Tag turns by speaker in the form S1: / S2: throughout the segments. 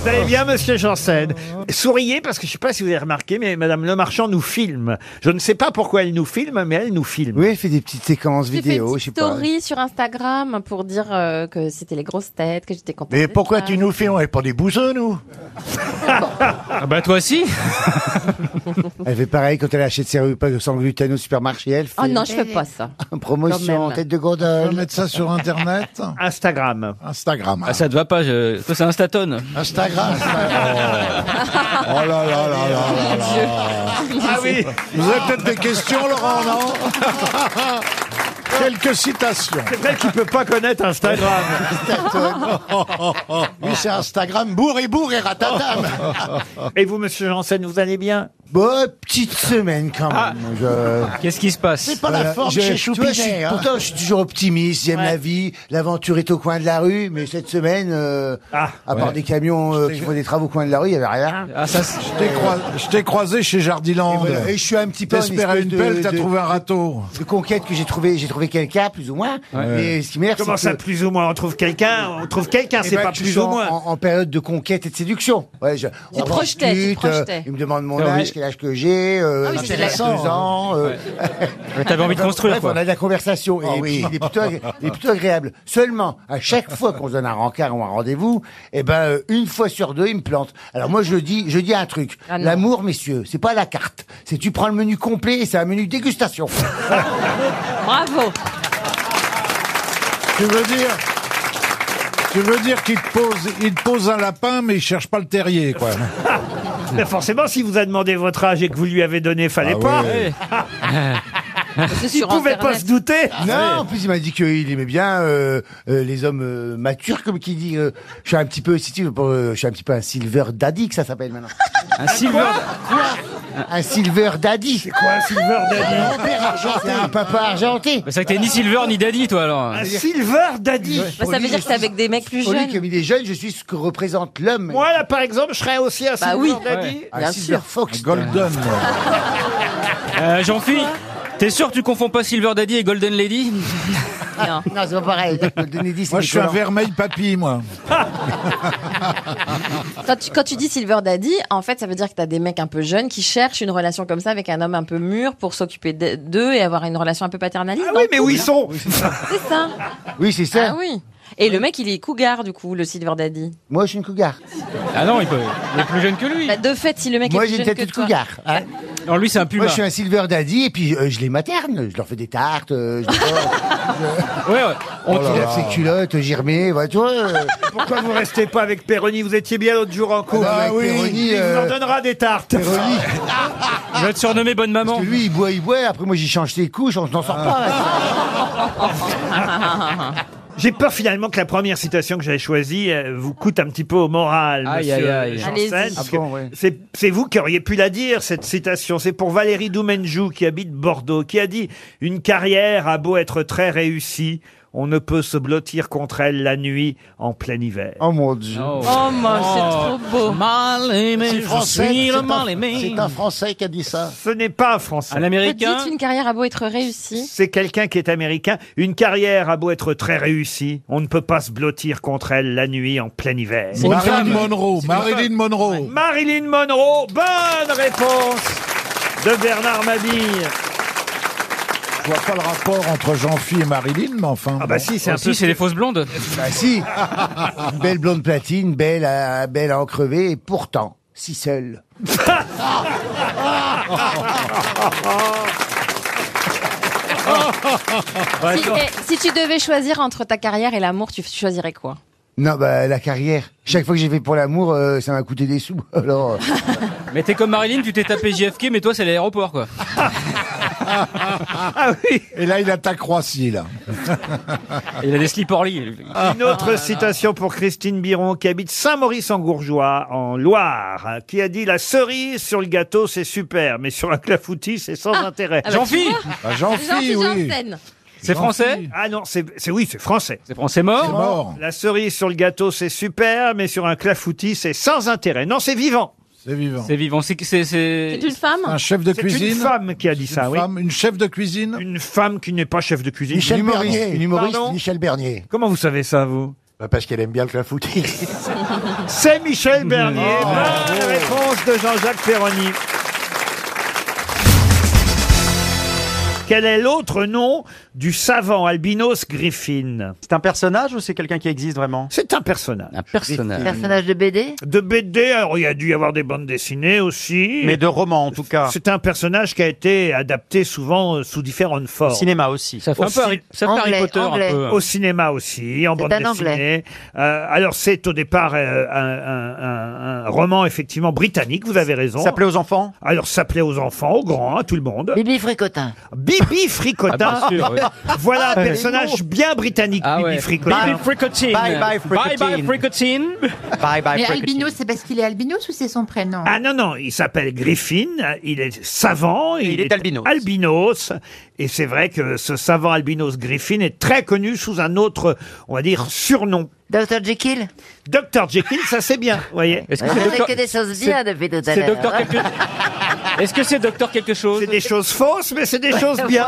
S1: Vous allez bien, monsieur Janssen Souriez, parce que je ne sais pas si vous avez remarqué, mais Madame Le Marchand nous filme. Je ne sais pas pourquoi elle nous filme, mais elle nous filme.
S2: Oui, elle fait des petites séquences
S3: J'ai fait une
S2: vidéo, je sais
S3: petite
S2: pas.
S3: story sur Instagram pour dire euh, que c'était les grosses têtes, que j'étais contente.
S4: Mais
S3: d'être
S4: pourquoi
S3: là.
S4: tu nous fais On est pas des bouseux, nous
S5: Ah bah toi aussi
S2: Elle fait pareil quand elle achète ses repas sans gluten au supermarché, elle fait
S3: Oh non, je fais pas ça.
S2: une
S3: quand
S2: promotion
S3: même.
S2: tête de
S6: On va
S2: gondole.
S6: mettre ça sur Internet.
S1: Instagram.
S6: Instagram.
S5: Ah ça te va pas, je... toi c'est un statone.
S7: Ah,
S6: Instagram. Instagram. Oh, Oh là là là là là là.
S1: Ah oui
S6: Vous avez peut-être des questions, Laurent, non Quelques citations.
S1: C'est vrai qu'il ne peut pas connaître Instagram.
S7: oh,
S6: Oui, c'est Instagram bourré bourré ratatam.
S1: Et vous, monsieur Janssen, vous allez bien
S2: Bon, petite semaine quand même. Je...
S5: Qu'est-ce qui se passe
S6: Ah, C'est pas la forme
S2: Je-
S6: chez
S2: tu vois, je suis-
S6: Choupinet. hein.
S2: Pourtant, je suis toujours optimiste, j'aime la vie, l'aventure est au coin de la rue, mais cette semaine, euh,
S1: Ah,
S2: à part
S5: ouais.
S2: des camions euh, qui font des travaux au coin de la rue, il n'y avait rien.
S5: Ah ça c'est-
S6: Je t'ai croi- Je t'ai croisé chez
S2: Et,
S6: Jardiland.
S2: voilà. Et je suis un petit peu en
S6: T'espérais
S2: espèce
S6: une
S2: de-
S6: pelle, t'as
S2: de-
S6: trouvé un râteau.
S2: de conquête que j'ai trouvé, j'ai trouvé quelqu'un, plus ou moins. Mais ce qui m'énerve,
S1: comment
S2: c'est
S1: ça,
S2: que-
S1: plus ou moins On trouve quelqu'un, on trouve quelqu'un,
S2: Eh
S1: c'est
S2: ben,
S1: pas
S2: que je
S1: plus
S2: suis
S1: ou
S2: en-
S1: moins.
S2: En, en période de conquête et de séduction. Ouais, je, on
S3: projetais, tu
S2: discute, euh,
S3: projetais.
S2: il me demande mon
S5: Ah oui.
S2: âge, quel âge que j'ai, euh,
S3: Ah oui,
S2: j'ai
S3: c'est
S2: 22
S3: intéressant,
S2: ans. euh,
S5: T'avais envie de construire
S2: bref, on
S5: quoi. Ah
S2: a de la conversation. et puis, il, est plutôt, agré- il est plutôt agréable. Seulement, à chaque fois qu'on se donne un rencard ou un rendez-vous, eh ben, euh, une fois sur deux, il me plante. Alors moi, je dis, je dis un truc.
S3: Ah non.
S2: L'amour, messieurs, c'est pas la carte. C'est tu prends le menu complet et c'est un menu dégustation.
S3: Bravo.
S6: Tu veux dire Tu veux dire qu'il te pose, il te pose un lapin, mais il cherche pas le terrier, quoi.
S1: Mais forcément, si vous a demandé votre âge et que vous lui avez donné, fallait
S6: Ah
S1: pas.
S6: ouais.
S3: C'est
S1: Il
S3: sur
S1: pouvait pas
S3: Internet.
S1: se douter.
S5: Ah,
S2: Non, en plus il m'a dit qu'il aimait bien euh, euh, les hommes euh, matures, comme qui dit. euh, je suis un petit peu, si tu veux, pour, euh, je suis un petit peu un silver daddy que ça s'appelle maintenant.
S5: Un silver.
S2: Un silver daddy.
S1: Quoi, un Silver Daddy
S2: C'est un papa argenté.
S5: Bah, c'est que t'es ni silver ni daddy toi alors.
S1: Un Silver Daddy
S3: Bah, ça veut dire que c'est avec des mecs plus
S2: Pour lui,
S3: jeunes.
S2: comme il est jeune, je suis ce que représente l'homme.
S1: Moi, là, par exemple, je serais aussi un
S3: Bah
S1: Silver
S3: oui.
S1: Daddy.
S2: un
S5: Ah,
S3: bien
S2: silver
S3: sûr.
S2: fox.
S6: Ah, Golden. moi.
S5: Euh, Jean-Philippe, t'es sûr que tu confonds pas silver daddy et golden lady
S3: Non.
S2: Non, c'est pas pareil. Golden Lady, c'est
S6: Moi, je suis un
S2: Nicolas.
S6: vermeil papy, moi.
S3: Quand tu, quand tu dis Silver Daddy, en fait, ça veut dire que t'as des mecs un peu jeunes qui cherchent une relation comme ça avec un homme un peu mûr pour s'occuper d'e- d'eux et avoir une relation un peu paternaliste.
S1: Ah
S3: dans
S1: oui,
S3: le
S1: mais où
S3: couple.
S1: ils sont
S3: C'est ça.
S2: Oui, c'est ça.
S3: Ah oui. Et le mec, il est cougar du coup, le Silver Daddy.
S2: Moi, je suis une cougar.
S5: Ah non, il, peut... il est plus jeune que lui.
S3: Bah, de fait, si le mec
S2: Moi,
S3: est plus
S2: j'ai une
S3: jeune
S2: tête
S3: que
S2: de
S3: toi-
S2: cougar. hein.
S5: Non, lui c'est un puma.
S2: Moi, je suis un silver daddy et puis euh, je les materne. Je leur fais des tartes, euh, je les
S5: Ouais, ouais. On-
S2: je lave ses culottes, j'y remets. Voilà, tu vois. euh,
S1: Pourquoi vous restez pas avec Perroni Vous étiez bien l'autre jour en cours.
S2: Ah
S1: Avec
S2: oui,
S1: Perroni, il
S2: euh,
S1: vous en donnera des tartes.
S2: Péroni,
S5: Je vais te surnommer bonne maman.
S2: Parce que lui, il boit, il boit, après moi, j'y change ses couches, on s'en sort
S1: Ah.
S2: pas.
S1: J'ai peur finalement que la première citation que j'avais choisie euh, vous coûte un petit peu au moral,
S5: Aïe,
S1: monsieur
S5: aïe, aïe.
S1: Janssen,
S3: Allez-y.
S1: parce
S2: Ah bon,
S1: que
S2: ouais.
S1: c'est, c'est vous qui auriez pu la dire, cette citation. C'est pour Valérie Doumenjou, qui habite Bordeaux, qui a dit « Une carrière a beau être très réussie, on ne peut se blottir contre elle la nuit en plein hiver.
S2: Oh mon dieu.
S5: Oh,
S3: Oh, moi, c'est trop beau.
S5: Mal aimé,
S6: C'est
S5: je
S6: français,
S5: suis
S6: c'est
S5: le
S6: un-
S5: mal aimé.
S6: C'est un Français qui a dit ça.
S1: Ce n'est pas un Français.
S5: Un
S3: Vous
S5: américain
S3: dites une carrière a beau être réussie.
S1: C'est quelqu'un qui est américain. Une carrière a beau être très réussie, on ne peut pas se blottir contre elle la nuit en plein hiver.
S5: une
S6: Marilyn
S5: femme.
S6: Monroe.
S5: une
S6: Marilyn Monroe.
S1: Marilyn Monroe, bonne réponse de Bernard Mabille.
S6: Je vois pas le rapport entre Jean-Phi et Marilyn, mais enfin.
S1: Ah bah
S6: bon.
S1: si, c'est
S5: Ah
S1: un
S5: si,
S1: peu...
S5: c'est des fausses blondes.
S2: Bah si. Une belle blonde platine, belle à, belle à en crever, et pourtant, si seule.
S8: Ah.
S1: Ah,
S3: Si, eh, si tu devais choisir entre ta carrière et l'amour, tu choisirais quoi
S2: Non, bah la carrière. Chaque fois que j'ai fait pour l'amour, euh, ça m'a coûté des sous. Alors, euh,
S5: Mais t'es comme Marilyn, tu t'es tapé JFK, mais toi c'est l'aéroport quoi.
S1: Ah oui
S6: Et là, il attaque Roissy, là.
S5: Il a des slip Orly.
S1: Une autre
S6: Ah.
S1: citation pour Christine Biron qui habite Saint-Maurice-en-Gourgeois en Loire, hein, qui a dit « La cerise sur le gâteau, c'est super, mais sur un clafoutis, c'est sans intérêt.
S3: Ah bah,
S5: Jean-Phi
S6: Bah, Jean-Phi, oui.
S3: Janssen.
S5: C'est français
S1: Ah non, c'est c'est- oui, c'est français.
S5: C'est français
S6: C'est
S5: mort
S6: mort.
S1: La cerise sur le gâteau, c'est super, mais sur un clafoutis, c'est sans intérêt. Non, c'est vivant.
S6: C'est vivant.
S5: C'est vivant. C'est c'est- c'est-
S3: C'est une femme
S6: Un chef de
S1: C'est une
S6: cuisine.
S1: femme qui a dit
S6: Une
S1: ça, oui.
S6: femme, Une chef de cuisine.
S1: Une femme qui n'est pas chef de cuisine.
S2: Michel
S6: humoriste.
S2: Bernier. Une humoriste,
S1: Pardon
S2: Michel Bernier.
S1: Comment vous savez ça, vous
S4: Bah, parce qu'elle aime bien le clafoutis.
S1: C'est Michel Bernier. Bonne réponse de Jean-Jacques Perroni. Quel est l'autre nom du savant albinos Griffin
S9: C'est un personnage ou c'est quelqu'un qui existe vraiment
S1: C'est un personnage.
S5: Un
S1: Euh,
S5: personnage.
S10: Personnage de BD
S1: De BD, alors il y a dû y avoir des bandes dessinées aussi.
S9: Mais de roman en tout cas.
S1: C'est un personnage qui a été adapté souvent euh, sous différentes formes.
S9: Cinéma aussi.
S5: Ça fait un peu Harry, ça fait Harry
S10: Anglais,
S5: Potter
S10: anglais.
S5: un peu. hein.
S1: Au cinéma aussi, en
S10: C'est
S1: bande
S10: un
S1: dessinée. Euh, alors c'est au départ euh, un, un- un- un roman effectivement britannique, vous avez raison.
S9: Ça plaît aux enfants
S1: Alors ça plaît aux enfants, aux grands, à tout le monde.
S10: Bibi Fricotin.
S1: Bibi Fricotin,
S5: Ah, bien sûr, oui.
S1: voilà un personnage bien britannique,
S5: Ah
S1: Bibi
S5: ouais.
S1: Fricotin.
S5: Bibi Fricotine.
S9: Bye bye
S5: Bye bye
S9: Fricotine.
S5: Fricotine.
S9: Bye
S1: Bah,
S9: bye.
S10: Mais
S9: Frickety.
S10: Albinos, c'est parce qu'il est albinos ou c'est son prénom
S1: Ah non, non, il s'appelle Griffin, il est savant,
S9: Et il est albinos.
S1: albinos, et c'est vrai que ce savant albinos Griffin est très connu sous un autre, on va dire, surnom.
S10: Dr. Jekyll
S1: Dr. Jekyll, ça c'est bien, vous voyez
S5: Est-ce que
S10: On
S5: c'est
S10: fait
S5: docteur
S10: que des choses bien depuis tout à
S5: c'est
S10: l'heure.
S5: docteur quelque Est-ce que c'est docteur quelque chose
S1: C'est des choses fausses, mais c'est des choses bien.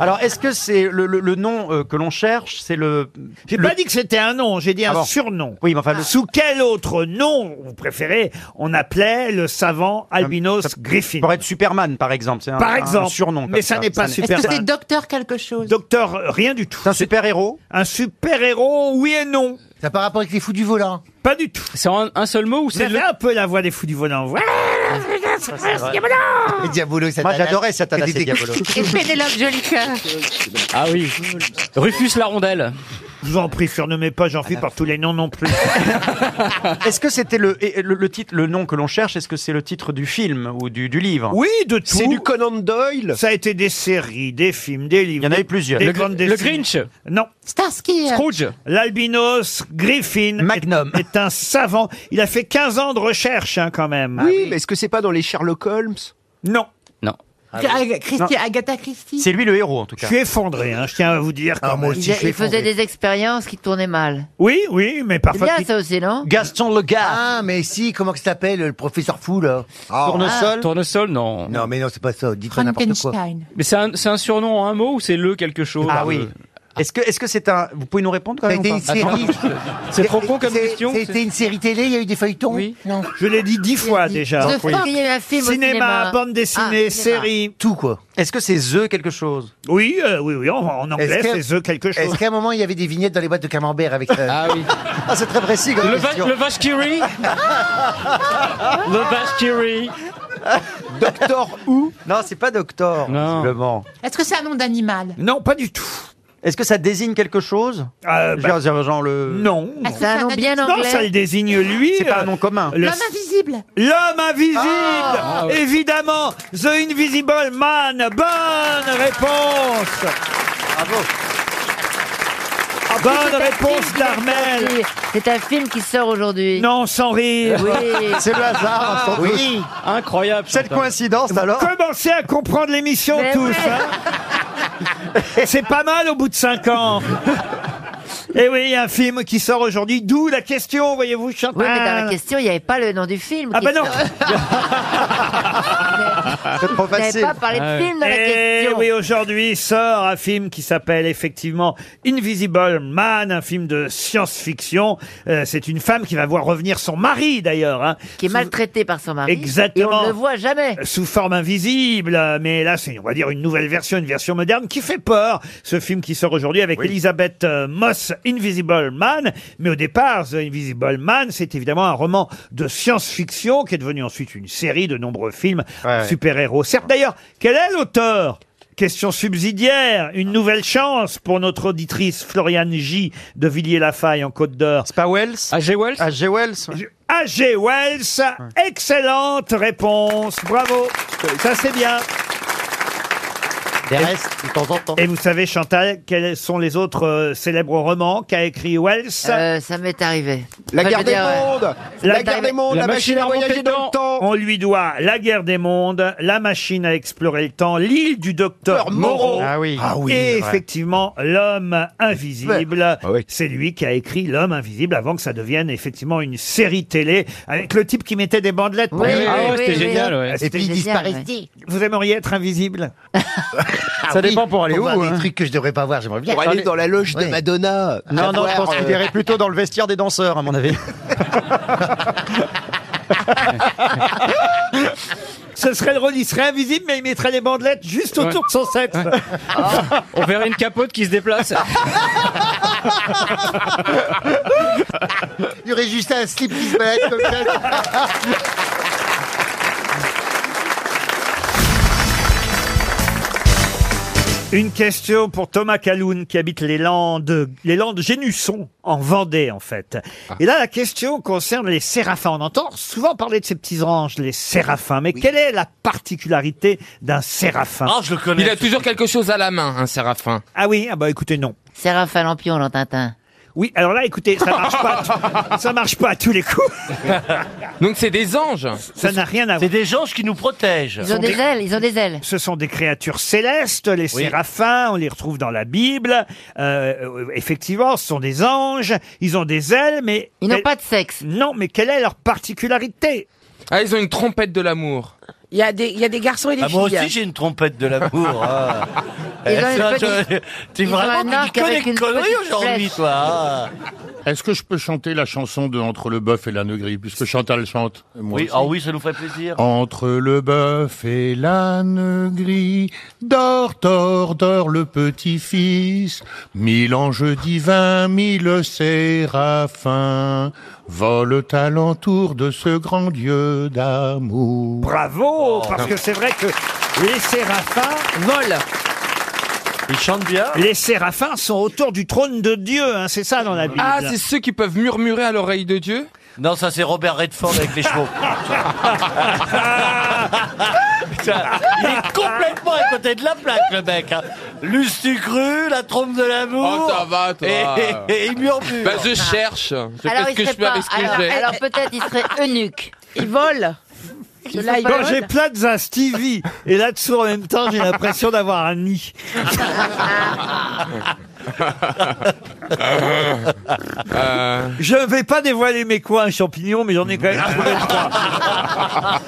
S9: Alors est-ce que c'est le, le- le nom euh, que l'on cherche C'est le.
S1: J'ai
S9: le-
S1: pas dit que c'était un nom, j'ai dit un
S9: Ah bon.
S1: surnom.
S9: Oui, mais enfin le.
S1: Sous quel autre nom, vous préférez, on appelait le savant albinos
S9: ça
S1: Griffin
S9: Pour être Superman par exemple. C'est un,
S1: Par
S9: un
S1: exemple.
S9: surnom. comme
S1: mais ça, n'est pas
S10: Est-ce que c'est
S1: Superman.
S10: docteur quelque chose
S1: Docteur, euh, rien du tout.
S9: C'est un super héros
S1: Un super-héros, oui et non.
S11: Ça par rapport avec les fous du volant.
S1: Pas du tout.
S5: C'est en un seul mot ou
S1: Vous
S5: c'est
S1: avez
S5: le
S1: un peu la voix des fous du volant. Ouais.
S11: Les diabolos, ça
S9: Moi
S11: t'adapte.
S9: j'adorais Satanas
S11: C'était-
S9: et Diabolo.
S10: Et Pénélope Jolicoeur
S5: Ah oui. Rufus la rondelle.
S1: Je vous en prie, surnommez pas Jean-Philippe par tous les noms non plus.
S9: Ah, Est-ce que c'était le, et- le, le titre, le nom que l'on cherche Est-ce que c'est le titre du film ou du, du livre
S1: Oui, de tout.
S4: Conan Doyle.
S1: Ça a été des séries, des films, des
S9: Il
S1: livres.
S9: y en avait
S1: des-
S9: plusieurs.
S1: des
S5: Le,
S1: bandes
S5: le
S1: dessinées.
S5: Grinch.
S1: Non.
S10: Starsky euh,
S5: Scrooge.
S1: L'albinos Griffin
S9: Magnum.
S1: est, est un savant. Il a fait 15 ans de recherche hein, quand même.
S9: Ah
S4: Oui, mais est-ce que c'est pas dans les Sherlock Holmes
S1: Non.
S10: Ag- Ah. Christi- Agatha Christie
S9: C'est lui le héros en tout
S1: Je
S9: cas.
S1: suis effondré, hein, je tiens à vous dire. quand même.
S10: Il, il faisait des expériences qui tournaient mal.
S1: Oui, oui, mais
S10: C'est
S1: parfois...
S10: bien ça aussi, hein. non
S9: Gaston Le Gars.
S11: Ah, mais si, comment que ça s'appelle, le professeur fou, là
S9: Ah. Tournesol.
S5: Ah. Tournesol, non.
S11: Non, mais non, c'est pas ça, dites-moi n'importe quoi.
S5: Mais c'est un, c'est un surnom hein, en un mot ou c'est le quelque chose euh,
S9: Ah oui. Est-ce que est-ce que c'est un Vous pouvez nous répondre quand
S11: Ça a
S9: même
S11: été
S9: ou
S11: une
S9: pas
S11: série.
S5: C'est trop con comme
S11: C'est-
S5: question.
S11: C'était une série télé, il y a eu des feuilletons
S5: Oui.
S11: Non.
S1: Je l'ai dit dix fois déjà.
S10: The Fox, il y a eu un film au
S1: Cinéma,
S10: cinéma.
S1: bande dessinée,
S10: Ah, cinéma.
S1: série.
S11: Tout, quoi.
S9: Est-ce que c'est The quelque chose
S1: Oui, euh, oui, oui, en, en anglais,
S11: Est-ce que-
S1: c'est The quelque chose.
S11: Est-ce qu'à un moment, il y avait des vignettes dans les boîtes de camembert avec ça
S5: Ah oui.
S9: Ah, c'est très précis comme
S5: Le, va le vache qui rit. Le vache qui rit.
S9: Doctor Who Non, c'est pas Doctor,
S5: Non.
S9: visiblement.
S12: Est-ce que c'est un nom d'animal
S1: Non, pas du tout.
S9: Est-ce que ça désigne quelque chose
S1: Euh,
S9: Je
S1: bah,
S9: veux dire, genre le...
S1: non.
S10: C'est un nom bien
S1: Non, ça
S10: anglais.
S1: le désigne lui.
S9: C'est pas
S1: euh,
S9: un nom commun.
S1: le-
S12: L'homme invisible
S1: L'homme invisible
S10: Ah,
S1: Évidemment The Invisible Man Bonne réponse Bonne réponse d'Armel
S10: C'est un film qui sort aujourd'hui.
S1: Non, sans rire
S10: Oui. Ah,
S9: C'est le hasard, sans doute.
S11: Oui
S5: Incroyable.
S9: Cette
S5: Chantal.
S9: coïncidence, alors
S1: Commencez à comprendre l'émission
S10: Mais
S1: tous
S10: ouais.
S1: hein. C'est pas mal au bout de 5 ans Et oui, un film qui sort aujourd'hui, d'où la question, voyez-vous, Chantal
S10: Oui, mais dans la question, il n'y avait pas le nom du film.
S1: Ah bah non
S9: C'est trop
S10: Il n'avait
S9: facile.
S10: pas parlé de
S5: Ah oui.
S10: film dans la
S1: Et Eh
S10: question.
S1: oui, aujourd'hui sort un film qui s'appelle effectivement Invisible Man, un film de science-fiction. Euh, c'est une femme qui va voir revenir son mari d'ailleurs, hein,
S10: Qui est maltraité par son mari.
S1: Exactement.
S10: Et on ne le voit jamais.
S1: sous forme invisible. Euh, Mais là, c'est on va dire une nouvelle version, une version moderne qui fait peur. Ce film qui sort aujourd'hui avec Elisabeth euh, Moss, Invisible Man. Mais au départ, The Invisible Man, c'est évidemment un roman de science-fiction qui est devenu ensuite une série de nombreux films
S9: Ouais.
S1: super-héros. Certes, d'ailleurs, quel est l'auteur Question subsidiaire, une nouvelle chance pour notre auditrice Floriane J de Villiers-la-Faille en Côte d'Or.
S9: C'est pas Wells
S5: A.G. Wells
S9: Ah, G. Wells ouais.
S1: A.G. Wells, excellente réponse, bravo, ça c'est bien.
S11: Des restes, de temps en temps.
S1: Et vous savez, Chantal, quels sont les autres euh, célèbres romans qu'a écrit Wells
S10: Euh, ça m'est arrivé.
S4: La
S10: Enfin, je
S4: guerre
S10: veux
S4: des
S10: dire, euh,
S4: mondes
S10: La
S4: La guerre
S10: dame-
S4: des mondes,
S5: La
S4: la machine à
S5: machine à
S4: voyager
S5: remonter
S4: dans
S5: le
S4: le temps
S1: On lui doit La guerre des mondes, La machine à explorer le temps, L'île du docteur
S4: Docteur Moreau.
S1: Moreau.
S9: Ah oui.
S1: et
S9: c'est vrai.
S1: effectivement, l'homme invisible,
S4: Ah oui.
S1: c'est lui qui a écrit l'homme invisible avant que ça devienne effectivement une série télé avec le type qui mettait des bandelettes. pour
S10: Oui,
S1: dire,
S10: oui,
S5: Ah ouais,
S10: oui,
S5: c'était
S10: oui,
S5: génial, ouais.
S1: C'était-
S10: Génial, ouais.
S1: Vous aimeriez être invisible
S13: Ça dépend pour aller
S14: Ah pour
S13: où,
S14: voir
S13: hein.
S14: Des trucs que je devrais pas voir, j'aimerais bien.
S2: Pour aller dans la loge de
S14: Oui.
S2: Madonna.
S13: Non, non, je pense qu'il irait plutôt dans le vestiaire des danseurs, à mon avis.
S1: Ce serait drôle, il serait invisible, mais il mettrait les bandelettes juste autour de son set.
S15: On verrait une capote qui se déplace.
S14: Il y aurait juste un slip qui se balade comme ça.
S1: Une question pour Thomas Caloun qui habite les Landes, les Landes Génusson, en Vendée en fait.
S12: Ah.
S1: Et là, la question concerne les séraphins. On entend souvent parler de ces petits anges, les séraphins. Mais quelle est la particularité d'un séraphin
S12: Ah, je le connais.
S7: Il a toujours quelque chose à la main, un séraphin.
S1: Ah oui, ah bah écoutez, non.
S16: Séraphin Lampion dans Tintin.
S1: Oui, alors là, écoutez, ça marche pas, ça marche pas à tous les coups.
S7: Donc c'est des anges.
S1: Ça n'a rien à
S12: C'est
S1: voir.
S12: des gens qui nous protègent.
S16: Ils ont des ailes, ils ont des ailes.
S1: Ce sont des créatures célestes, les séraphins, on les retrouve dans la Bible. Euh, effectivement, ce sont des anges, ils ont des ailes, mais...
S16: Ils n'ont
S1: mais-
S16: pas de sexe.
S1: Non, mais quelle est leur particularité
S7: Ah, ils ont une trompette de l'amour.
S17: Il y, a des, il y a des garçons et des
S12: Ah,
S17: filles.
S12: moi aussi j'ai une trompette de l'amour. ah.
S16: Ils
S12: Eh,
S16: ont une
S12: ça,
S16: petite-
S12: je- T'es
S16: ils ont un
S12: vraiment tu
S16: arc
S12: dis que
S16: avec
S12: des
S16: une
S12: conneries
S16: petite
S12: aujourd'hui,
S16: flèche.
S12: toi. ah.
S6: Est-ce que je peux chanter la chanson de Entre le bœuf et la negrie Puisque Chantal chante. moi
S12: Oui,
S6: aussi.
S12: ah oui, ça nous ferait plaisir.
S6: Entre le bœuf et l'âne gris, dort, dort, dort le petit-fils. Mille anges divins, mille séraphins, volent à l'entour de ce grand Dieu d'amour.
S12: Oh.
S1: Bravo, parce que c'est vrai que les séraphins volent.
S12: Ils chantent bien.
S1: Les séraphins sont autour du trône de Dieu, hein, c'est ça dans la Bible.
S7: Ah, c'est ceux qui peuvent murmurer à l'oreille de Dieu
S12: Non, ça c'est Robert Redford avec les chevaux. Putain, il est complètement à côté de la plaque, le mec. Hein. Lustucru, la trompe de l'amour.
S7: Oh, ça va, toi.
S12: Et, et- et il murmure. Ah.
S7: Bah je cherche. Je fais
S16: Alors,
S7: ce
S16: ils
S7: que je
S16: seraient
S7: peux
S16: pas.
S7: avec ce que
S16: Alors,
S7: j'ai.
S16: alors peut-être ils seraient eunuques.
S17: Ils volent.
S16: Ah,
S17: Ceux-là, ils
S1: Quand j'ai
S17: volent.
S1: Plaza Stevie et là-dessous en même temps, j'ai l'impression d'avoir un nid.
S7: Euh,
S1: Je ne vais pas dévoiler mes coins champignons, mais j'en ai quand même trouvé trois.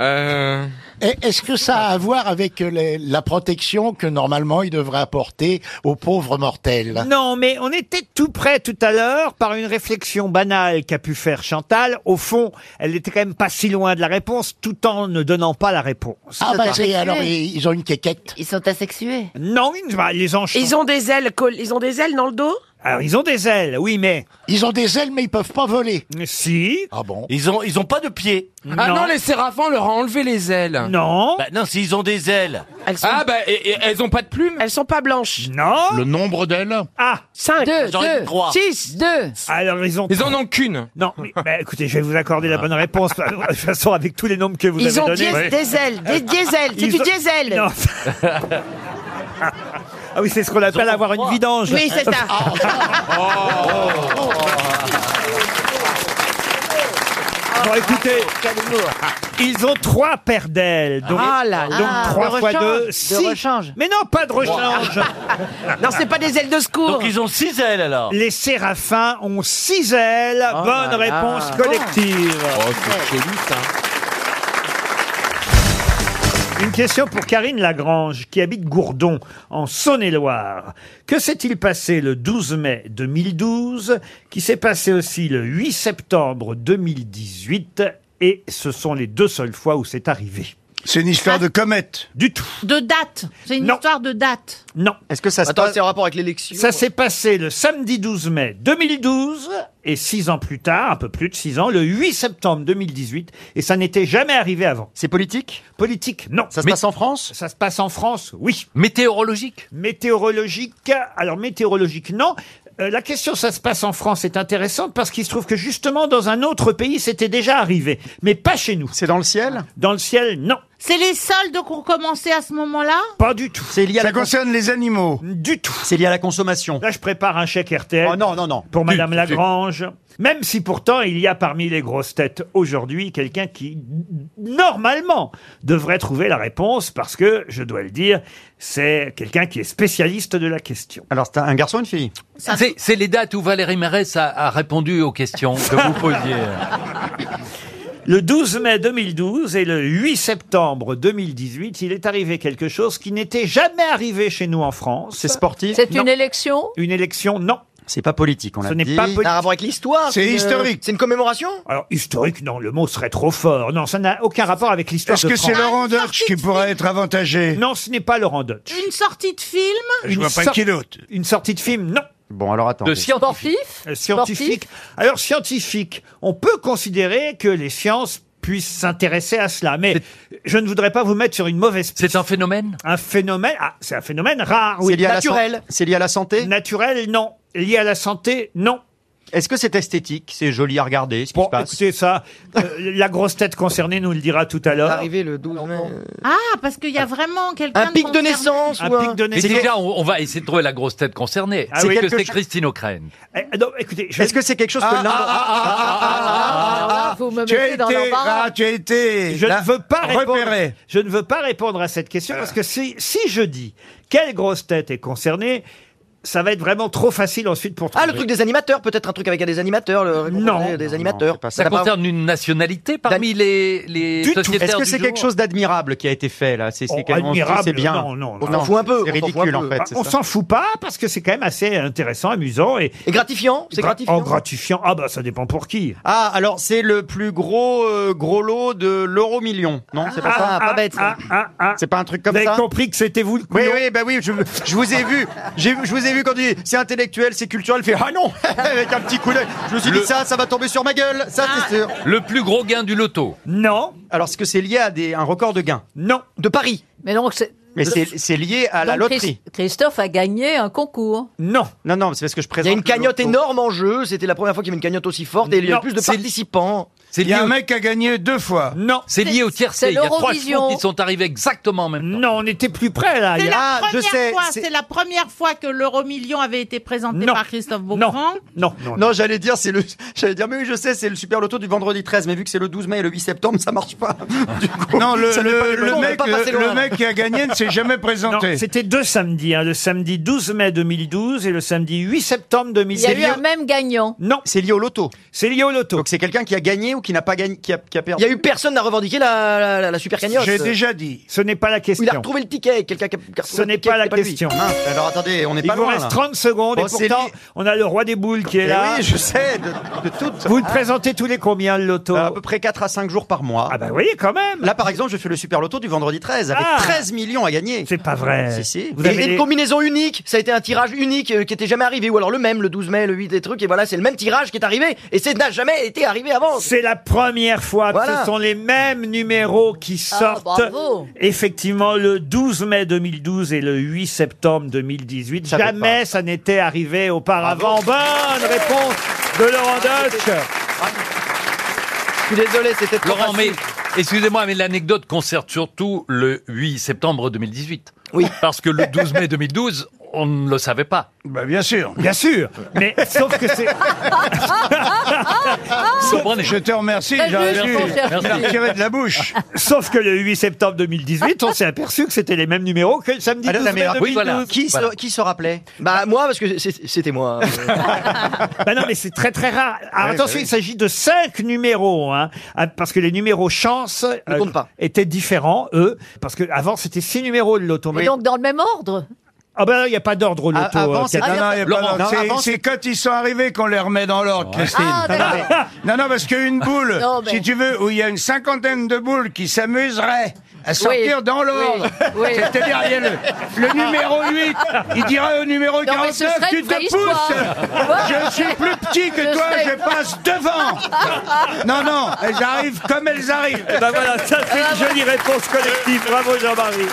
S7: euh,
S2: Est-ce que ça a à voir avec les- la protection que normalement il devrait apporter aux pauvres mortels
S1: Non, mais on était tout près tout à l'heure par une réflexion banale qu'a pu faire Chantal. Au fond, elle n'était quand même pas si loin de la réponse, tout en ne donnant pas la réponse.
S2: Ah bah c'est- alors
S16: sexués.
S2: ils ils ont une quéquette.
S16: Ils sont asexués.
S1: Non, ils- bah, les anges. sont-
S17: Ils ont des ailes, col- ils ont des ailes dans le dos.
S1: Alors, ils ont des ailes, oui, mais
S2: Ils ont des ailes mais ils peuvent pas voler.
S1: si.
S2: Ah bon
S12: Ils ont, ils ont pas de pieds.
S7: Ah non, les séraphins on leur a enlevé les ailes.
S1: Non.
S12: Bah non, s'ils ont des ailes.
S17: Elles sont,
S7: Ah bah et- et elles ont pas de plumes
S17: elles sont pas blanches.
S1: Non.
S6: Le nombre d'ailes
S1: Ah,
S17: Cinq,
S16: Deux,
S12: J'en ai
S16: deux,
S12: trois.
S17: six.
S16: deux.
S1: alors ils ont.
S7: Ils en ont qu'une.
S1: Non, mais, bah, écoutez, je vais vous accorder la bonne réponse. euh, De toute façon, avec tous les nombres que vous
S17: Ils ont
S1: avez
S17: dié-
S1: donnés.
S17: des ailes, des diesels. C'est
S1: Ils
S17: du
S1: ont-
S17: diesel.
S1: Non. ah oui, c'est ce qu'on appelle
S12: ont
S1: avoir une
S12: trois. Oh.
S1: vidange. Oh.
S17: Oui, c'est ça.
S1: Bon, écoutez, ils ont trois paires d'ailes. Donc,
S17: Ah là
S1: donc
S16: là.
S1: trois
S16: De
S1: fois
S16: rechange,
S1: deux,
S16: de
S1: six.
S16: rechange.
S1: Mais non, pas de rechange.
S17: Non, c'est pas des ailes de secours.
S12: Donc ils ont six ailes alors.
S1: Les séraphins ont six ailes.
S17: Oh
S1: Bonne
S17: là
S1: réponse
S17: là.
S1: collective.
S7: Oh, c'est chelou ça.
S1: Une question pour Karine Lagrange, qui habite Gourdon, en Saône-et-Loire. Que s'est-il passé le 12 mai 2012, qui s'est passé aussi le 8 septembre 2018, et ce sont les deux seules fois où c'est arrivé Ah.
S6: C'est une histoire de comète.
S1: Du tout.
S17: De date. C'est
S1: une Non.
S17: histoire de date.
S1: Non.
S13: Est-ce que ça se
S2: Attends,
S13: passe
S2: c'est en rapport avec l'élection
S1: Ça s'est passé le samedi 12 mai 2012, et six ans plus tard, un peu plus de six ans, le 8 septembre 2018, et ça n'était jamais arrivé avant.
S13: C'est politique
S1: Politique, non.
S13: Ça se
S1: Mais
S13: passe en France
S1: ça se passe en France, oui.
S12: Météorologique.
S1: Météorologique, alors météorologique, non. Euh, la question, ça se passe en France, est intéressante parce qu'il se trouve que justement dans un autre pays, c'était déjà arrivé, mais pas chez nous.
S13: C'est dans le ciel
S1: Dans le ciel, non,
S17: C'est les soldes qu'on commençait à ce moment-là
S1: pas du tout,
S13: C'est lié, à la cons-
S6: concerne les animaux.
S1: du tout.
S13: c'est lié à la consommation.
S1: Là, je prépare un chèque RTL.
S13: Oh non, non, non.
S1: pour
S6: Zut,
S1: Madame
S6: zut.
S1: Lagrange. Même si pourtant il y a parmi les grosses têtes aujourd'hui quelqu'un qui normalement devrait trouver la réponse parce que, je dois le dire, c'est quelqu'un qui est spécialiste de la question.
S13: Alors c'est un garçon ou une fille
S12: C'est, les dates où Valérie Mérès a, répondu aux questions que vous posiez.
S1: Le 12 mai 2012 et le 8 septembre 2018, il est arrivé quelque chose qui n'était jamais arrivé chez nous en France. C'est sportif
S18: C'est une élection
S1: Une élection, non.
S7: C'est pas politique, on l'a
S1: Ce n'est
S7: dit.
S1: pas poli-
S7: Ça a un rapport avec l'histoire
S1: C'est
S7: une- euh,
S1: historique.
S7: Ah, C'est une commémoration
S1: Alors, historique, non, le mot serait trop fort. Non, ça n'a aucun rapport avec l'histoire
S8: Est-ce
S1: de
S8: que c'est
S1: France.
S8: Laurent Deutsch qui pourrait être avantagé
S1: Non, ce n'est pas Laurent Deutsch.
S16: Une sortie de film
S8: Je vois pas qui d'autre.
S1: Une sortie de film, non.
S7: Bon, alors attends.
S1: De
S18: Sportif
S1: Euh, Scientifique. Alors, scientifique, on peut considérer que les sciences puissent s'intéresser à cela, mais je ne voudrais pas vous mettre sur une mauvaise piste. C'est un phénomène Un phénomène, ah, c'est un phénomène rare, oui.
S7: C'est lié à la san-
S1: C'est lié à la santé Naturel, non. Lié à la santé, non.
S7: Est-ce que c'est esthétique C'est joli à regarder, ce qui se passe
S1: Écoutez ça, euh, la grosse tête concernée nous le dira tout à l'heure.
S14: Arrivé le 12 mai.
S16: Ah, parce qu'il y a vraiment quelqu'un concerné.
S1: Un pic de
S19: Mais
S1: naissance.
S19: déjà, on, on va essayer de trouver la grosse tête concernée.
S1: Ah
S19: c'est
S1: oui.
S19: que
S1: Quelque
S19: c'est
S1: chose-
S19: Christine O'Crane. Ah,
S1: Eh, non, écoutez, je-
S7: Est-ce que c'est quelque chose que
S8: Ah,
S7: l'un...
S18: vous me
S8: Tu as
S18: mettez dans
S8: été,
S18: l'embarras.
S8: ah, tu as été
S1: Je
S8: là,
S1: ne veux pas répondre.
S8: repéré.
S1: Je ne veux pas répondre à cette question parce que si, si je dis quelle grosse tête est concernée, ça va être vraiment trop facile ensuite pour trouver.
S14: Ah, le truc des animateurs, peut-être un truc avec des animateurs, le non, des animateurs.
S19: Ça concerne une nationalité parmi les, les
S7: Du tout.
S19: sociétaires
S7: Est-ce que
S19: du
S7: c'est quelque
S19: jour
S7: chose d'admirable qui a été fait là C'est c'est
S1: Oh,
S7: on se dit,
S1: admirable,
S7: c'est bien.
S1: non, non,
S7: on
S1: non.
S7: s'en fout un peu.
S1: C'est ridicule en fait. Ah, On s'en fout pas parce que c'est quand même assez intéressant, amusant et,
S7: gratifiant. C'est
S1: Gra-
S7: gratifiant.
S1: oh, gratifiant. Ah bah ça dépend pour qui.
S7: Ah, alors c'est le plus gros euh, gros lot de l'euro million. Non, c'est pas
S1: Ah,
S7: ça.
S1: ah, pas bête, ça.
S7: C'est pas un truc comme
S1: Vous avez
S7: ça.
S1: compris que c'était vous le
S7: Oui, oui, bah oui, je, je vous ai vu. J'ai vu- je vous ai vu quand il dit c'est intellectuel, c'est culturel. fait ah non avec un petit coup d'œil. Je me suis
S19: Le-
S7: dit ça, ça va tomber sur ma gueule. Ça,
S18: Ah.
S7: c'est sûr.
S19: Le plus gros gain du loto.
S1: Non.
S7: Alors, est-ce que c'est lié à des, un record de gain
S1: Non.
S7: De Paris.
S18: Mais donc, c'est.
S7: Mais c'est c'est lié à la
S18: donc,
S7: loterie.
S18: Chris- Christophe a gagné un concours.
S1: Non.
S7: Non, non, c'est parce que je
S14: Il
S7: présente.
S14: y a une
S7: le
S14: cagnotte
S7: loto.
S14: énorme en jeu, c'était la première fois qu'il y avait une cagnotte aussi forte et il y a
S19: Non,
S14: plus de
S19: c'est-
S14: participants.
S19: C'est lié, au...
S8: mec qui a gagné deux fois.
S1: Non.
S19: c'est lié au tiercé.
S18: c'est
S19: Il y a trois
S18: l'Eurovision.
S19: chevaux qui sont arrivés exactement en même temps.
S1: Non, on était plus près là.
S16: C'est
S1: Il y a-
S16: la
S1: Ah,
S16: première fois,
S1: c'est-
S16: c'est la première fois que l'euro million avait été présenté
S1: Non.
S16: par Christophe Beaugrand.
S1: Non, non.
S7: Non, j'allais dire, c'est le, j'allais dire, mais oui, je sais, c'est le super loto du vendredi 13, mais vu que c'est le 12 mai et le 8 septembre, ça marche pas. Du coup,
S8: Non, le,
S7: ça n'est pas
S8: le,
S7: bon,
S8: le
S7: on est
S8: mec,
S7: pas passé
S8: le-
S7: loin.
S8: le mec qui a gagné ne s'est jamais présenté.
S1: Non, c'était deux samedis, hein, le samedi 12 mai 2012 et le samedi 8 septembre
S18: Il y a
S1: 2012.
S18: eu un même gagnant.
S1: Non,
S7: c'est lié au loto.
S1: c'est lié au loto.
S7: Donc c'est quelqu'un qui a gagné ou qui n'a pas gagné, qui a, qui a
S14: Il
S7: perdu.
S14: y a eu personne à revendiquer la, la, la- la super cagnotte.
S8: J'ai déjà dit.
S1: Ce n'est pas la
S14: Ou Il a
S1: question.
S14: retrouvé le ticket, quelqu'un qui a- qui a
S1: Ce
S14: retrouvé le
S1: n'est
S14: ticket,
S1: pas la
S14: c'était lui.
S1: question.
S7: Mince, alors attendez, on n'est
S1: Il
S7: pas
S1: vous
S7: loin.
S1: reste
S7: là.
S1: 30 secondes
S7: Bon,
S1: et
S7: c'est
S1: pourtant,
S7: lié-
S1: on a le roi des boules qui est
S7: Eh
S1: là.
S7: oui, je sais, de, de toutes. Euh,
S1: Vous le présentez tous les combien le loto
S7: À peu près 4 à 5 jours par mois.
S1: Ah bah oui, quand même.
S7: Là, par exemple, je fais le super loto du vendredi 13 avec
S1: Ah.
S7: 13 millions à gagner.
S1: C'est pas vrai.
S7: Si, si.
S1: Vous
S14: et,
S1: avez
S14: et
S1: les-
S14: une combinaison unique, ça a été un tirage unique euh, qui était jamais arrivé, ou alors le même, le 12 mai, le 8 des trucs, et voilà, c'est le même tirage qui est arrivé, et ça n'a jamais été arrivé avant.
S1: C'est la première fois que
S14: Voilà.
S1: ce sont les mêmes numéros qui sortent.
S18: bravo.
S1: Effectivement, le 12 mai 2012 et le 8 septembre 2018.
S7: savais Ah
S1: Jamais ça n'était arrivé auparavant. Bonne réponse de Laurent Deutsch.
S14: Je suis désolé, c'était trop
S19: Laurent, mais
S14: facile.
S19: excusez-moi, mais l'anecdote concerne surtout le 8 septembre 2018.
S14: Oui.
S19: Parce que le 12 mai 2012, on ne le savait pas.
S8: Bah, bien sûr.
S1: Bien sûr, mais sauf que c'est
S12: Ah.
S19: Vous comprenez
S8: Je te remercie,
S18: Très
S8: j'aurais
S18: juste,
S8: dû
S18: mon cher
S8: me la tirer de la bouche.
S1: sauf que le 8 septembre 2018, on s'est aperçu que c'était les mêmes numéros que le samedi
S7: Ah,
S1: 12
S7: non,
S1: mai
S7: mais alors,
S1: 2012.
S19: oui, voilà.
S7: Qui, se,
S19: Voilà.
S7: qui se rappelait
S14: Bah, moi, parce que c'est- c'était moi. euh.
S1: Bah non, mais c'est très très rare. Alors, attention,
S7: bah
S1: il s'agit de cinq numéros, hein, ah, parce que les numéros chance euh,
S14: comptent pas.
S1: étaient différents, eux, parce que avant c'était six numéros le loto.
S18: Et donc, dans le même ordre
S1: Ah ben il n'y a pas d'ordre au
S7: Ah,
S1: loto.
S7: avant,
S1: euh,
S7: c'était-
S1: Catherine.
S8: Non, non, y a pas
S19: Laurent,
S8: d'ordre.
S7: non,
S8: C'est-
S7: avant,
S8: C'est quand ils sont arrivés qu'on les remet dans l'ordre, Christine.
S18: Ah, d'accord.
S8: Non, non, parce qu'une boule,
S18: Non, mais-
S8: si tu veux, où il y a une cinquantaine de boules qui s'amuseraient à sortir
S18: Oui.
S8: dans l'ordre.
S18: Oui. Oui.
S8: C'est-à-dire, il y a le, le numéro 8, il dirait au numéro
S18: Non, mais ce
S8: 49,
S18: serait
S8: tu
S18: une
S8: te
S18: vraie histoire.
S8: pousses. Je suis plus petit que
S18: Ce
S8: toi,
S18: serait-
S8: je passe devant. Non, non, elles arrivent comme elles arrivent.
S1: Eh ben voilà, ça c'est une jolie réponse collective. Bravo Jean-Marie.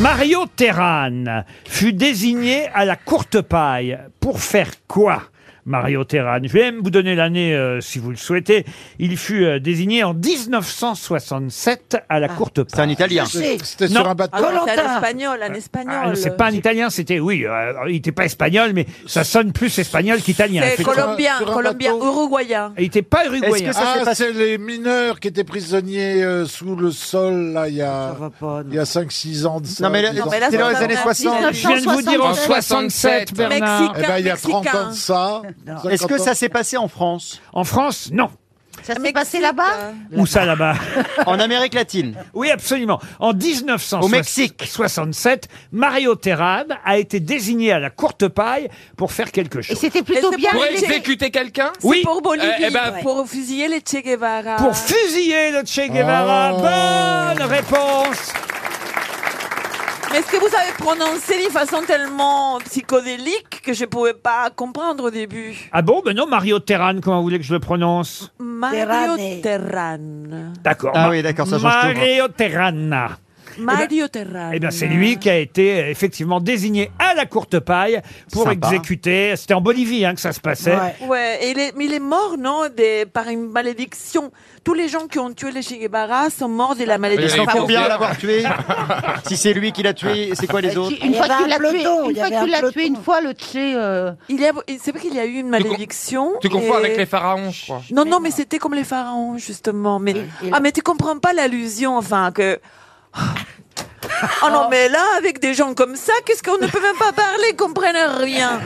S1: Mario Terran fut désigné à la courte paille pour faire quoi Mario Terran. Je vais même vous donner l'année euh, si vous le souhaitez. Il fut euh, désigné en 1967 à
S18: Ah.
S1: la courte paille.
S7: C'est un Italien.
S1: C'était sur un Ah, bateau.
S18: c'est un espagnol, un espagnol.
S1: c'est pas un italien, c'était oui, euh, il n'était pas espagnol, mais ça sonne plus espagnol qu'italien. effectivement.
S18: colombien, colombien, uruguayen.
S1: Il n'était pas
S7: Est-ce
S1: uruguayen.
S7: que
S9: Ah,
S7: ça s'est passé
S6: Ah, c'est les mineurs qui étaient prisonniers euh, sous le sol, là, il y a, il y a 5-6 ans de ça.
S7: Non mais, le-
S6: dix ans
S18: mais là,
S6: de
S7: c'est
S6: ça.
S7: dans les années 60. Eh ben,
S1: Je viens de vous dire en 67, Bernard.
S6: Eh ben, il y a 30 ans de ça.
S9: Est-ce que ça s'est
S1: c'est
S9: passé en France
S1: En France, non.
S16: Ça s'est passé là-bas
S1: Où ça là-bas
S9: En Amérique latine.
S1: Oui, absolument. En 1967, Mario Terrade a été désigné à la courte paille pour faire quelque chose. Et
S16: c'était plutôt
S18: bien
S20: Pour
S18: J'ai-
S20: exécuter quelqu'un
S18: C'est
S1: Oui.
S18: pour Bolivie,
S20: Euh, eh ben,
S18: pour fusiller les Che Guevara.
S1: Pour fusiller le Che Guevara.
S9: Oh.
S1: Bonne réponse
S18: Mais est-ce que vous avez prononcé d'une façon tellement psychodélique que je pouvais pas comprendre au début
S1: Ah bon Ben non, Mario Terrade, comment vous voulez que je le prononce
S18: Mario
S1: Terrane.
S18: Terran.
S1: D'accord.
S9: Ah
S1: Ma-
S9: oui, d'accord, ça change tout.
S1: Mario Terrana.
S18: Mario Terran.
S1: Eh bien, c'est lui qui a été euh, effectivement désigné à la courte paille pour
S18: Sympa.
S1: exécuter. C'était en Bolivie hein, que ça se passait.
S18: Ouais, et il est, mais il est mort, non, de- par une malédiction. Tous les gens qui ont tué les Che Guevara sont morts de la malédiction.
S9: Pour bien l'avoir tué. si c'est lui qui l'a tué, c'est quoi les autres
S17: Une fois que tu l'as tué, une fois que tu l'as tué, une fois le tché. euh,
S18: Il y a- c'est vrai qu'il y a eu une malédiction.
S20: Tu confonds
S18: et-
S20: avec les pharaons, je crois.
S18: Non, non, mais c'était comme les pharaons, justement. Mais, ah, mais tu comprends pas l'allusion, enfin, que. Oh non, mais là, avec des gens comme ça, qu'est-ce qu'on ne peut même pas parler, ils comprennent rien.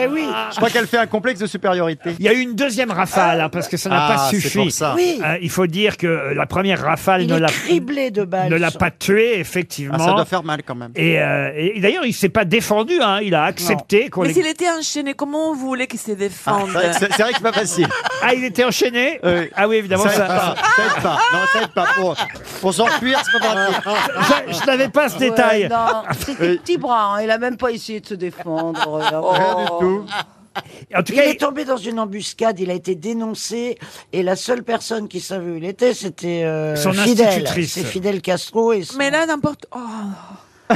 S17: Eh oui.
S9: Je crois qu'elle fait un complexe de supériorité.
S1: Il y a eu une deuxième rafale, hein, parce que ça n'a
S9: Ah,
S1: pas
S9: c'est
S1: suffi.
S9: pour ça. Oui.
S1: Euh, il faut dire que euh, la première rafale ne l'a
S17: criblé de balles.
S1: ne l'a pas tué, effectivement.
S9: Ah, ça doit faire mal quand même.
S1: Et, euh, et d'ailleurs, il s'est pas défendu. hein, Il a accepté qu'on
S18: Mais
S1: l'ait-
S18: s'il était enchaîné, comment vous voulez qu'il se défende
S9: vrai que Ah, c'est pas facile.
S1: Ah, il était enchaîné Ah oui, évidemment.
S9: Ça aide
S1: ça-
S9: pas. Ça aide pas. Non, ça aide pas. Pour, pour s'enfuir, c'est pas facile.
S1: Je, je n'avais pas ce
S17: Ouais,
S1: détail.
S17: non, C'était petit bras, hein, il a même pas essayé de se défendre. Oh.
S9: Rien du tout.
S1: En tout
S17: il
S1: cas,
S17: est tombé dans une embuscade, il a été dénoncé et la seule personne qui savait où il était, c'était euh,
S1: Son
S17: Fidel.
S1: institutrice.
S17: C'est Fidel Castro et
S18: Mais là, n'importe. Oh.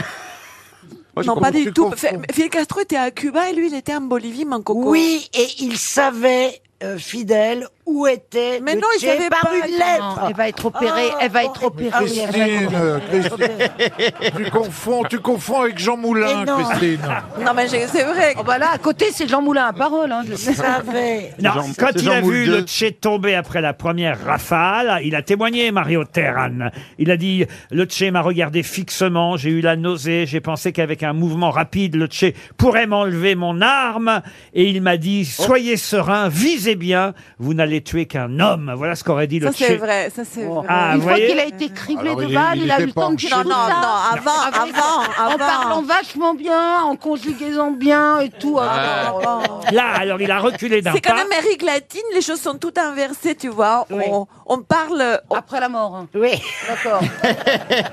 S18: non, pas du tout. Fe- Fidel Castro était à Cuba et lui, il était en Bolivie, Mancoco.
S17: Oui, et il savait, euh, Fidel, où était
S18: Mais
S17: le
S18: non, il
S17: Che
S18: savait
S17: par
S18: pas.
S17: une lettre.
S18: Non,
S17: elle va être opérée, Ah. elle va être opérée.
S6: Christine, euh, Christine, tu confonds, tu confonds avec Jean Moulin,
S17: Mais Eh non.
S6: Christine.
S18: Non, mais j'ai- c'est vrai.
S17: Oh, bah là, à côté, c'est Jean Moulin à parole. Hein, je le savais.
S1: Non,
S17: Jean-
S1: quand
S17: c'est
S1: il
S17: Jean
S1: a
S17: Moule
S1: vu
S17: deux.
S1: le Tché tomber après la première rafale, il a témoigné, Mario Terran. Il a dit Le Tché m'a regardé fixement, j'ai eu la nausée, j'ai pensé qu'avec un mouvement rapide, le Tché pourrait m'enlever mon arme. Et il m'a dit
S18: Oh.
S1: Soyez serein, visez bien, vous n'allez tuer qu'un homme. Voilà ce qu'aurait dit
S18: Ça,
S1: le Tché.
S18: c'est vrai. Ça, c'est vrai.
S1: Ah, vous voyez
S17: été criblé
S1: Alors, il- il était pas en
S17: tout
S18: Non, non,
S17: ça.
S18: non, avant, avant,
S17: En
S18: avant.
S17: parlant vachement bien, en conjugaison bien et tout. Ah, non, non, non.
S1: Là, alors, il a reculé d'un
S18: C'est qu'en
S1: pas.
S18: Amérique latine, les choses sont toutes inversées, tu vois. On, on parle.
S17: Après la mort. hein. Oui. D'accord.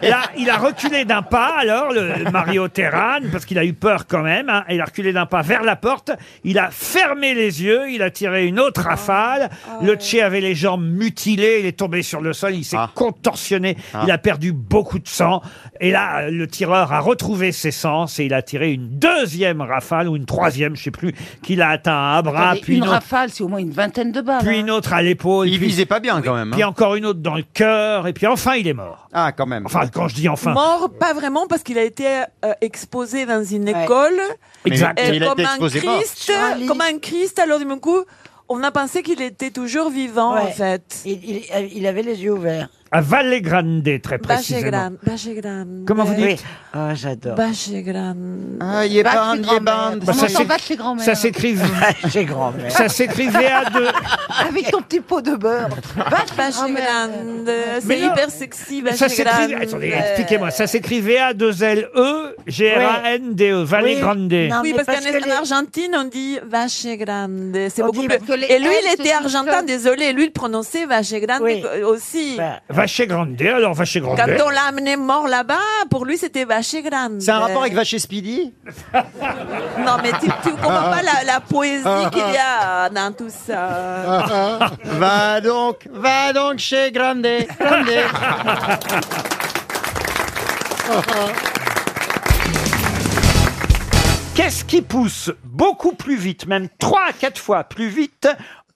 S1: Là, il a reculé d'un pas, alors, le Mario Terran, parce qu'il a eu peur quand même. hein. Il a reculé d'un pas vers la porte. Il a fermé les yeux. Il a tiré une autre rafale.
S17: Oh.
S1: Le Tché avait les jambes mutilées. Il est tombé sur le sol. Il s'est
S9: Ah.
S1: contorsionné. Il a perdu beaucoup de sang. Et là, le tireur a retrouvé ses sens et il a tiré une deuxième rafale ou une troisième, je sais plus, qu'il a atteint à un bras,
S17: Attendez,
S1: Ah, puis
S17: une
S1: une autre,
S17: rafale, c'est au moins une vingtaine de balles.
S1: puis
S17: hein.
S1: une autre à l'épaule.
S9: Il
S1: puis-
S9: visait pas bien quand même.
S1: Puis
S9: hein.
S1: encore une autre dans le cœur. Et puis enfin, il est mort.
S9: Ah, quand même.
S1: Enfin, quand je dis enfin.
S18: Mort, pas vraiment, parce qu'il a été euh, exposé dans une école.
S1: Mais Exact.
S18: Euh,
S1: il a
S18: comme,
S1: été
S18: un
S1: exposé mort.
S18: Christ,
S17: Ah,
S18: comme un Christ, alors du même coup, on a pensé qu'il était toujours vivant,
S17: Ouais.
S18: en fait.
S17: Il, il- il avait les yeux ouverts.
S1: À Valle Grande, très précisément.
S18: Bachegrande, Bachegrande.
S1: Comment vous
S17: Oui.
S1: dites
S17: Ah, j'adore.
S18: Bachegrande.
S9: Ah, il est
S17: Va
S9: pas
S17: chez
S9: il est
S17: grand-mère.
S9: pas
S1: Bah, ça s'éc-
S17: chez grand-mère.
S1: ça s'écrit
S17: Chez grand-mère.
S1: ça s'écrivait à deux.
S17: Avec ton petit pot de beurre. Ah, Va chez grand-mère.
S18: Bachegrande.
S1: Mais
S18: C'est
S1: non.
S18: hyper sexy, Euh,
S1: Ça s'écrivait.
S18: Bachegrande.
S1: Attendez, expliquez-moi. Ça s'écrivait A 2 L E G R A N D E. Valle
S18: Oui.
S1: Grande.
S18: oui, parce,
S17: parce
S18: qu'en
S17: que les-
S18: en Argentine, on dit vache grande. C'est
S17: On
S18: beaucoup
S17: dit
S18: plus.
S17: parce que les
S18: Et lui,
S17: L
S18: il
S17: se
S18: était
S17: disent
S18: argentin,
S17: seuls.
S18: désolé. Lui, il prononçait vache grande euh,
S17: Oui. Bah,
S18: aussi.
S1: Vache Grande. Alors Vache Grande.
S18: Quand on l'a amené mort là-bas, pour lui, c'était vache grande.
S9: C'est un rapport avec Vaché Speedy
S18: Non, mais tu, tu comprends pas la, la poésie qu'il y a dans tout ça.
S9: Va donc, va donc chez Grande. Grande.
S1: Qu'est-ce qui pousse beaucoup plus vite, même 3 à 4 fois plus vite,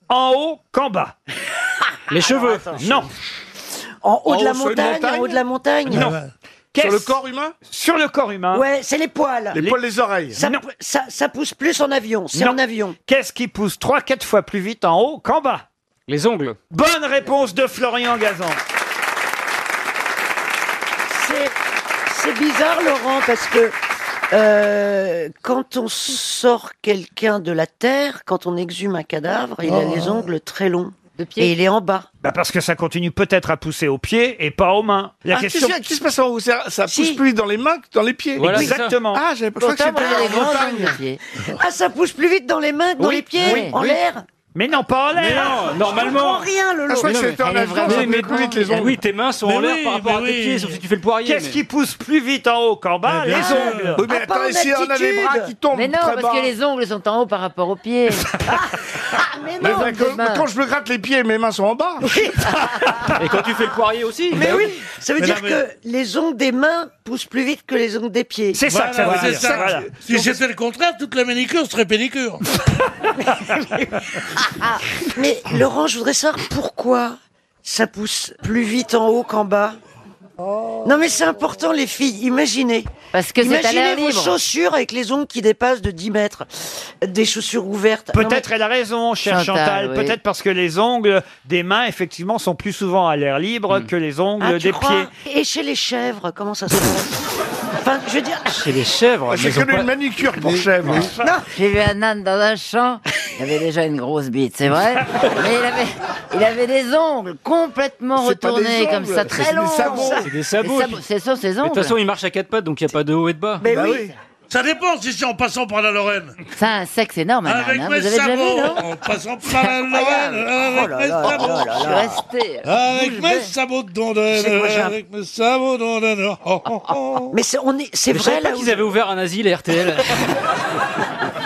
S1: en haut qu'en bas Les cheveux Non.
S17: En haut
S1: En
S17: de la
S1: haut, sur une
S17: montagne,
S1: montagne
S17: en haut de la montagne.
S1: Non.
S17: Sur le
S1: corps humain Sur le corps humain.
S17: Ouais, c'est les poils.
S1: Les poils des
S17: oreilles. Ça,
S1: Non.
S17: ça- ça pousse plus en avion. C'est
S1: Non.
S17: en avion.
S1: Qu'est-ce qui pousse 3 4 fois plus vite en haut qu'en bas Les ongles. Bonne réponse de Florian Gazan.
S17: C'est, c'est bizarre, Laurent, parce que euh, quand on sort quelqu'un de la terre, quand on exhume un cadavre, il a
S1: Oh.
S17: les ongles très longs.
S1: pied
S17: Et il est en bas.
S1: Bah parce que ça continue peut-être à pousser aux pieds et pas aux mains. La
S7: Ah,
S1: question.
S7: qu'est-ce qui se passe en haut Ça, ça pousse
S1: Si.
S7: plus dans les mains que dans les pieds.
S1: Voilà, Exactement. c'est ça.
S7: Ah, j'avais pas je crois que c'était en montagne.
S17: Ah, ça pousse plus vite dans les mains que dans
S7: Oui,
S17: les pieds,
S7: oui,
S17: en
S7: oui.
S17: l'air.
S1: Mais non, pas en
S5: Mais
S1: l'air.
S5: non, normalement.
S17: rien, Lolo.
S5: Ah, je crois que
S17: Mais non,
S5: c'était en
S17: mais elle est
S5: avion, ça
S17: vraiment
S5: venait plus vite, les ongles.
S1: Mais
S5: Oui, tes mains sont en l'air par rapport à tes pieds, sauf si tu fais le poirier,
S1: Qu'est-ce
S5: mais-
S1: qui pousse plus vite en haut qu'en bas
S5: Ah,
S1: Les
S5: bien sûr.
S1: ongles.
S5: Oui, mais Ah, pas attends, en et si on a les bras qui tombent
S10: Mais non,
S5: très
S10: parce
S5: bas
S10: que les ongles sont en haut par rapport aux pieds. Ah, mais
S7: Mais
S10: non,
S7: d'accord,
S10: les mains.
S7: quand je me gratte les pieds, mes mains sont en bas. Eh ben
S5: Et quand tu fais le poirier aussi.
S17: Mais oui, ça veut
S7: Mais
S17: dire
S7: non, mais-
S17: que les ongles des mains poussent plus vite que les ongles des pieds.
S8: Voilà, c'est ça. Si c'était le contraire, toute la manicure serait pédicure.
S17: Ah, Mais Laurent, je voudrais savoir pourquoi ça pousse plus vite en haut qu'en bas. Non mais c'est important les filles, imaginez. Parce
S10: que c'est à
S17: imaginez
S10: l'air
S17: vos
S10: libre.
S17: chaussures avec les ongles qui dépassent de 10 mètres, des chaussures ouvertes. Non,
S1: Peut-être
S17: mais-
S1: elle a raison, cher Chantal.
S17: Chantal, oui.
S1: Peut-être parce que les ongles des mains, effectivement, sont plus souvent à l'air libre que les ongles
S17: Ah, tu
S1: des
S17: crois
S1: pieds.
S17: Et chez les chèvres, comment ça se passe Enfin, je veux dire.
S1: C'est les chèvres.
S7: C'est que une manicure pour chèvre.
S10: Non, j'ai vu un âne dans un champ. Il avait déjà une grosse bite, c'est vrai. Mais il avait, il avait des ongles complètement
S5: C'est pas des
S10: retournés comme
S5: ongles,
S10: ça,
S5: c'est
S10: très
S5: des
S10: longs.
S5: sabots. C'est des sabots.
S10: C'est ça, ses
S5: Mais De
S10: ongles.
S5: toute façon, il marche à quatre pattes, donc il n'y a pas de haut et de bas.
S10: Mais Bah oui. oui.
S8: Ça dépend si c'est en passant par la Lorraine.
S10: Ça a un sexe énorme, un
S8: Avec
S10: âne, hein.
S8: mes
S10: Vous avez déjà vu,
S8: sabots,
S10: non
S8: en passant par la
S10: incroyable.
S8: Lorraine,
S10: Oh là
S8: avec mes
S10: là là
S8: sabots.
S10: là là. Je suis resté, euh,
S8: Avec
S10: bouche
S8: mes
S10: bée.
S8: sabots de
S10: Tu sais
S8: Dondon,
S10: quoi, j'ai un-
S8: avec mes sabots de Dondon.
S19: Ah,
S8: Oh, oh, oh.
S17: Mais c'est on est,
S5: Je savais pas qu'ils avaient ouvert un asile à RTL.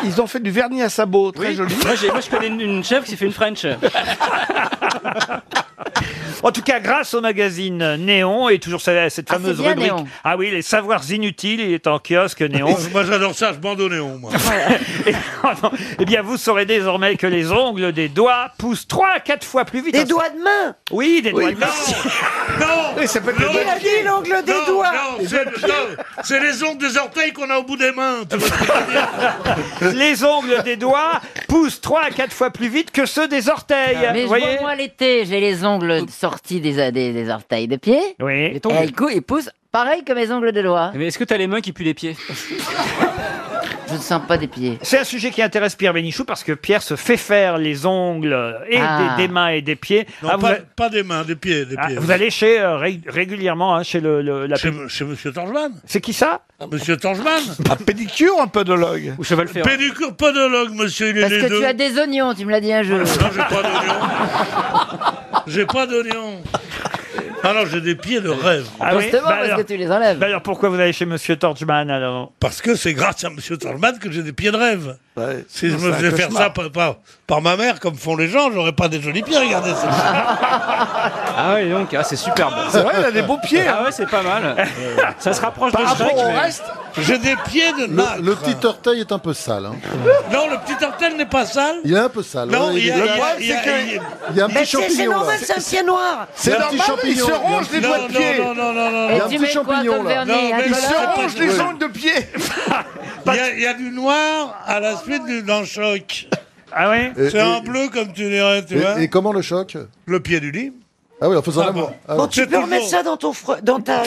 S7: Ils ont fait du vernis à sabots, très joli.
S5: moi, j'ai- moi, je connais une, une chef qui s'est fait une French.
S1: En tout cas, grâce au magazine Néon et toujours cette cette
S8: Ah,
S1: fameuse
S8: c'est bien,
S1: rubrique.
S8: Néon.
S1: Ah oui, les savoirs inutiles, il est en kiosque Néon.
S8: Moi j'adore ça, je bande au néon, moi.
S1: Eh bien, vous saurez désormais que les ongles des doigts poussent 3 à 4 fois plus vite. Des doigts
S17: de main
S1: Oui, des doigts de main.
S8: Non
S1: Oui, ça peut être le
S8: Non,
S1: doigt de pied.
S17: l'ongle
S1: des
S8: non,
S1: doigts.
S8: non, c'est, non, c'est les ongles des orteils qu'on a au bout des mains. tu vois ce que je veux dire
S1: les ongles des doigts poussent 3 à 4 fois plus vite que ceux des orteils.
S10: Ah, Mais
S1: vous
S10: je
S1: voyez
S10: vois, moi, l'été, j'ai les ongles sortis des, des, des orteils de pied.
S1: Oui.
S10: Et du coup, ils poussent pareil que mes ongles de doigts.
S5: Mais est-ce que t'as les mains qui puent les pieds
S10: Je ne sens pas des pieds.
S1: C'est un sujet qui intéresse Pierre Bénichou parce que Pierre se fait faire les ongles et
S10: Ah.
S1: des, des mains et des pieds.
S8: Non,
S1: Ah, vous,
S8: pas,
S1: a-
S8: pas des mains, des pieds. Des
S1: ah,
S8: pieds.
S1: vous allez chez euh, ré- régulièrement hein, chez le, le- la
S8: Chez, chez Monsieur Torgeman.
S1: C'est qui ça
S8: Monsieur Torgeman.
S7: Un pédicure ou un podologue
S5: Ou cheval ferrant
S8: Pédicure podologue, monsieur, il est
S10: Parce
S8: les
S10: que
S8: deux. Ah,
S10: tu as des oignons, tu me l'as dit un jour.
S8: Non, j'ai pas d'oignon. j'ai pas d'oignon. Alors, j'ai des pieds de rêve.
S1: Ah oui
S10: Justement,
S1: Bah
S10: parce
S1: alors-
S10: que tu les enlèves.
S1: Bah alors pourquoi vous allez chez Monsieur Torchman alors
S8: Parce que c'est grâce à Monsieur Torgeman que j'ai des pieds de rêve. Si je
S7: Non,
S8: me
S7: c'est un
S8: faisais faire
S7: cauchemar.
S8: ça par, par- par ma mère, comme font les gens, j'aurais pas des jolis pieds, regardez ça.
S5: Ah oui, donc, ah, c'est superbe.
S7: C'est vrai, il a des beaux pieds,
S5: Ah ouais, c'est pas mal. Ça se rapproche de Shrek. mais-
S8: j'ai des pieds de nacre.
S6: Le, le petit orteil est un peu sale. hein.
S8: Non, le petit orteil n'est pas sale.
S6: Il est un peu sale.
S8: Non,
S6: ouais,
S8: il y a-
S6: est-
S8: il y a-
S6: problème,
S8: il y a-
S6: c'est que-
S8: il y a-
S6: il y a un
S17: Mais c'est
S6: petit
S17: c'est
S6: champignon. là.
S17: normal, c'est un pied noir.
S6: C'est Il y a un petit normal, ils se champignon. rongent les doigts de
S8: non,
S6: pied.
S8: Non, non, non, non,
S10: Et
S8: non.
S10: tu mets quoi comme vernis
S8: Non,
S10: un
S8: mais
S10: collant
S7: les ongles de pied.
S8: Il y, a- il y a du noir à la suite du d'un choc.
S1: Ah ouais
S6: Et-
S8: C'est un
S6: et-
S8: bleu comme tu dirais, tu vois.
S6: Et, et comment le choc
S8: Le pied du lit.
S6: Ah oui, en faisant
S8: Ah
S6: l'amour.
S8: bon.
S6: Ah
S17: Bon,
S6: oui.
S17: tu
S8: C'est
S17: peux remettre
S8: toujours-
S17: ça dans ton fre- dans ta.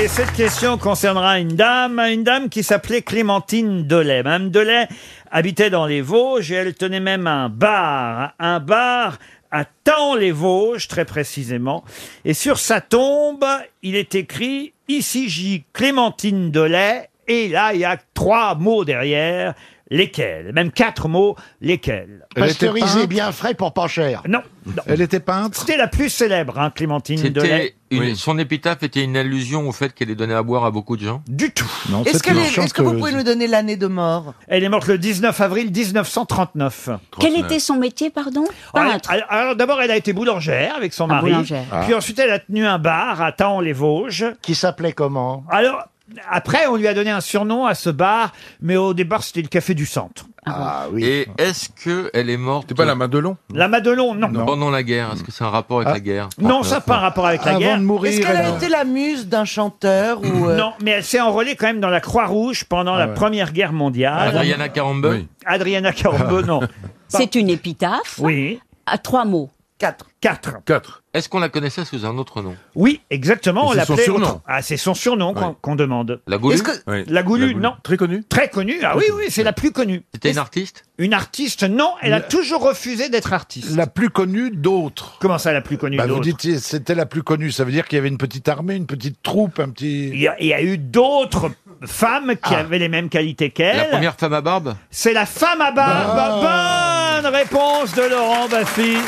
S1: Et cette question concernera une dame, une dame qui s'appelait Clémentine Delay. Madame Delay habitait dans les Vosges et elle tenait même un bar, un bar à Tans-les-Vosges, très précisément. Et sur sa tombe, il est écrit « Ici j'y Clémentine Delay ». Et là, il y a trois mots derrière, lesquels Même quatre mots, lesquels
S4: Pasteurisé bien frais pour pas cher.
S1: Non. Elle était peinte C'était la plus célèbre, hein, Clémentine Delay.
S19: C'était une- son épitaphe était une allusion au fait qu'elle ait donné à boire à beaucoup de gens.
S1: Du tout.
S19: Est-ce que les- est-ce que vous pouvez
S1: nous donner l'année de mort Elle est morte le 19 avril 1939.
S21: Quel était son métier, pardon
S1: alors, alors- alors, d'abord, elle a été boulangère avec son
S21: Ah,
S1: mari.
S21: boulangère. Ah.
S1: Puis ensuite, elle a tenu un bar à Taon-les-Vosges.
S4: Qui s'appelait comment
S1: Alors, après, on lui a donné un surnom à ce bar, mais au départ, c'était le Café du Centre.
S21: Ah.
S7: Ah
S19: Et est-ce que elle est morte C'est
S1: pas la
S19: Madelon
S1: La Madelon, non. Non,
S19: Pendant la guerre, est-ce que c'est un rapport avec
S1: Ah.
S19: la guerre
S1: ça n'a pas un rapport avec la
S19: Avant
S1: guerre.
S19: de mourir, Est-ce qu'elle a elle a- été
S1: la muse d'un chanteur ou euh, Non, mais elle s'est enrôlée quand même dans la Croix-Rouge pendant la
S19: Ah ouais.
S1: Première Guerre mondiale.
S19: Adriana Carambeu
S1: Adriana Carambeau, non.
S21: C'est une épitaphe
S1: Oui.
S21: à trois mots.
S1: Quatre. Quatre.
S19: Quatre. Est-ce qu'on la connaissait sous un autre nom
S1: Oui, exactement.
S19: Mais
S1: on
S19: c'est son
S1: l'appelait
S19: surnom.
S1: autre- Ah, c'est son surnom qu'on
S19: Ouais.
S1: qu'on demande.
S19: La Goulue
S1: Est-ce que-
S19: Oui.
S1: La Goulue,
S19: La Goulue.
S1: non. Très connue Très connue, ah oui, oui, c'est la plus connue.
S19: C'était une artiste
S1: Une artiste, non, elle a
S6: La-
S1: toujours refusé d'être artiste. La plus connue d'autres. Comment ça, la plus connue
S6: Bah, vous
S1: d'autres
S6: dites c'était la plus connue, ça veut dire qu'il y avait une petite armée, une petite troupe, un petit. Ah,
S1: Il y, a, il y a eu d'autres femmes qui avaient les mêmes qualités qu'elle.
S19: La première femme à barbe
S1: C'est la femme à barbe. Bonne réponse de Laurent Baffy.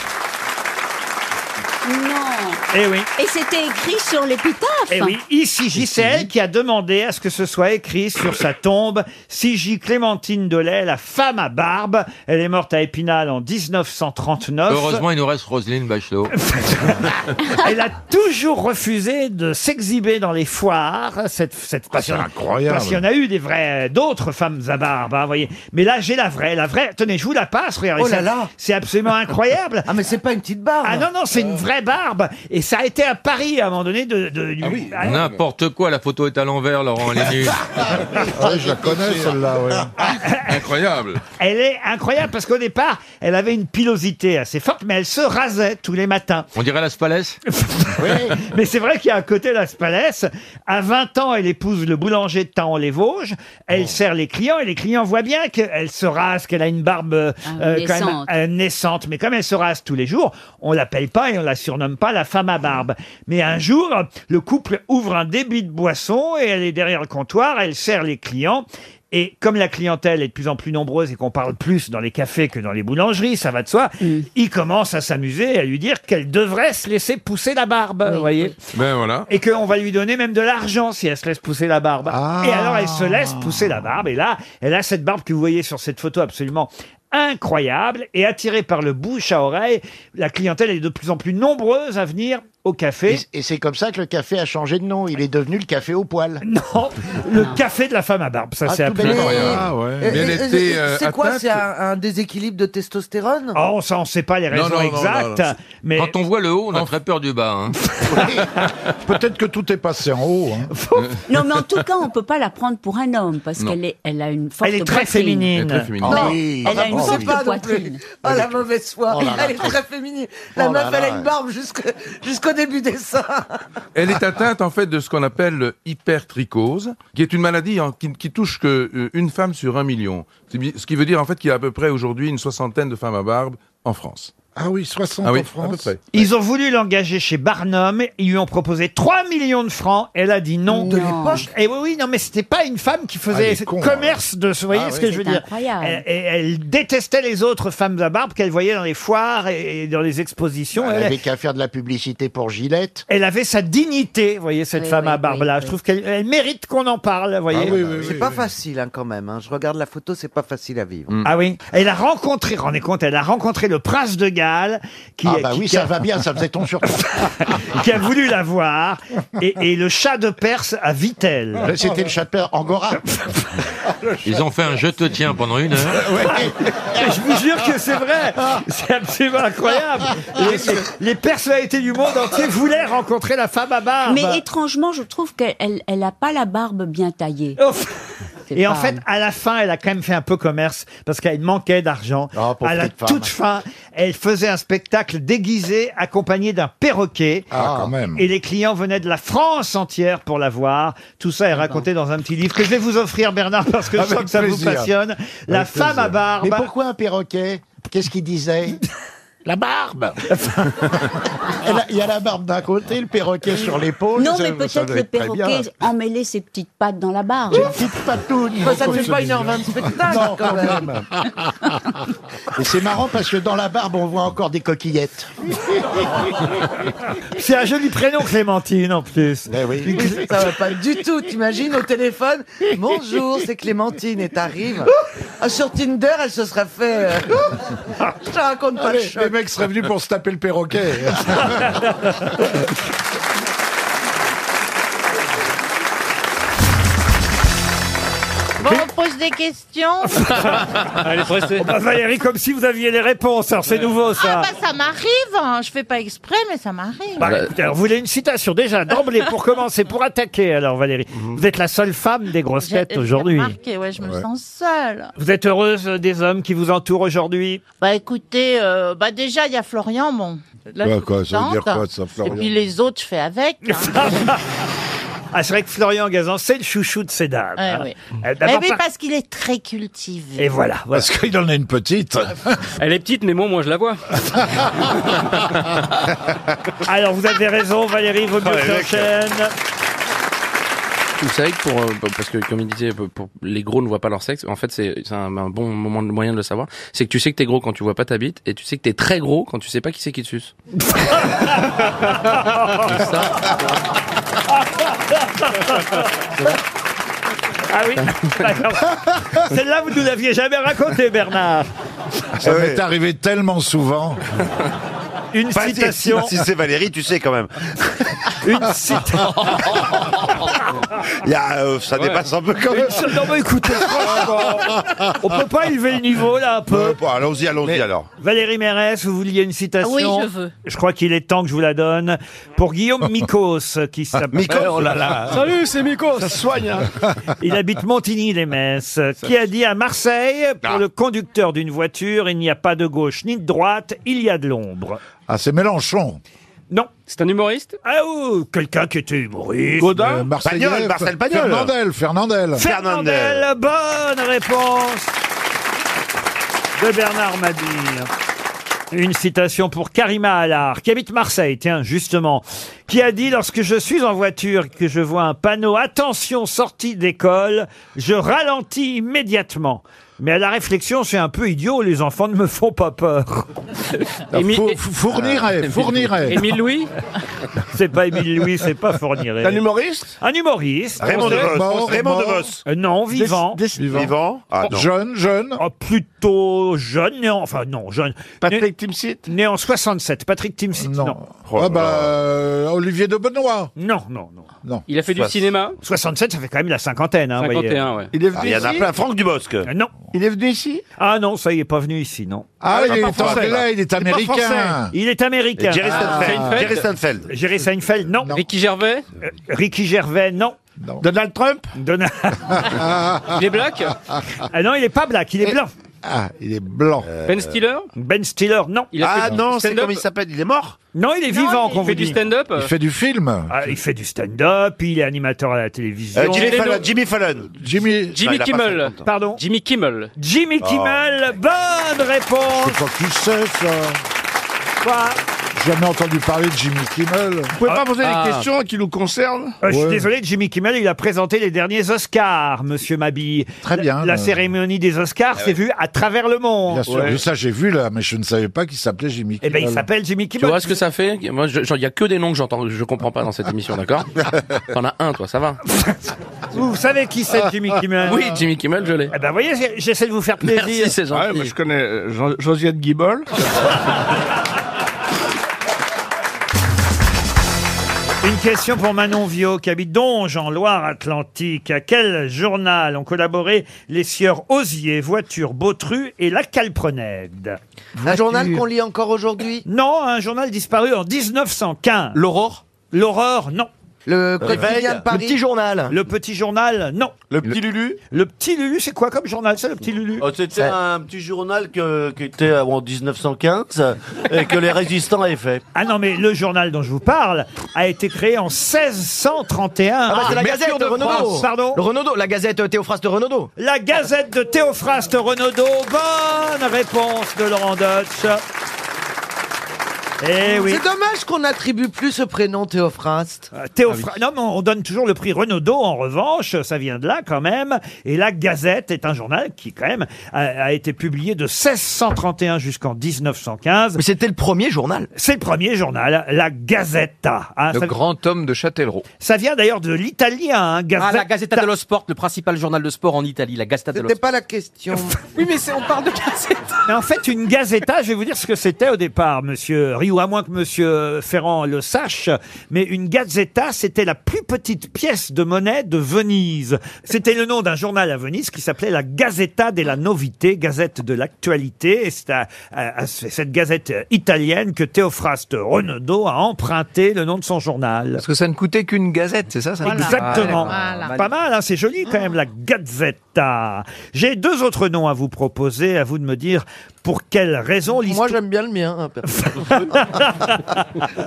S21: Oh Non.
S1: Eh oui.
S21: Et c'était écrit sur l'épitaphe.
S1: Eh oui, ici J, c'est elle qui a demandé à ce que ce soit écrit sur sa tombe. J Clémentine Delay, la femme à barbe. Elle est morte à Épinal en 1939.
S19: Heureusement, il nous reste Roselyne Bachelot.
S1: Elle a toujours refusé de s'exhiber dans les foires. Cette, cette passion.
S6: Ah, incroyable.
S1: Parce qu'il y en a eu des vrais, d'autres femmes à barbe, hein, voyez. Mais là, j'ai la vraie, la vraie. Tenez, je vous la passe, regardez.
S7: Oh là
S1: ça.
S7: là.
S1: C'est absolument incroyable. ah, mais c'est pas une petite barbe. Ah non, non, c'est une vraie barbe. Et ça a été à Paris, à un moment donné, de, de- du- Ah,
S19: N'importe quoi, la photo est à l'envers, Laurent, elle est nulle.
S6: Ah je la connais celle-là, ouais.
S19: Incroyable.
S1: Elle est incroyable parce qu'au départ, elle avait une pilosité assez forte, mais elle se rasait tous les matins.
S19: On dirait la Spalès
S1: mais c'est vrai qu'il y a un côté la Spalès. À 20 ans, elle épouse le boulanger de Taon-les-Vosges. Elle sert les clients et les clients voient bien qu'elle se rase, qu'elle a une barbe euh,
S3: Ah oui,
S1: quand même,
S3: naissante.
S1: euh, naissante. Mais comme elle se rase tous les jours, on l'appelle pas et on la surnomme pas la femme à barbe. Mais un jour, le couple ouvre un débit de boisson et elle est derrière le comptoir, elle sert les clients. Et comme la clientèle est de plus en plus nombreuse et qu'on parle plus dans les cafés que dans les boulangeries, ça va de soi, il commence à s'amuser et à lui dire qu'elle devrait se laisser pousser la barbe, vous voyez.
S2: Ben voilà.
S1: Et qu'on va lui donner même de l'argent si elle se laisse pousser la barbe.
S4: Ah.
S1: Et alors elle se laisse pousser la barbe. Et là, elle a cette barbe que vous voyez sur cette photo absolument incroyable. Et attirée par le bouche à oreille, la clientèle est de plus en plus nombreuse à venir au café.
S4: Et, et c'est comme ça que le café a changé de nom. Il est devenu le café au poil.
S1: Non, le café de la femme à barbe. Ça,
S4: Ah,
S1: c'est
S4: tout
S1: appelé.
S4: bêtement.
S2: Ah ouais. Mais elle était, euh,
S7: C'est quoi
S2: atteinte
S7: C'est un, un déséquilibre de testostérone
S1: Oh, ça, on sait pas les raisons exactes. mais...
S19: Quand on voit le haut, on a très peur du bas. hein.
S6: Peut-être que tout est passé en haut. hein.
S21: Non, mais en tout cas, on peut pas la prendre pour un homme parce qu'elle est, elle a une forte
S1: Elle est très
S21: poitrine.
S1: féminine. Elle est très féminine.
S21: Non,
S1: Ah oui.
S21: Elle a une
S1: Ah,
S21: forte
S1: oui. Pas non plus. Ah,
S21: poitrine.
S7: Oh la mauvaise foi,
S2: Oh là là.
S7: elle est très féminine. La
S2: Oh là
S7: meuf, elle a
S2: là.
S7: une barbe jusque- jusqu'au début des seins.
S2: Elle est atteinte en fait de ce qu'on appelle le hypertrichose, qui est une maladie hein, qui, qui touche que euh, une femme sur un million. C'est bi- Ce qui veut dire en fait qu'il y a à peu près aujourd'hui une soixantaine de femmes à barbe en France.
S6: Ah oui, 60
S2: Ah oui,
S6: en France.
S2: à peu près.
S1: Ils ont voulu l'engager chez Barnum, ils lui ont proposé 3 millions de francs, elle a dit non.
S6: De l'époque
S1: Et oui, oui, non, mais c'était pas une femme qui
S6: Ah,
S1: faisait
S6: elle est con,
S1: commerce de ce, vous voyez
S6: Ah
S1: ce
S6: oui.
S1: que je veux
S6: C'est
S1: dire
S6: incroyable.
S1: Elle, et elle détestait les autres femmes à barbe qu'elle voyait dans les foires et, et dans les expositions.
S4: Elle
S1: Elle,
S4: avait qu'à faire de la publicité pour Gillette.
S1: elle avait sa dignité, vous voyez, cette
S4: Oui,
S1: femme
S4: oui,
S1: à barbe-là.
S4: oui,
S1: Je trouve qu'elle elle mérite qu'on en parle, vous voyez.
S19: Ah
S7: c'est pas facile hein, quand même. hein. Je regarde la photo, c'est pas facile à vivre.
S19: Mm.
S1: Ah oui, elle a rencontré, rendez compte, elle a rencontré le prince de Galles qui,
S4: Ah bah
S1: qui-
S4: oui,
S1: qui
S4: ça
S1: a-
S4: va bien, ça faisait ton surtout.
S1: qui a voulu la voir et, et le chat de Perse à Vitel.
S4: Euh, C'était le chat de Perse Angora.
S19: Ils ont fait un je te tiens pendant une heure.
S1: Je vous jure que c'est vrai. C'est absolument incroyable.
S4: Ah.
S1: Les, les personnalités du monde entier voulaient rencontrer la femme à barbe.
S21: Mais étrangement, je trouve qu'elle elle, elle a pas la barbe bien taillée.
S1: Oh.
S21: C'est
S1: Et en
S21: pas-
S1: fait, à la fin, elle a quand même fait un peu commerce parce qu'elle manquait d'argent.
S4: pauvre
S1: à la
S4: petite Ah, femme.
S1: toute fin, elle faisait un spectacle déguisé accompagné d'un perroquet.
S6: Ah, quand même.
S1: Et les clients venaient de la France entière pour la voir. Tout ça est raconté dans un petit livre que je vais vous offrir, Bernard, parce que je
S4: Avec
S1: sens que ça
S4: plaisir.
S1: vous passionne. La
S4: Avec
S1: femme
S4: plaisir.
S1: à barbe.
S4: Mais pourquoi un perroquet Qu'est-ce qu'il disait La
S1: Ah,
S4: barbe Elle a- Il y a la barbe d'un côté, le perroquet sur l'épaule.
S21: Non,
S4: ça-
S21: mais
S4: ça
S21: peut-être
S4: doit
S21: le
S4: être très bien.
S21: perroquet emmêlait ses petites pattes dans la barbe.
S4: Oh,
S7: Enfin, Bah, ça fait pas une heure vingt de spectacle
S4: Non,
S7: quand
S4: quand
S7: même.
S4: même. Et c'est marrant parce que dans la barbe, on voit encore des coquillettes.
S1: C'est un joli prénom, Clémentine, en plus.
S11: Ben
S7: Oui, ça va pas Euh, du tout. T'imagines au téléphone Bonjour, c'est Clémentine et t'arrives. Ah, sur Tinder, elle se serait fait. euh, Je te raconte pas le
S6: Allez, les
S7: choc.
S6: mecs seraient venus pour se taper le perroquet.
S16: Bon, on pose des questions. Ah,
S1: Elle est pressée. Ah, bah, Valérie, comme si vous aviez les réponses. Alors, c'est nouveau, ça.
S16: Ah bah ça m'arrive, hein. je fais pas exprès, mais ça m'arrive.
S1: Bah, écoutez, alors, vous voulez une citation déjà d'emblée pour commencer, pour attaquer alors Valérie.
S4: Mhm.
S1: Vous êtes la seule femme des grosses
S16: J'ai- euh,
S1: têtes
S16: j'ai
S1: aujourd'hui.
S16: remarqué, ouais, je me
S1: Ouais.
S16: sens seule.
S1: Vous êtes heureuse des hommes qui vous entourent aujourd'hui
S16: Bah écoutez, euh, bah déjà il y a Florian, bon, La
S6: Quoi, quoi, ça veut dire
S16: contente.
S6: quoi, ça, Florian
S16: Et puis les autres, je fais avec. hein.
S1: bah. Ah, c'est vrai que Florian Gazan, c'est le chouchou de ces dames.
S16: Ouais,
S1: hein.
S16: Eh oui.
S1: Euh,
S16: Mais
S1: d'abord
S16: oui,
S1: par-
S16: parce qu'il est très cultivé.
S1: Et voilà,
S5: Parce
S6: qu'il en a une petite.
S5: Elle est petite, mais moi, moi, je la vois.
S1: Alors, vous avez raison, Valérie, vaut mieux
S5: Ah,
S1: que
S5: mec.
S1: j'enchaîne.
S11: Vous savez que pour, euh, parce que comme il disait, pour, pour- les gros ne voient pas leur sexe. En fait, c'est c'est un, un bon moment, moyen de le savoir. C'est que tu sais que t'es gros quand tu vois pas ta bite, et tu sais que t'es très gros quand tu sais pas qui c'est qui te suce.
S1: Ah oui D'accord. Celle-là, vous ne nous l'aviez jamais racontée, Bernard. Ah,
S6: Ça m'est arrivé tellement souvent.
S1: Une
S9: Pas si-
S1: citation.
S9: Si, c'est Valérie, tu sais quand même.
S1: Une citation.
S9: Il y a, euh, ça dépasse un peu quand même.
S1: Une- Non, mais écoutez, franchement, on peut pas élever le niveau, là, un peu.
S9: allons-y, allons-y alors.
S1: Valérie Mérès, vous vouliez une citation
S9: Oui, je veux.
S1: Je crois qu'il est temps que je vous la donne. Pour Guillaume Mikos, qui
S11: Ah ben,
S1: s'appelle...
S9: Mikos Oh là là. Salut,
S1: c'est Mikos Ça soigne hein. Il habite Montigny-les-Messes, qui a dit à Marseille, pour le conducteur d'une voiture, il n'y a pas de gauche ni de droite, il y a de l'ombre.
S6: Ah, c'est Mélenchon.
S1: Non.
S11: C'est un humoriste
S1: Ah, ou quelqu'un qui était humoriste.
S6: Godin Euh, Marseillais,
S1: Pagnol,
S6: F- Fernandel, Fernandel.
S1: Fernandel. bonne réponse de Bernard Mabille. Une citation pour Karima Allard, qui habite Marseille, tiens, justement, qui a dit Lorsque je suis en voiture et que je vois un panneau Attention, sortie d'école, je ralentis immédiatement. Mais à la réflexion, c'est un peu idiot, les enfants ne me font pas peur.
S6: Émi- Fou- fou- fournirait, fournirait. Émile
S11: Louis
S1: C'est pas Émile Louis, c'est pas Fournirait.
S9: Un humoriste
S1: Un humoriste.
S9: Raymond Devos. Mort, Raymond mort. Devos.
S1: Euh, non, vivant.
S9: Vivant. Vivant. Ah, non.
S1: Jeune, jeune. plutôt jeune, né en- enfin non, jeune. Patrick Timsit Né en 67. Patrick Timsit, non.
S9: Oh
S6: Ah bah, euh, Olivier de Benoît.
S1: Non, non, non.
S6: Non.
S11: Il a fait du cinéma
S1: 67, ça fait quand même la cinquantaine. Hein,
S7: euh,
S11: 51,
S1: voyez.
S11: ouais. Il est venu Ah, il y en a ici plein.
S9: Franck Dubosc.
S1: Euh, Non.
S11: Il est venu ici
S1: Ah non, ça, il est pas venu ici, non.
S6: Ah, Ah, il il est est pas en- français. là, il est Il est pas américain. français.
S1: Il est américain.
S6: Jerry Seinfeld. Seinfeld Jerry
S9: Seinfeld.
S1: Jerry Seinfeld, non. Ricky Gervais Ricky Gervais, non. Donald Trump Donald...
S6: Il est
S1: black Ah non, il est pas black, il est blanc.
S6: Ah, il est blanc.
S9: Euh,
S1: Ben Stiller Ben Stiller, non.
S6: Il a fait Ah du non, c'est stand-up
S1: comme
S6: comme il
S9: s'appelle, il est mort
S1: Non, il est vivant, qu'on vous dit.
S6: Il fait du film.
S1: Ah, il fait du stand-up, il est animateur à la télévision.
S9: Euh, Jimmy Fallon, Jimmy Fallon.
S6: Jimmy,
S1: Jimmy Kimmel. Pardon
S11: Jimmy Kimmel.
S1: Jimmy
S6: Oh.
S1: Kimmel, bonne réponse
S6: Je crois que tu sais ça.
S1: Quoi
S6: Jamais entendu parler de Jimmy Kimmel. Vous
S1: pouvez pas poser des Ah. questions
S6: qui nous concernent
S1: Euh, Je suis désolé, Jimmy Kimmel, il a présenté les derniers Oscars, monsieur Mabille. Très bien. La,
S6: euh. Ah
S1: cérémonie des Oscars s'est vue à travers le monde.
S6: Bien sûr,
S1: Ouais.
S6: oui, ça j'ai vu là, mais je ne savais pas qu'il s'appelait Jimmy
S1: Eh
S6: Kimmel.
S1: ben, il s'appelle Jimmy
S11: Tu
S1: Kimmel.
S11: vois ce que ça fait Moi, je- genre, il y a que des noms que j'entends, je comprends pas dans cette émission, d'accord T'en as un, toi, ça va
S1: Vous, vous savez qui c'est Jimmy
S11: Ah.
S1: Kimmel
S11: Oui, Jimmy Kimmel, je l'ai.
S1: Eh ben, voyez, j'ai- j'essaie de vous faire plaisir.
S11: Merci, c'est gentil. Ouais, moi, je
S1: connais
S11: Josiane Guibol.
S1: Une question pour Manon Viau, qui habite Donge, en Loire-Atlantique. À quel journal ont collaboré les sieurs Osier, Voiture, Bautru et La Calprenède
S7: Un journal qu'on lit encore aujourd'hui
S1: Non, un journal disparu en 1915. L'Aurore L'Aurore, non. Le
S7: Quotidien de Paris Le Petit
S1: journal Le petit journal, non. Le petit Lulu Le petit Lulu, c'est quoi comme journal, ça, le petit Lulu
S12: Oh, C'était
S7: Euh,
S12: un petit journal que, qui était euh, en 1915
S14: euh,
S12: et que les résistants avaient fait.
S1: Ah non, mais le journal dont je vous parle a été créé en 1631.
S14: Ah, bah, c'est la Gazette de Renaudot.
S1: Pardon
S14: Le Renaudot, la Gazette euh, Théophraste de Renaudot.
S1: La Gazette de Théophraste Renaudot. Bonne réponse de Laurent Deutsch. Eh oui.
S7: C'est dommage qu'on attribue plus ce prénom Théophraste.
S1: Euh,
S3: Ah
S1: Théophra- Non, mais on donne toujours le prix Renaudot, en revanche, ça vient de là quand même. Et la Gazette est un journal qui, quand même, a, a été publié de 1631 jusqu'en 1915. Mais
S14: c'était le premier journal.
S1: C'est le premier journal, la Gazetta. hein.
S3: Le
S1: ça,
S3: grand homme de Châtellerault.
S1: ça vient d'ailleurs de l'italien, hein, Gazetta.
S3: Ah, la Gazzetta dello Sport, le principal journal de sport en Italie, la Gazzetta dello
S7: C'était
S3: Sport.
S7: pas la question.
S3: Oui, mais on parle de Gazzetta.
S1: Mais en fait, une gazeta, je vais vous dire ce que c'était au départ, monsieur Rio, à moins que monsieur Ferrand le sache, mais une gazeta, c'était la plus petite pièce de monnaie de Venise. C'était le nom d'un journal à Venise qui s'appelait la Gazeta della Novité, Gazette de l'actualité, et c'est à, à- à ce- cette gazette italienne que Théophraste Renaudot a emprunté le nom de son journal. Parce
S3: que ça ne coûtait qu'une gazette, c'est ça,
S1: Exactement.
S3: Ah,
S1: Pas mal, hein, c'est joli quand même, la gazette. Martha. J'ai deux autres noms à vous proposer, à vous de me dire pour quelles raisons l'histoire... Moi j'aime bien le mien. hein,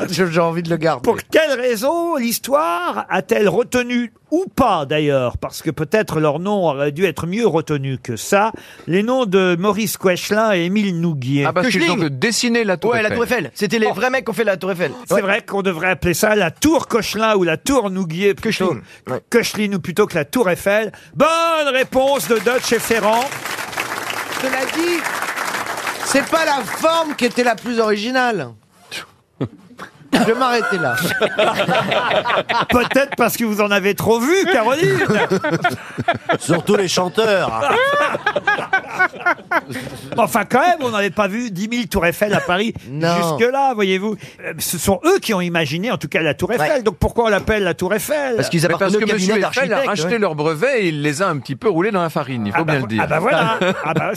S1: J'ai envie de le garder. Pour quelles raisons l'histoire a-t-elle retenu, ou pas d'ailleurs, parce que peut-être leur nom aurait dû être mieux retenu que ça, les noms de Maurice Quechelin et Émile Nouguier.
S14: Ah, parce qu'ils ont
S1: dessiner la
S14: Ouais, la Tour Eiffel. Oh. C'était les vrais mecs qui ont fait la Tour Eiffel.
S1: C'est vrai qu'on devrait appeler ça la tour Cochelin ou la tour Nouguier plutôt. Cocheline ou plutôt que la tour Eiffel. Bonne réponse de Dutch et Ferrand.
S7: Cela dit, c'est pas la forme qui était la plus originale. Je vais m'arrêter là.
S1: Peut-être parce que vous en avez trop vu, Caroline.
S12: Surtout les chanteurs.
S1: Enfin, quand même, on n'avait pas vu 10 000 tours Eiffel à Paris jusque-là, voyez-vous. Euh, Ce sont eux qui ont imaginé, en tout cas, la tour Eiffel. Donc pourquoi on l'appelle la tour Eiffel
S14: qu'ils
S1: Mais
S14: appartenaient
S1: parce
S14: au
S1: que
S14: cabinet
S1: monsieur
S14: d'architectes,
S1: Eiffel a racheté
S14: ouais.
S1: leur-
S22: Leur brevet, il les a un petit peu roulés dans la farine, il faut
S1: Ah bah
S22: bien le
S1: vo-
S22: dire.
S1: ah bah voilà.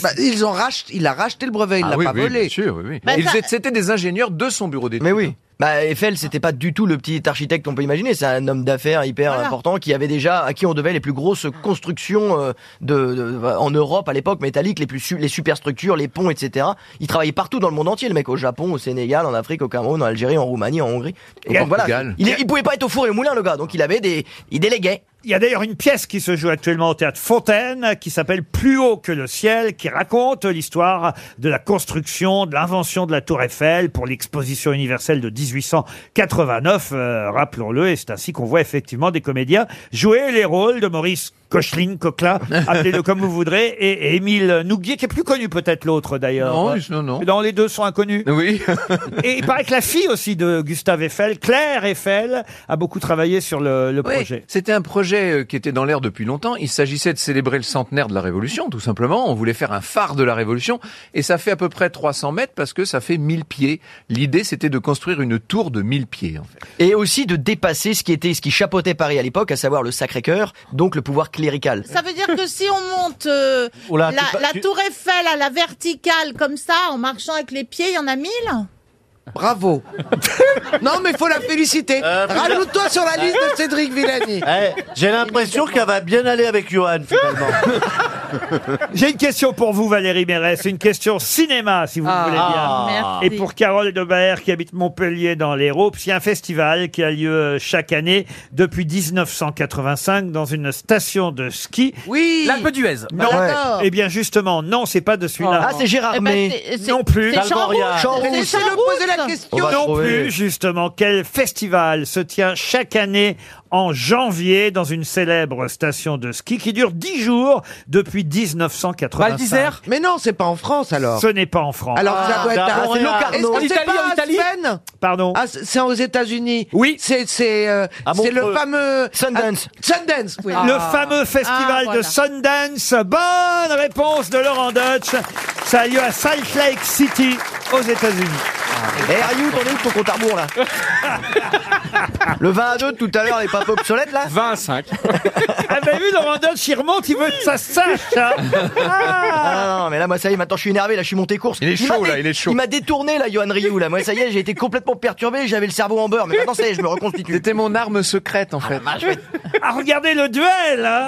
S7: Bah, ils ont racheté, il a racheté le brevet, il
S22: Ah
S7: l'a
S22: oui,
S7: pas
S22: oui,
S7: volé.
S22: bien sûr, oui, oui.
S14: Bah,
S7: Mais
S22: Ils
S7: Bah, ça-
S22: étaient- C'était des ingénieurs de son bureau d'études. hein.
S14: Mais oui. Bah, Eiffel, c'était pas du tout le petit architecte qu'on peut imaginer. C'est un homme d'affaires hyper important qui avait déjà, à qui on devait les plus grosses constructions euh, de, de- en Europe à l'époque, métalliques, les plus su- les superstructures, les ponts, etc. Il travaillait partout dans le monde entier, le mec, au Japon, au Sénégal, en Afrique, au Cameroun, en Algérie, en Roumanie, en Hongrie. Et
S1: Et
S14: donc, voilà.
S1: Portugal.
S14: Il, est- il pouvait pas être au four et au moulin, le gars. Donc il avait des, il déléguait.
S1: Il y a d'ailleurs une pièce qui se joue actuellement au théâtre Fontaine qui s'appelle Plus haut que le ciel, qui raconte l'histoire de la construction, de l'invention de la Tour Eiffel pour l'exposition universelle de 1889, euh, rappelons-le, et c'est ainsi qu'on voit effectivement des comédiens jouer les rôles de Maurice Cocheline, Coquelin, appelez-le comme vous voudrez, et, et Émile Nouguier, qui est plus connu peut-être l'autre d'ailleurs.
S22: Non, non, non.
S1: Dans les deux sont inconnus.
S22: Oui.
S1: et il paraît que la fille aussi de Gustave Eiffel, Claire Eiffel, a beaucoup travaillé sur le, le
S22: Oui,
S1: projet.
S22: C'était un projet euh, qui était dans l'air depuis longtemps. Il s'agissait de célébrer le centenaire de la Révolution, tout simplement. On voulait faire un phare de la Révolution. Et ça fait à peu près 300 mètres parce que ça fait 1000 pieds. L'idée, c'était de construire une tour de 1000 pieds, en fait.
S14: Et aussi de dépasser ce qui était, ce qui chapeautait Paris à l'époque, à savoir le Sacré-Cœur, donc le pouvoir clérical.
S16: Ça veut dire que si on monte euh,
S14: Oh là,
S16: la,
S14: tu pas-
S16: la
S14: tu-
S16: tour Eiffel à la verticale comme ça, en marchant avec les pieds, il y en a mille
S7: Bravo. non, mais faut la féliciter.
S1: Euh,
S7: Rajoute-toi sur la liste de Cédric Villani.
S12: Eh, J'ai l'impression qu'elle va bien aller avec Johan, finalement.
S1: J'ai une question pour vous, Valérie Mérès. C'est une question cinéma, si vous le
S12: Ah,
S1: voulez bien.
S12: merci.
S1: Et pour Carole Debert, qui habite Montpellier dans l'Hérault, c'est un festival qui a lieu euh, chaque année depuis 1985 dans une station de ski.
S7: Oui
S3: L'Alpe d'Huez.
S1: Non.
S16: D'accord.
S1: Eh bien, justement, non, c'est pas de celui-là.
S14: Ah, c'est Gérard
S16: Eh ben,
S14: May.
S16: c'est- c'est-
S1: Non plus.
S16: C'est Jean
S1: Dalboria.
S16: Rouge.
S1: Jean
S16: C'est
S1: Rouge.
S16: Jean
S7: Laissez-le
S16: Rouge.
S7: poser la
S1: Non
S7: question.
S1: plus, justement. Quel festival se tient chaque année en janvier dans une célèbre station de ski qui dure 10 jours depuis 1985
S7: Val d'Isère Mais non, c'est pas en France alors.
S1: Ce n'est pas en France. Ah,
S7: Alors ça doit être à Est-ce que
S12: En
S7: c'est
S12: Italie,
S7: pas
S12: en
S7: à
S12: Italie
S7: Aspen
S1: Pardon.
S7: Ah, c'est c'est aux États-Unis.
S1: Oui. Ah
S7: C'est c'est euh,
S1: À
S7: c'est le
S1: Montreux.
S7: fameux
S14: Sundance.
S7: Ah, Sundance. Oui. Ah.
S1: Le fameux festival de Sundance. Bonne réponse de Laurent Dutch. Ça a lieu à Salt Lake City, aux États-Unis.
S14: Eh, Ariou, t'en es où de ton compte à rebours, là Le 20 à 2 de tout à l'heure n'est pas un peu obsolète, là
S22: 20 à 5.
S1: Ah ben oui, Laurent Dutch, il remonte, il veut que ça se sache. hein.
S14: Ah non, mais là, moi, ça y est, maintenant, je suis énervé, là, je suis monté course.
S22: Il est
S14: m'a
S22: chaud,
S14: dé-
S22: là, il est chaud.
S14: Il m'a détourné, là, Johan Rioux, là. Moi, ça y est, j'ai été complètement perturbé, j'avais le cerveau en beurre, mais maintenant, ça y est, je me reconstitue.
S22: C'était mon arme secrète, en fait.
S1: Ah, regardez le duel. hein.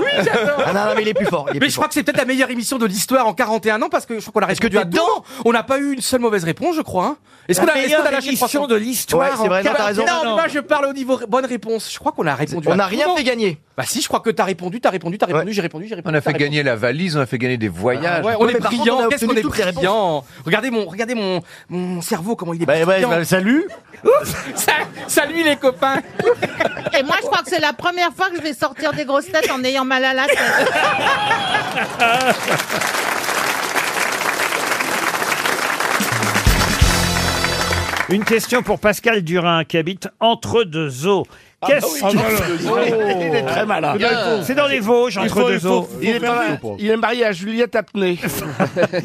S14: Ah non, non, mais il est plus fort, il est
S3: Mais
S14: plus
S3: je crois
S14: fort.
S3: que c'est peut-être la meilleure émission de l'histoire en 41 ans parce que je crois qu'on a
S14: Est-ce que
S3: répondu
S14: tu
S3: à
S14: es
S3: tout. On n'a pas eu une seule mauvaise réponse, je crois. hein. Est-ce
S1: La
S3: qu'on a, est-ce qu'on a
S1: meilleure
S3: lâché
S1: émission
S3: 300?
S1: de l'histoire.
S14: Ouais, c'est vrai,
S1: en
S14: non, t'as raison.
S1: 41
S3: Non,
S1: ans.
S3: mais moi je parle au niveau bonne réponse. Je crois qu'on a répondu.
S14: On
S3: à
S14: n'a
S3: tout.
S14: rien fait gagner.
S3: Bah si, je crois que t'as répondu, t'as répondu, t'as répondu, j'ai répondu, j'ai répondu.
S22: On a
S3: t'as
S22: fait
S3: répondu.
S22: gagner la valise, on a fait gagner des voyages.
S3: Ouais, on
S14: Ah Ouais,
S3: est
S14: mais par contre, on a
S3: brillant. Qu'est-ce qu'on
S14: obtenu
S3: est
S14: toutes les réponses.
S3: brillant. Regardez mon, regardez mon, mon cerveau comment il est
S12: Bah, ouais,
S3: brillant.
S12: bah, salut.
S3: Ça- Salut les copains.
S16: Et moi, je crois que c'est la première fois que je vais sortir des grosses têtes en ayant mal à la tête.
S1: Une question pour Pascal Durin qui habite entre deux eaux. Qu'est-ce
S9: Ah
S1: qui-
S9: bah oui. Il est très malin.
S1: C'est dans les Vosges,
S9: Il
S1: entre
S9: faut- il
S1: deux
S9: faut-
S1: eaux.
S9: faut faire ça, je pense. Il est marié à Juliette Apnée.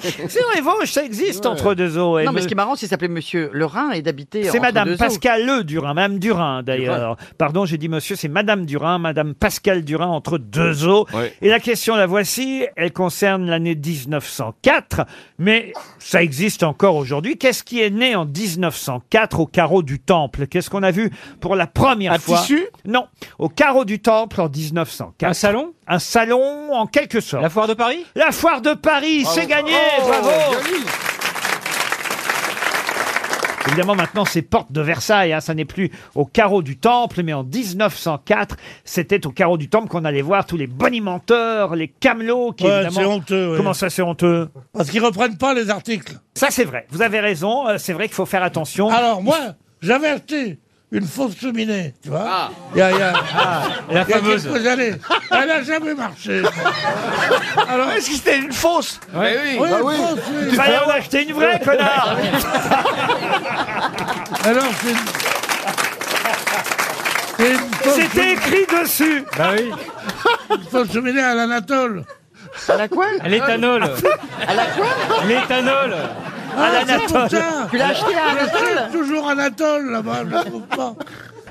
S1: C'est dans les Vosges, ça existe entre deux eaux. et
S23: Non, mais
S1: le-
S23: ce qui est marrant, c'est qu'il s'appelait Monsieur Lorrain et d'habiter.
S1: C'est
S23: entre deux
S1: Madame
S23: eaux.
S1: Pascal Le Durin, Madame Durin d'ailleurs. Pardon, j'ai dit monsieur, c'est Madame Durin, Madame Pascal Durin entre deux eaux.
S22: Ouais.
S1: Et la question, la voici, elle concerne l'année 1904, mais ça existe encore aujourd'hui. Qu'est-ce qui est né en 1904 au carreau du Temple Qu'est-ce qu'on a vu pour la première fois Déçu Non. Au carreau du Temple en 1904. Un salon Un salon en quelque sorte. La foire de Paris La foire de Paris, c'est gagné, bravo Oh, Évidemment, maintenant, c'est porte de Versailles. hein. Ça n'est plus au carreau du Temple, mais en 1904, c'était au carreau du Temple qu'on allait voir tous les bonimenteurs, les camelots. Qui,
S8: Ouais,
S1: évidemment-
S8: c'est honteux, ouais.
S1: Comment ça, c'est honteux Parce qu'ils reprennent pas les articles. Ça, c'est vrai. Vous avez raison. Euh, C'est vrai qu'il faut faire attention.
S8: Alors moi, j'avais acheté une fausse cheminée, tu vois. Il y a, il y a-
S12: Ah,
S8: il y
S12: la
S8: a
S12: fameuse.
S8: quelques années. Ah, Elle n'a jamais marché. Alors, Est-ce que c'était une fausse
S12: Oui, oui, bah
S8: une
S12: oui.
S8: fausse, oui.
S12: Tu fallait en acheter une vraie, connard.
S8: Alors, c'est une- c'est une fausse
S12: C'était
S1: écrit dessus
S8: Bah oui Une fausse cheminée à l'anatole
S12: À la quoi
S8: À Ah, l'éthanol.
S12: À la quoi
S8: L'éthanol
S12: À l'anatole. Tu l'as acheté à
S8: Anatole
S12: Anatole
S8: toujours Anatole, là-bas, je ne trouve pas.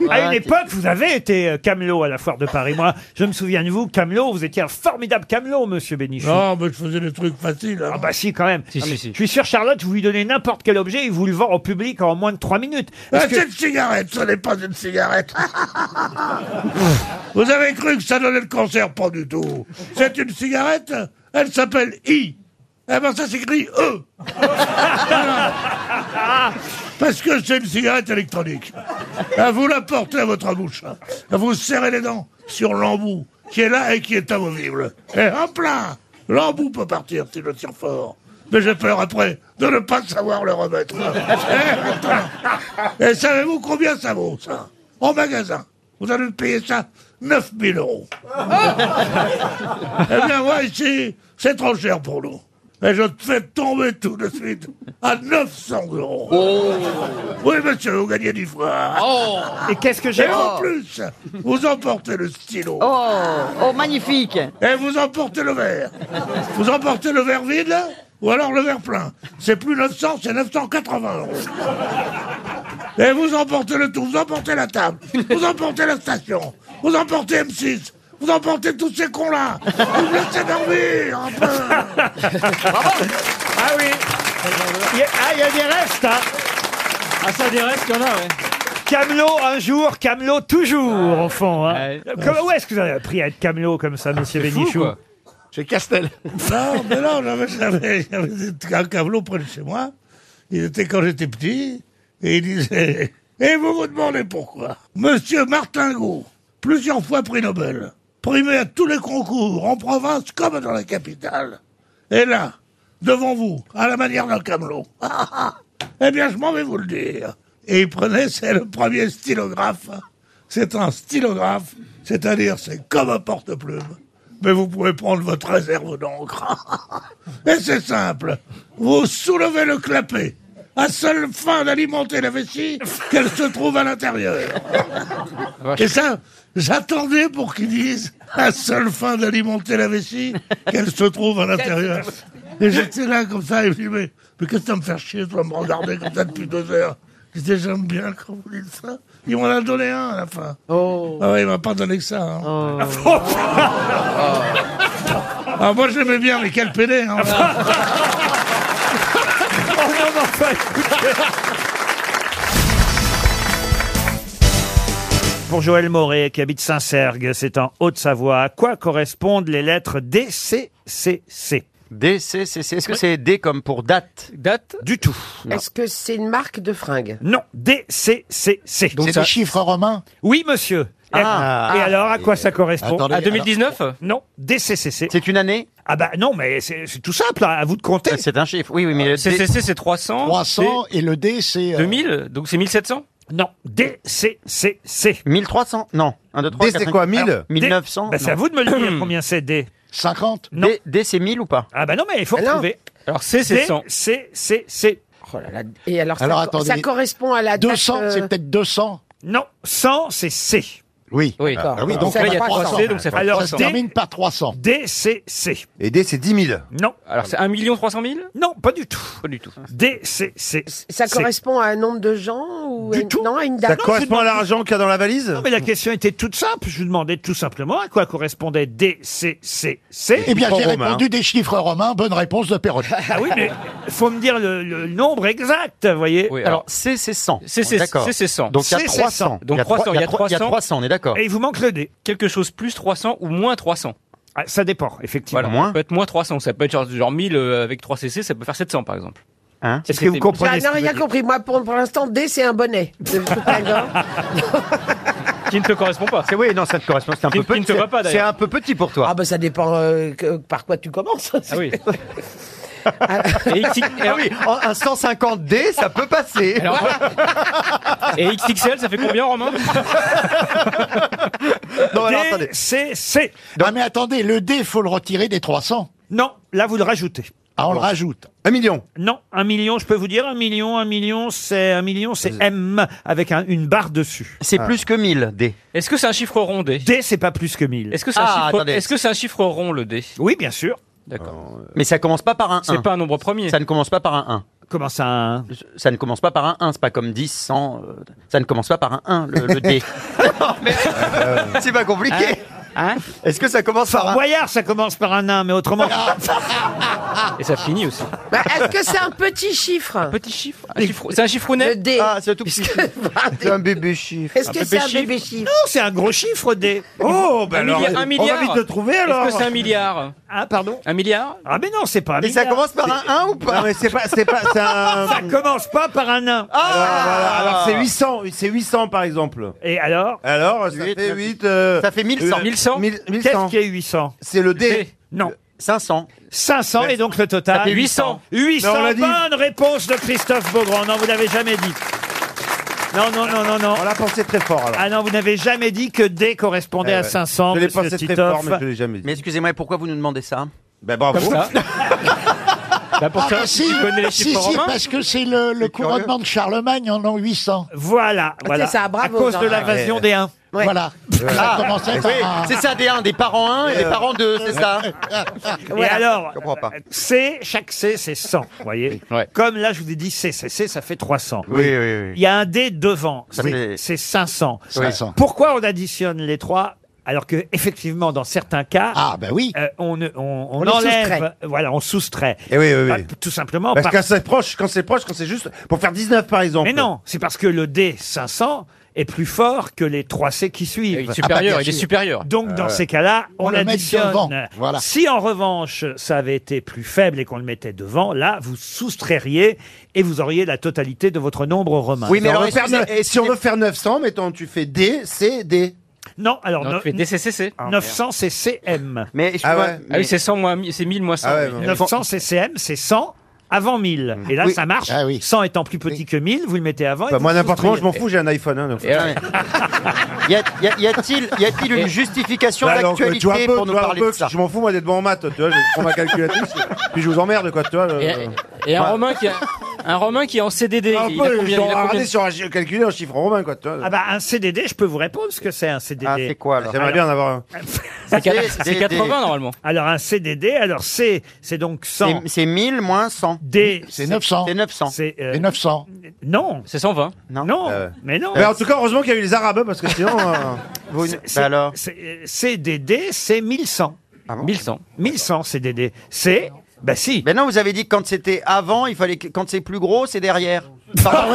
S1: À une époque, vous avez été euh, camelot à la foire de Paris. Moi, je me souviens de vous, camelot. Vous étiez un formidable camelot, monsieur Bénichou.
S8: Non, Ah, mais je faisais des trucs faciles. hein.
S1: Ah bah si, quand même.
S8: Si,
S1: Ah,
S8: si,
S1: mais
S8: si.
S1: Je suis sûr, Charlotte, vous lui donnez n'importe quel objet et vous le vend au public en moins de 3 minutes.
S8: Ah,
S1: Parce que-
S8: C'est une cigarette, ce n'est pas une cigarette. Vous avez cru que ça donnait le cancer Pas du tout. C'est une cigarette, elle s'appelle I. Eh ben ça s'écrit E. Voilà.
S1: Ah,
S8: Parce que c'est une cigarette électronique. Ah, Vous la portez à votre bouche. Vous serrez les dents sur l'embout qui est là et qui est amovible. Et hop là L'embout peut partir si je tire fort. Mais j'ai peur après de ne pas savoir le remettre. Eh, Et savez-vous combien ça vaut, ça En magasin, vous allez payer ça 9000 euros. Eh bien, moi, ici, c'est trop cher pour nous. Et je te fais tomber tout de suite à 900 euros. Oui, monsieur, vous gagnez 10 fois.
S1: Et qu'est-ce que j'ai
S8: Et en plus, vous emportez le stylo.
S23: Oh, oh, magnifique
S8: Et vous emportez le verre. Vous emportez le verre vide, là, ou alors le verre plein. C'est plus 900, c'est 980 euros. Et vous emportez le tout, vous emportez la table, vous emportez la station, vous emportez M6, vous emportez tous ces cons-là. Vous me laissez dormir un peu.
S1: Ah oui Il y a- Ah, il y a des restes, hein Ah, ça, des restes, il y en a, ouais. Camelot un jour, Camelot toujours, au fond. Hein. Comment- où est-ce que vous avez appris à être Camelot comme ça, monsieur Bénichou
S8: Chez Castel. Non, mais non, j'avais- j'avais j'avais un camelot près de chez moi. Il était quand j'étais petit. Et il disait Et vous vous demandez pourquoi Monsieur Martingot, plusieurs fois prix Nobel, primé à tous les concours, en province comme dans la capitale. Et là, devant vous, à la manière d'un camelot. eh bien, je m'en vais vous le dire. Et il prenait, c'est le premier stylographe. C'est un stylographe, c'est-à-dire c'est comme un porte-plume. Mais vous pouvez prendre votre réserve d'encre. Et c'est simple. Vous soulevez le clapet, à seule fin d'alimenter la vessie qu'elle se trouve à l'intérieur. Et ça, j'attendais pour qu'ils disent à seule fin d'alimenter la vessie qu'elle se trouve à l'intérieur. Et j'étais là comme ça et je me dis, mais, mais qu'est-ce que ça me faire chier, toi, me regarder comme ça depuis deux heures J'étais, j'aime bien quand vous dites ça. Ils m'en a donné un à la fin. Ah ouais, il m'a pas donné que ça. hein. Ah, moi, j'aimais bien, mais quel pédé. Hein.
S1: Pour Joël Moret, qui habite Saint-Sergue, c'est en Haute-Savoie. À quoi correspondent les lettres D, C, C, C
S9: D, C, C, C. Est-ce que c'est D comme pour date
S1: Date Du tout.
S20: Est-ce que c'est une marque de fringues
S1: Non, D, C, C, C.
S20: Donc C'est ça- des
S1: chiffres romains Oui, monsieur.
S20: Ah.
S1: et
S20: Ah.
S1: alors, à quoi ça correspond
S20: Attendez, À 2019?
S1: Non, DCCC. C'est une année Ah bah non, mais c'est c'est tout simple, hein, à vous de compter. C'est un chiffre, oui, oui, mais...
S5: CCC, c'est
S1: Hein,
S5: 300.
S20: 300
S5: et le D, c'est. euh, 2000, donc c'est 1700
S1: Non, DCCC.
S20: 1300 Non. 1, 2, 3,
S5: D, c'est quoi, 1000?
S20: 1900
S1: Bah, c'est à
S20: non.
S1: vous de me le dire combien c'est D.
S20: 50 D, D, c'est 1000 ou pas
S1: Ah bah non, mais il faut retrouver.
S20: Alors
S1: C, c'est
S20: D,
S1: 100. C, C, C.
S20: Oh là là. Et alors,
S1: Alors,
S20: ça, co-
S1: attendez. euh,
S20: ça correspond à la date,
S1: 200, c'est
S20: euh,
S1: peut-être 200 Non, 100, c'est C. Oui.
S8: Oui. Ah, oui, donc là, il y a 300.
S1: Alors,
S8: Ça se
S1: D-
S8: termine par 300.
S1: DCC.
S24: Et D, c'est 10 000.
S1: Non.
S5: Alors c'est 1 300 000
S1: Non, pas du tout.
S5: Pas du tout.
S1: DCC.
S17: Ça correspond à un nombre de gens ou à une- non à une date
S1: l'argent qu'il y a dans la valise Non, mais la question était toute simple. Je vous demandais tout simplement à quoi correspondait DCCC.
S8: Eh bien, j'ai répondu des chiffres romains. Bonne réponse de Perron.
S1: Ah oui, mais faut me dire le, le nombre exact, vous voyez.
S7: Alors, C, c'est 100.
S5: C'est c'est-
S7: D'accord.
S5: c'est- c'est 100.
S7: Donc, il y a
S5: C'est- c'est
S7: 300.
S5: 100. Donc
S7: Il y a
S5: 300, il y a 300.
S7: il y a 300, on est d'accord.
S5: Et
S1: il vous manque le dé.
S5: Quelque chose plus 300 ou moins 300.
S1: ça dépend, effectivement.
S5: moins. Ça peut être moins 300, ça peut être genre, genre 1000 euh, avec 3 CC, ça peut faire 700 par exemple.
S7: Hein
S1: Est-ce que vous
S17: Ah, non, rien compris. Moi, pour, pour l'instant, D, c'est un bonnet. De toute la gorge.
S5: Qui ne te correspond pas.
S7: C'est oui, non, ça te correspond. C'est un
S5: Qui- peu qui ne te petit- va pas, d'ailleurs. c'est un
S7: peu petit pour toi.
S17: Ah, ben ça dépend euh, que- par quoi tu commences.
S5: Ah oui.
S17: Et
S5: XI
S17: Ah oui,
S7: un 150D, ça peut passer.
S5: Et XXL, ça fait combien Romain
S1: Non, alors, attendez. DCC.
S8: Ah, mais attendez, le D, faut le retirer des 300.
S1: Non, là, vous le rajoutez.
S8: Ah, on le rajoute.
S1: Un million Non, un million, je peux vous dire, un million, un million, c'est un million, c'est M avec un- une barre dessus.
S7: C'est plus que 1000, D.
S5: Est-ce que c'est un chiffre rond D
S1: D, c'est pas plus que 1000.
S5: Est-ce que c'est un,
S7: Ah,
S5: chiffre...
S7: attendez.
S5: est-ce que c'est un chiffre rond le D
S1: Oui, bien sûr.
S5: D'accord.
S7: Mais ça commence pas par un 1.
S5: C'est pas un nombre premier.
S7: Ça ne commence pas par un 1.
S1: Comment ça
S7: Ça ne commence pas par un 1, c'est pas comme 10, 100. euh, Ça ne commence pas par un 1, le, le D. Hein
S1: C'est pas compliqué.
S7: Est-ce que ça commence Ah.
S1: Fort Boyard, ça commence par un nain, mais autrement.
S5: Et ça finit aussi.
S17: Bah, Est-ce que c'est un petit chiffre Un
S5: petit chiffre C'est un chiffre net
S17: Le D.
S7: Ah, c'est tout petit.
S17: C'est
S7: un bébé chiffre.
S17: Est-ce que c'est un bébé chiffre
S1: Non, c'est un gros chiffre, D. Oh, ben
S5: Un
S1: alors,
S5: milliard- un milliard.
S1: on va vite le trouver, alors.
S5: Est-ce que c'est un milliard
S1: Ah, pardon
S5: Un milliard
S1: Ah, mais non, c'est pas un
S5: Et ça
S1: milliard.
S5: commence par un
S1: C'est-
S5: un ou pas
S1: Non, mais c'est pas, c'est pas, c'est un... Ça commence pas par un nain.
S11: Ah Alors, c'est 800, c'est 800 par exemple.
S1: Et alors
S11: Alors, ça fait 8... euh,
S7: Ça fait 1100.
S11: euh,
S7: 1100.
S11: mille-
S1: Qu'est-ce qui est 800
S11: C'est le D.
S1: Non.
S7: 500.
S1: 500 et donc le total
S7: Ça fait 800.
S1: 800.
S7: Mais on l'a dit.
S1: Bonne réponse de Christophe Beaugrand. Non, vous n'avez jamais dit. Non, non, non, non, non.
S11: On l'a pensé très fort alors.
S1: Ah non, vous n'avez jamais dit que D correspondait
S11: Eh
S1: à
S11: ouais.
S1: 500.
S11: Je l'ai
S1: monsieur
S11: pensé très
S1: Titoff.
S11: fort, mais je l'ai jamais dit.
S7: Mais excusez-moi, pourquoi vous nous demandez ça Ben,
S11: Ben bravo.
S5: pour
S8: Ah,
S5: ça,
S8: bah, si,
S5: tu connais les
S8: si,
S5: chiffres
S8: si,
S5: romains
S8: parce que c'est le, le couronnement de Charlemagne en l'an 800.
S1: Voilà,
S11: Ah,
S17: voilà. Ah, ça, bravo,
S1: à cause de
S17: non,
S1: l'invasion
S11: ouais. Ah,
S1: des Huns.
S8: Voilà. Ça commençait par un-
S7: Ah. c'est ça, des 1, des parents 1 et des parents 2, c'est ça.
S1: Et alors, euh, C, chaque C, c'est 100, vous voyez Comme là, je vous ai dit C, C, C, ça fait 300.
S11: Oui, oui, oui.
S1: Il y a un D devant,
S11: Ça
S1: c'est-
S11: fait-
S1: c'est 500.
S11: 500.
S1: Pourquoi on additionne les trois alors que effectivement dans certains cas, euh,
S8: ah ben oui,
S1: on, ne- on, on
S11: On les
S1: enlève,
S11: soustrait.
S1: voilà, on soustrait.
S11: Eh oui, oui, oui.
S1: Bah, tout simplement
S11: Parce
S1: par-
S11: que quand c'est proche, quand c'est proche, quand c'est juste pour faire 19 par exemple.
S1: Mais non, c'est parce que le D 500 est plus fort que les 3C qui suivent. Ah, bah,
S5: Il est supérieur, il est supérieur.
S1: Donc, dans
S11: Ah
S5: Euh,
S1: ces cas-là,
S8: on
S1: on,
S8: le met
S1: additionne.
S8: devant, voilà.
S1: Si, en revanche, ça avait été plus faible et qu'on le mettait devant, là, vous soustrairiez et vous auriez la totalité de votre nombre romain.
S11: Oui, mais alors, si on veut faire 900, mettons, tu fais D, C, D.
S1: Non, alors...
S5: Non,
S1: no-
S5: tu fais DCCC.
S1: 900, c'est CM.
S7: Mais
S11: excuse-moi, Ah ouais.
S5: Ah oui, c'est 100 moins, mi- c'est 1000 moins 100.
S11: Ah ouais,
S5: oui.
S11: non.
S1: 900, c'est CM, c'est 100 avant 1000. Et là,
S11: Oui.
S1: ça marche.
S11: Ah oui.
S1: 100 étant plus petit que 1000, vous le mettez avant. et
S11: Bah,
S1: vous
S11: moi, n'importe
S1: soustrayez.
S11: comment, je m'en fous, j'ai un iPhone. Hein, donc.
S7: Y a- y a- y a-t-il y a-t-il une justification à
S11: Là, donc, Bah euh, tu vois un
S7: l'actualité
S11: peu,
S7: pour
S11: tu
S7: nous
S11: vois un
S7: parler
S11: peu
S7: de
S11: que
S7: ça
S11: Je m'en fous, moi, d'être bon en maths, tu vois, je prends ma calculatrice, puis je vous emmerde, quoi, tu vois.
S5: Et,
S11: euh,
S5: et un,
S11: ouais.
S5: Romain qui a- un Romain qui est en CDD.
S11: Un
S5: il a
S11: peu,
S5: combien-
S11: ils ont
S5: il a combien-
S11: regardé sur un chi- calculé en chiffre romain, quoi, tu vois.
S1: Ah bah, un CDD, je peux vous répondre ce que c'est un CDD.
S11: Ah, c'est quoi, alors J'aimerais bien en avoir un.
S5: C'est
S1: quatre-
S5: quatre- c'est 80 normalement.
S1: Alors un CDD, alors C, c'est donc 100.
S7: C'est- C'est 1000 moins 100.
S1: D,
S8: c'est 900.
S7: C'est 900.
S1: C'est euh,
S8: Et 900.
S1: non,
S5: C'est 120.
S1: non, mais non.
S11: Euh. Mais en tout cas, heureusement qu'il y a eu les Arabes, parce que sinon. euh,
S7: Vous-
S1: C'est-
S7: bah
S1: c'est-
S7: alors Ah
S1: c'est- euh, CDD, c'est 1100.
S5: 1100.
S1: 1100 CDD. C'est bah si.
S7: Ben non, vous avez dit que quand c'était avant, il fallait que- quand c'est plus gros, c'est derrière.
S11: Ah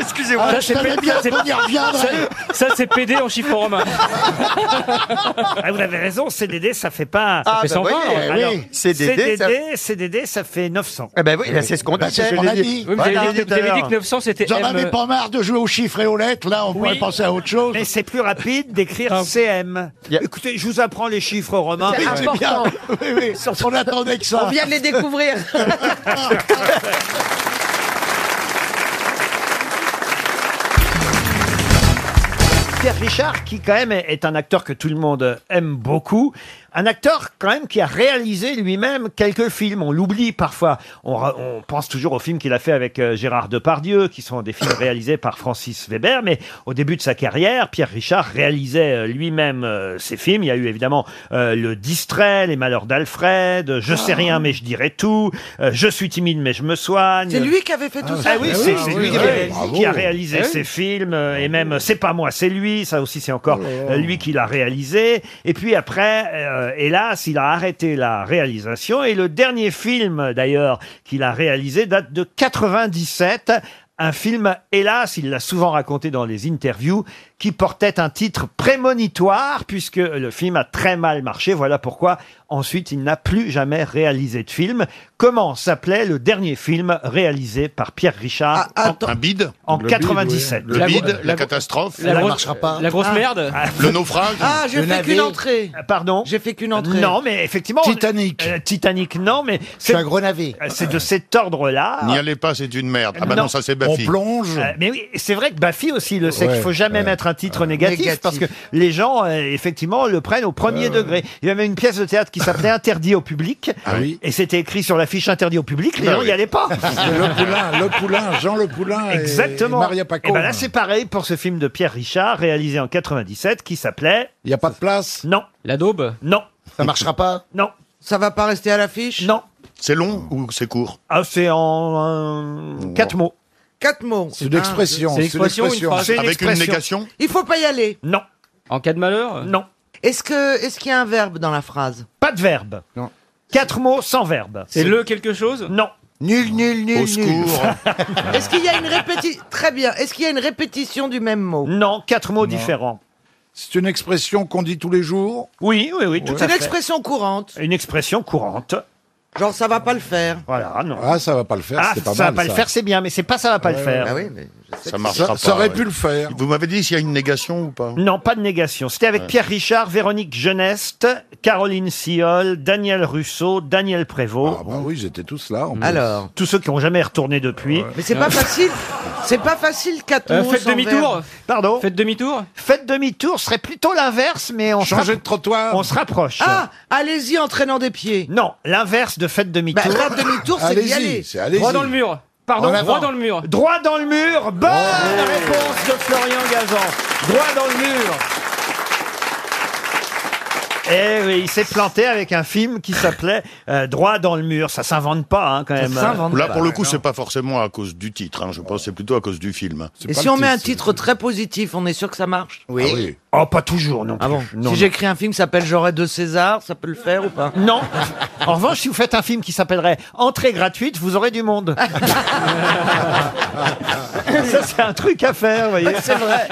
S7: Excusez-moi.
S5: Ça, c'est
S8: savais
S5: P-
S8: bien
S5: ça, c'est-
S8: qu'on y reviendrait.
S5: ça, ça, c'est PD en chiffre romain.
S1: Ah, vous avez raison, CDD ça fait pas
S5: Ah, fait bah 120, voyez,
S7: oui.
S1: Alors,
S7: CDD,
S1: CDD,
S7: ça-
S1: CDD, ça fait 900.
S7: Eh ben oui, ben c'est ce qu'on
S8: Bah,
S7: dit.
S8: c'est ce qu'on a dit.
S5: Oui, vous,
S8: Voilà.
S5: avez dit, vous avez dit que 900 c'était
S8: J'en
S5: M.
S8: avais pas marre de jouer aux chiffres et aux lettres, là on pourrait
S1: Oui.
S8: penser à autre chose. Ah.
S1: Mais c'est plus rapide d'écrire CM. Écoutez, je vous apprends les chiffres romains.
S8: Oui, c'est bien.
S17: important.
S8: Oui, oui, on attendait que ça.
S17: On vient de les découvrir.
S1: Pierre Richard, qui quand même est- est un acteur que tout le monde aime beaucoup, un acteur quand même qui a réalisé lui-même quelques films. On l'oublie parfois. On, ra- on pense toujours aux films qu'il a fait avec euh, Gérard Depardieu, qui sont des films réalisés par Francis Weber. Mais au début de sa carrière, Pierre Richard réalisait euh, lui-même euh, ses films. Il y a eu évidemment euh, Le Distrait, Les Malheurs d'Alfred, euh, Je sais rien mais je dirai tout, euh, Je suis timide mais je me soigne.
S7: C'est lui qui avait fait tout ça.
S1: Ah oui, c'est c'est lui qui a réalisé- qui a réalisé
S7: Ah oui.
S1: ses films euh, et même euh, C'est pas moi, c'est lui. Ça aussi, c'est encore euh, lui qui l'a réalisé. Et puis après, euh, hélas, il a arrêté la réalisation. Et le dernier film, d'ailleurs, qu'il a réalisé date de 97. Un film, hélas, il l'a souvent raconté dans les interviews, qui portait un titre prémonitoire, puisque le film a très mal marché. Voilà pourquoi, ensuite, il n'a plus jamais réalisé de film. Comment s'appelait le dernier film réalisé par Pierre Richard en, Un bide En
S6: Le bide,
S1: 97.
S6: oui. Le bide, la, catastrophe,
S1: la
S6: ça
S1: grosse-
S6: marchera pas.
S1: la grosse merde.
S6: Le naufrage.
S1: Ah,
S7: Ah. j'ai fait qu'une entrée.
S1: Euh, Pardon
S7: J'ai fait qu'une entrée.
S1: Non, mais effectivement. Titanic. Titanic, non, mais. C'est un gros navet. C'est de cet ordre-là.
S6: N'y allez pas, c'est une merde. Ah bah non, ça c'est Baffy.
S1: Euh, mais oui, c'est vrai que Baffy aussi le sait qu'il
S6: Ouais,
S1: faut jamais
S6: ouais.
S1: mettre un titre négatif,
S6: Négatif.
S1: parce que les gens euh, effectivement le prennent au premier degré. Il y avait une pièce de théâtre qui s'appelait Interdit au public et c'était écrit sur l'affiche Interdit au public, les
S6: Bah
S1: gens
S6: oui.
S1: n'y allaient pas.
S6: Le Poulain, Le Poulain,
S1: Jean Le Poulain
S6: et
S1: Exactement.
S6: Maria Paco.
S1: Et ben là c'est pareil pour ce film de Pierre Richard réalisé en 97 qui s'appelait Il y a pas de place Non. La daube Non. Ça marchera pas Non. Ça va pas rester à l'affiche Non.
S6: C'est long ou c'est court
S1: Ah, c'est en euh, quatre mots.
S7: Quatre mots.
S1: eh
S6: C'est une
S1: ben,
S6: expression, C'est une c'est une expression ou une expression. phrase Avec une négation
S7: Il faut pas y aller.
S1: Non.
S7: En cas de malheur
S1: Non.
S7: Est-ce que est-ce qu'il y a un verbe dans la phrase
S1: Pas de verbe. Non. Quatre mots sans verbe.
S5: C'est le quelque chose
S1: Non.
S5: Nul, nul, nul,
S7: Est-ce qu'il y a une répétition Très bien. Est-ce qu'il y a une répétition du même mot
S1: Non, quatre mots différents.
S6: C'est une expression qu'on dit tous les jours
S1: Oui, oui, oui, tout
S7: C'est
S1: à
S7: une
S1: fait.
S7: expression courante.
S1: Une expression courante.
S7: Genre ça va pas le faire.
S1: Voilà, non.
S6: Ah, ça va pas le faire,
S1: Ah,
S6: c'est pas
S1: ça
S6: mal,
S1: va pas le
S6: ça.
S1: faire, c'est bien, mais c'est pas ça va pas le
S6: Ouais,
S1: faire.
S6: ouais. Ah oui, mais Ça marchera pas. ouais. Vous m'avez dit s'il y a une négation ou pas
S1: Non, pas de négation. C'était avec
S6: Ouais.
S1: Pierre Richard, Véronique Genest, Caroline Siol, Daniel Russo, Daniel Prévost. Ah bon, oui, ils étaient tous là.
S7: Alors.
S1: Tous ceux qui n'ont jamais retourné depuis.
S7: Mais c'est pas facile. C'est pas facile quatre mots. sans verbe.
S1: Pardon
S5: Faites demi-tour
S1: Euh, Faites demi-tour serait plutôt l'inverse, mais on
S7: Changer
S1: de trottoir. On se rapproche.
S7: Ah, allez-y en traînant des pieds.
S1: Non, l'inverse de faites demi-tour.
S7: Bah, faire demi-tour, c'est d'y Allez-y, aller. c'est allez-y.
S1: Droit dans le mur. Pardon,
S7: En avant.
S1: droit dans le mur. Droit dans le mur. Bonne réponse de Florian Gazan. Droit dans le mur. Eh oui, il s'est planté avec un film qui s'appelait euh, Droit dans le mur. Ça s'invente pas, hein, quand même.
S6: Là, pour le coup, c'est pas forcément à cause du titre. hein. Je pense que c'est plutôt à cause du film.
S7: Et si on met un titre très positif, on est sûr que ça marche
S6: Oui. Ah oui.
S1: Oh, pas toujours, non.
S7: Ah bon
S1: Non, non.
S7: Si j'écris un film qui s'appelle J'aurais deux Césars, ça peut le faire ou pas
S1: Non. En revanche, si vous faites un film qui s'appellerait Entrée gratuite, vous aurez du monde. Ça, c'est un truc à faire, vous voyez.
S7: C'est vrai.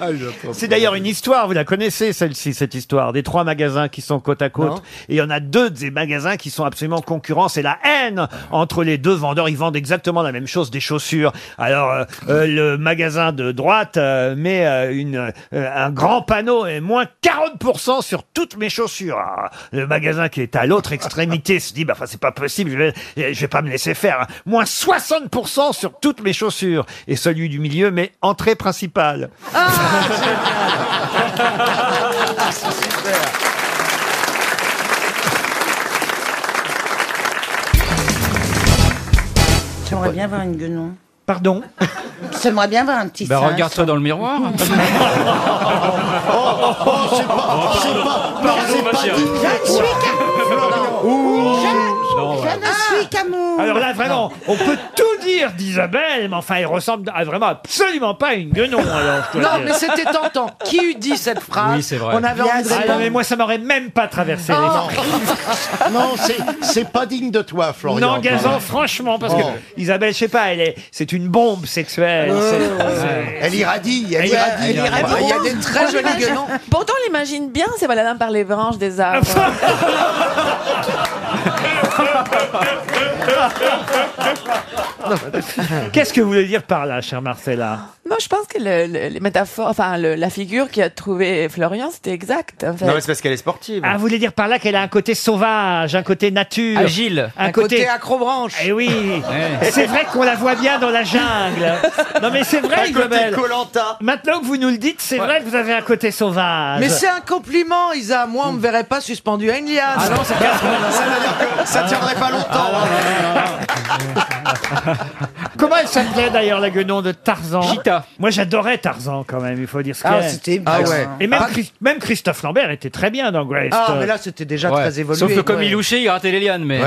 S6: Ah,
S1: C'est d'ailleurs une histoire, vous la connaissez celle-ci, cette histoire, des trois magasins qui sont côte à côte.
S7: Non.
S1: Et il y en a deux des magasins qui sont absolument en concurrence et la haine entre les deux vendeurs. Ils vendent exactement la même chose, des chaussures. Alors, euh, euh, le magasin de droite euh, met euh, une, euh, un grand panneau et moins 40% sur toutes mes chaussures. Ah, le magasin qui est à l'autre extrémité se dit, bah, enfin, c'est pas possible, je vais, je vais pas me laisser faire. hein. Moins 60% sur toutes mes chaussures. Et celui du milieu met entrée principale.
S23: J'aimerais bien avoir une guenon.
S1: Pardon
S23: J'aimerais bien avoir un petit
S5: Bah
S23: singe.
S5: regarde-toi dans le miroir.
S23: Je ne suis qu'amour.
S1: Alors là, vraiment, on peut tout dire d'Isabelle, mais enfin, elle ressemble à vraiment absolument pas à une guenon. Alors, je dois
S7: Non,
S1: dire.
S7: mais c'était tentant. Qui eût dit cette phrase
S1: Oui, c'est vrai.
S7: On avait envie de
S1: Ah, non, mais
S7: répondre. Oh.
S1: moi, ça m'aurait même pas traversé l'esprit.
S4: Non, c'est- c'est pas digne de toi, Florian.
S1: Non, Gazan, franchement, parce
S4: Oh.
S1: que Isabelle, je sais pas, elle est, c'est une bombe sexuelle.
S4: Ouais,
S1: c'est-
S4: ouais, ouais.
S1: c'est-
S4: Elle irradie, elle irradie. Elle irradie.
S1: Il y a
S4: des très
S10: On
S4: jolis
S10: l'imagine-
S4: guenons.
S10: Pourtant, on l'imagine bien, c'est baladant par les branches des arbres.
S1: Qu'est-ce que vous voulez dire par là, cher Marcella
S18: Moi, je pense que le- le- les métaphores, enfin, le- la figure qui a trouvé Florian, c'était exact. En fait.
S7: Non, mais c'est parce qu'elle est sportive.
S1: Ah, vous voulez dire par là qu'elle a un côté sauvage, un côté nature.
S7: Agile.
S1: Un,
S7: Un
S1: côté...
S7: côté
S1: acrobranche. Eh oui. C'est vrai qu'on la voit bien dans la jungle. Non, mais c'est vrai,
S7: Un côté
S1: Isabelle. Maintenant que vous nous le dites, c'est vrai que vous avez un côté sauvage.
S17: Mais c'est un compliment, Isa. Moi, on me verrait pas suspendu à une liane. Ah non, ça
S1: Ah.
S7: Ça tiendrait pas longtemps. hein.
S1: Comment elle s'appelait d'ailleurs la guenon de Tarzan Gita. Moi j'adorais Tarzan quand même, il faut dire ce
S17: Ah,
S1: qu'il est.
S17: c'était bien.
S1: Ah
S17: ouais.
S1: Et même,
S17: Ah.
S1: Chris- même Christophe Lambert était très bien dans Grace.
S17: Ah, mais là, c'était déjà
S1: Ouais.
S17: très évolué.
S5: Sauf que comme
S1: ouais.
S5: il louchait, il ratait les lianes, mais.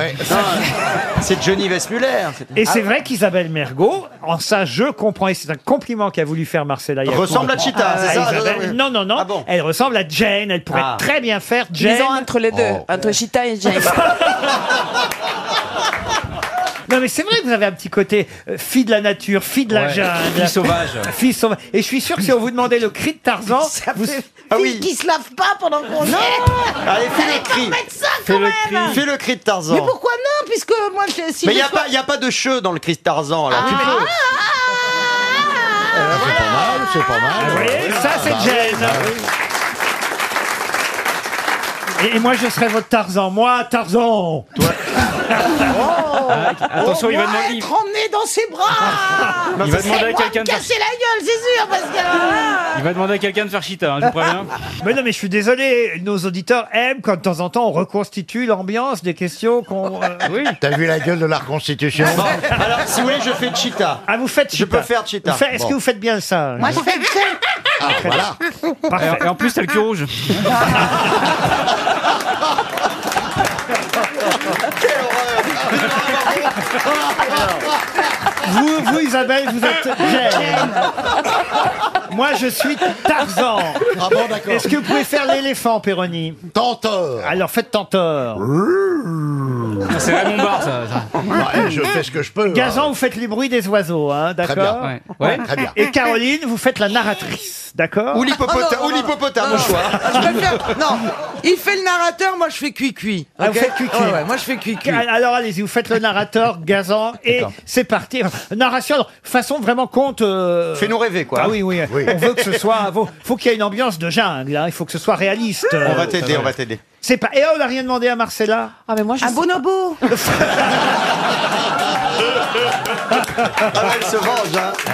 S1: C'est Johnny Vesmuller. Et
S17: Ah.
S1: c'est vrai qu'Isabelle Mergot, en ça je comprends, et c'est un compliment qu'a voulu faire Marcella Yacoub.
S7: Ressemble à Cheetah,
S1: Ah,
S7: c'est ça
S1: Isabelle- Non, non, non. Elle ressemble à Jane, elle pourrait
S7: Ah. Oh.
S1: très bien faire Jane.
S18: Disons entre les deux, entre Chita et James.
S1: Non mais c'est vrai que vous avez un petit côté euh, fille de la nature, fille de la
S5: Ouais.
S1: jungle.
S5: Fille sauvage.
S1: Fille sauvage. Et je suis sûr que si on vous demandait le cri de Tarzan, vous...
S16: Ah oui. Qui se lave pas pendant qu'on
S1: Non.
S16: est.
S7: Allez, fais
S16: Fallait
S7: le
S16: qu'on
S7: cri.
S16: mette ça
S7: Fais
S16: quand
S7: le
S16: même.
S7: cri. Fais le cri de Tarzan.
S16: Mais pourquoi non Puisque moi, je- si
S7: Mais
S16: je
S7: il n'y a,
S16: sois-
S7: pas- y a pas de cheveux dans le cri de Tarzan.
S16: Ah.
S7: Là. Tu peux-
S8: C'est pas mal, c'est pas mal. Ah,
S1: Vous voyez, Ah, ça c'est Jane. Et- Et moi je serais votre Tarzan, moi Tarzan.
S16: Oh.
S5: Attention, il va demander.
S16: être emmené dans ses bras.
S5: Il va demander à
S16: C'est moi
S5: quelqu'un
S16: me
S5: de faire-
S16: casser la gueule, c'est sûr, parce que.
S5: Il va demander à quelqu'un de faire Chita, hein, je vous préviens.
S1: Mais non, mais je suis désolé. Nos auditeurs aiment quand de temps en temps on reconstitue l'ambiance des questions qu'on. euh, Oui.
S8: T'as vu la gueule de la reconstitution
S7: Alors, si vous voulez, je fais Cheetah.
S1: Ah, vous faites
S7: Je peux
S1: cheetah.
S7: faire Cheetah.
S1: Vous faites- Est-ce
S7: Bon.
S1: que vous faites bien ça
S16: Moi, je fais le seul.
S7: Ah, voilà.
S1: Parfait.
S5: Et en plus, t'as le cul rouge.
S1: Vous, vous, Isabelle, vous êtes Jane. Moi, je suis Tarzan.
S8: Ah bon, d'accord.
S1: Est-ce que vous pouvez faire l'éléphant, Péroni
S8: Tenteur.
S1: Alors, faites tenteur.
S5: C'est Raymond Barre, ça.
S8: Ouais, je fais ce que je peux. hein.
S1: Gazan, vous faites les bruits des oiseaux, hein, d'accord
S8: bien. Ouais. Ouais, très bien.
S1: Et Caroline, vous faites la narratrice, d'accord Ah
S7: Ou
S17: Ah
S7: l'hippopotame, ou l'hippopotame, au choix.
S17: Je préfère- Non, il fait le narrateur, moi je fais cuicui.
S1: Ah,
S17: ok
S1: vous faites cuicui.
S17: Ouais, ouais, moi je fais cuicui.
S1: Ah, Alors allez-y, vous faites le narrateur, Gazan, et c'est parti. Narration, alors, façon vraiment compte. euh,
S7: Fais-nous rêver, quoi.
S1: Ah oui, oui, On veut que ce soit. Faut, faut qu'il y ait une ambiance de jungle, hein, il faut que ce soit réaliste. euh.
S7: On va t'aider, on va t'aider.
S1: C'est pas. Et oh, on n'a rien demandé à Marcella
S18: Ah, mais moi, je
S16: Un bonobo.
S7: Ah, bah, elle se venge, hein.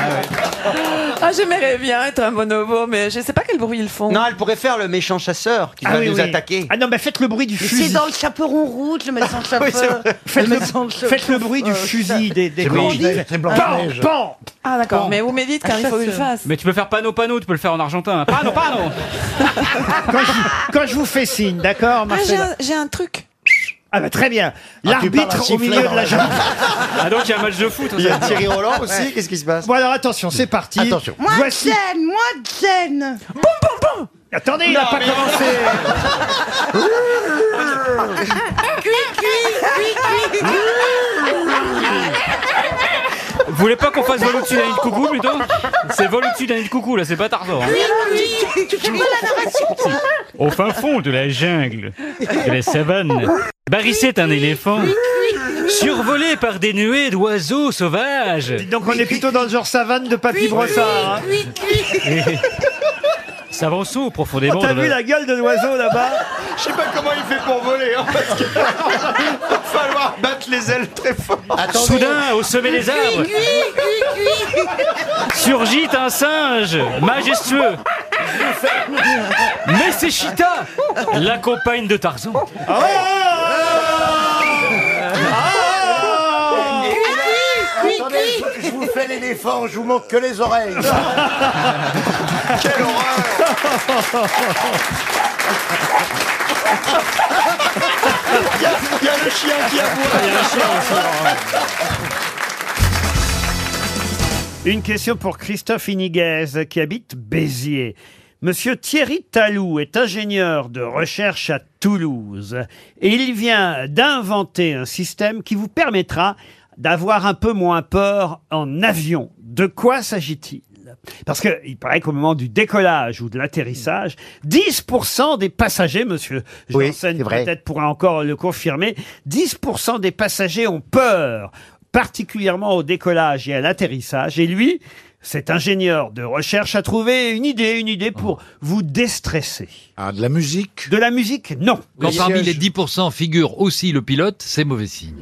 S18: Ah, j'aimerais bien être un bonobo, mais je sais pas quel bruit ils font.
S7: Non, elle pourrait faire le méchant chasseur qui
S1: Ah
S7: va
S1: oui,
S7: nous
S1: oui.
S7: attaquer.
S1: Ah non, mais faites le bruit du
S16: C'est
S1: fusil.
S16: dans le chaperon rouge, le médecin
S1: Ah
S7: Oui, c'est
S16: chapeur.
S7: vrai.
S1: Faites le,
S16: médecin de
S1: faites le bruit du fusil des, des
S8: C'est Blanche-Neige, c'est Blanche-Neige.
S1: Pan,
S18: Ah, d'accord, mais vous m'édites quand il faut que je le fasse.
S5: Mais tu peux faire panneau panneau, tu peux le faire en argentin. Panneau panneau.
S1: pan. Ah, Quand je, quand je vous fais signe, d'accord,
S18: Ah, j'ai
S1: Marcella
S18: un- j'ai un truc.
S1: Ah bah très bien.
S8: tu parles à
S1: L'arbitre au
S8: sifflet
S1: milieu
S8: dans
S1: de la
S8: la
S1: jungle.
S5: Ah donc il y a un match de foot.
S7: Il y a Thierry Roland aussi, qu'est-ce qui se passe
S1: Bon alors attention, c'est parti.
S8: Attention.
S16: Moi,
S1: Voici.
S16: Jen, moi, Jen.
S1: Attendez, il n'a pas commencé.
S5: Vous voulez pas qu'on fasse vol au-dessus d'un nid de coucou plutôt C'est vol au-dessus d'un nid de coucou là, c'est pas Tarzan. hein.
S16: Tu fais pas la narration, toi
S5: Au fin fond de la jungle, de la savane, barrissait un éléphant. Survolé par des nuées d'oiseaux sauvages.
S1: Donc on est plutôt dans le genre savane de Papy Brossard. hein.
S5: S'avançant profondément
S1: Oh, T'as
S5: dans
S1: vu
S5: la...
S1: la gueule de l'oiseau là-bas
S7: Je sais pas comment il fait pour voler, hein, parce qu'il va falloir battre les ailes très fort.
S5: Soudain, au sommet des arbres, surgit un singe majestueux. Mais c'est Chita, la compagne de Tarzan.
S1: Ah
S8: Attendez, je vous fais l'éléphant, je vous manque que les oreilles.
S7: Quelle horreur Il y, a- il y a le chien qui aboie.
S1: Une question pour Christophe Iniguez qui habite Béziers. Monsieur Thierry Talou est ingénieur de recherche à Toulouse et il vient d'inventer un système qui vous permettra d'avoir un peu moins peur en avion. De quoi s'agit-il Parce que il paraît qu'au moment du décollage ou de l'atterrissage, 10% des passagers, monsieur
S8: Oui,
S1: Janssen
S8: c'est vrai.
S1: peut-être pourra encore le confirmer, 10% des passagers ont peur, particulièrement au décollage et à l'atterrissage. Et lui, cet ingénieur de recherche a trouvé une idée, une idée pour
S6: Oh.
S1: vous déstresser. Ah, de la musique De la musique, non.
S17: Quand parmi les 10% figure aussi le pilote, c'est mauvais signe.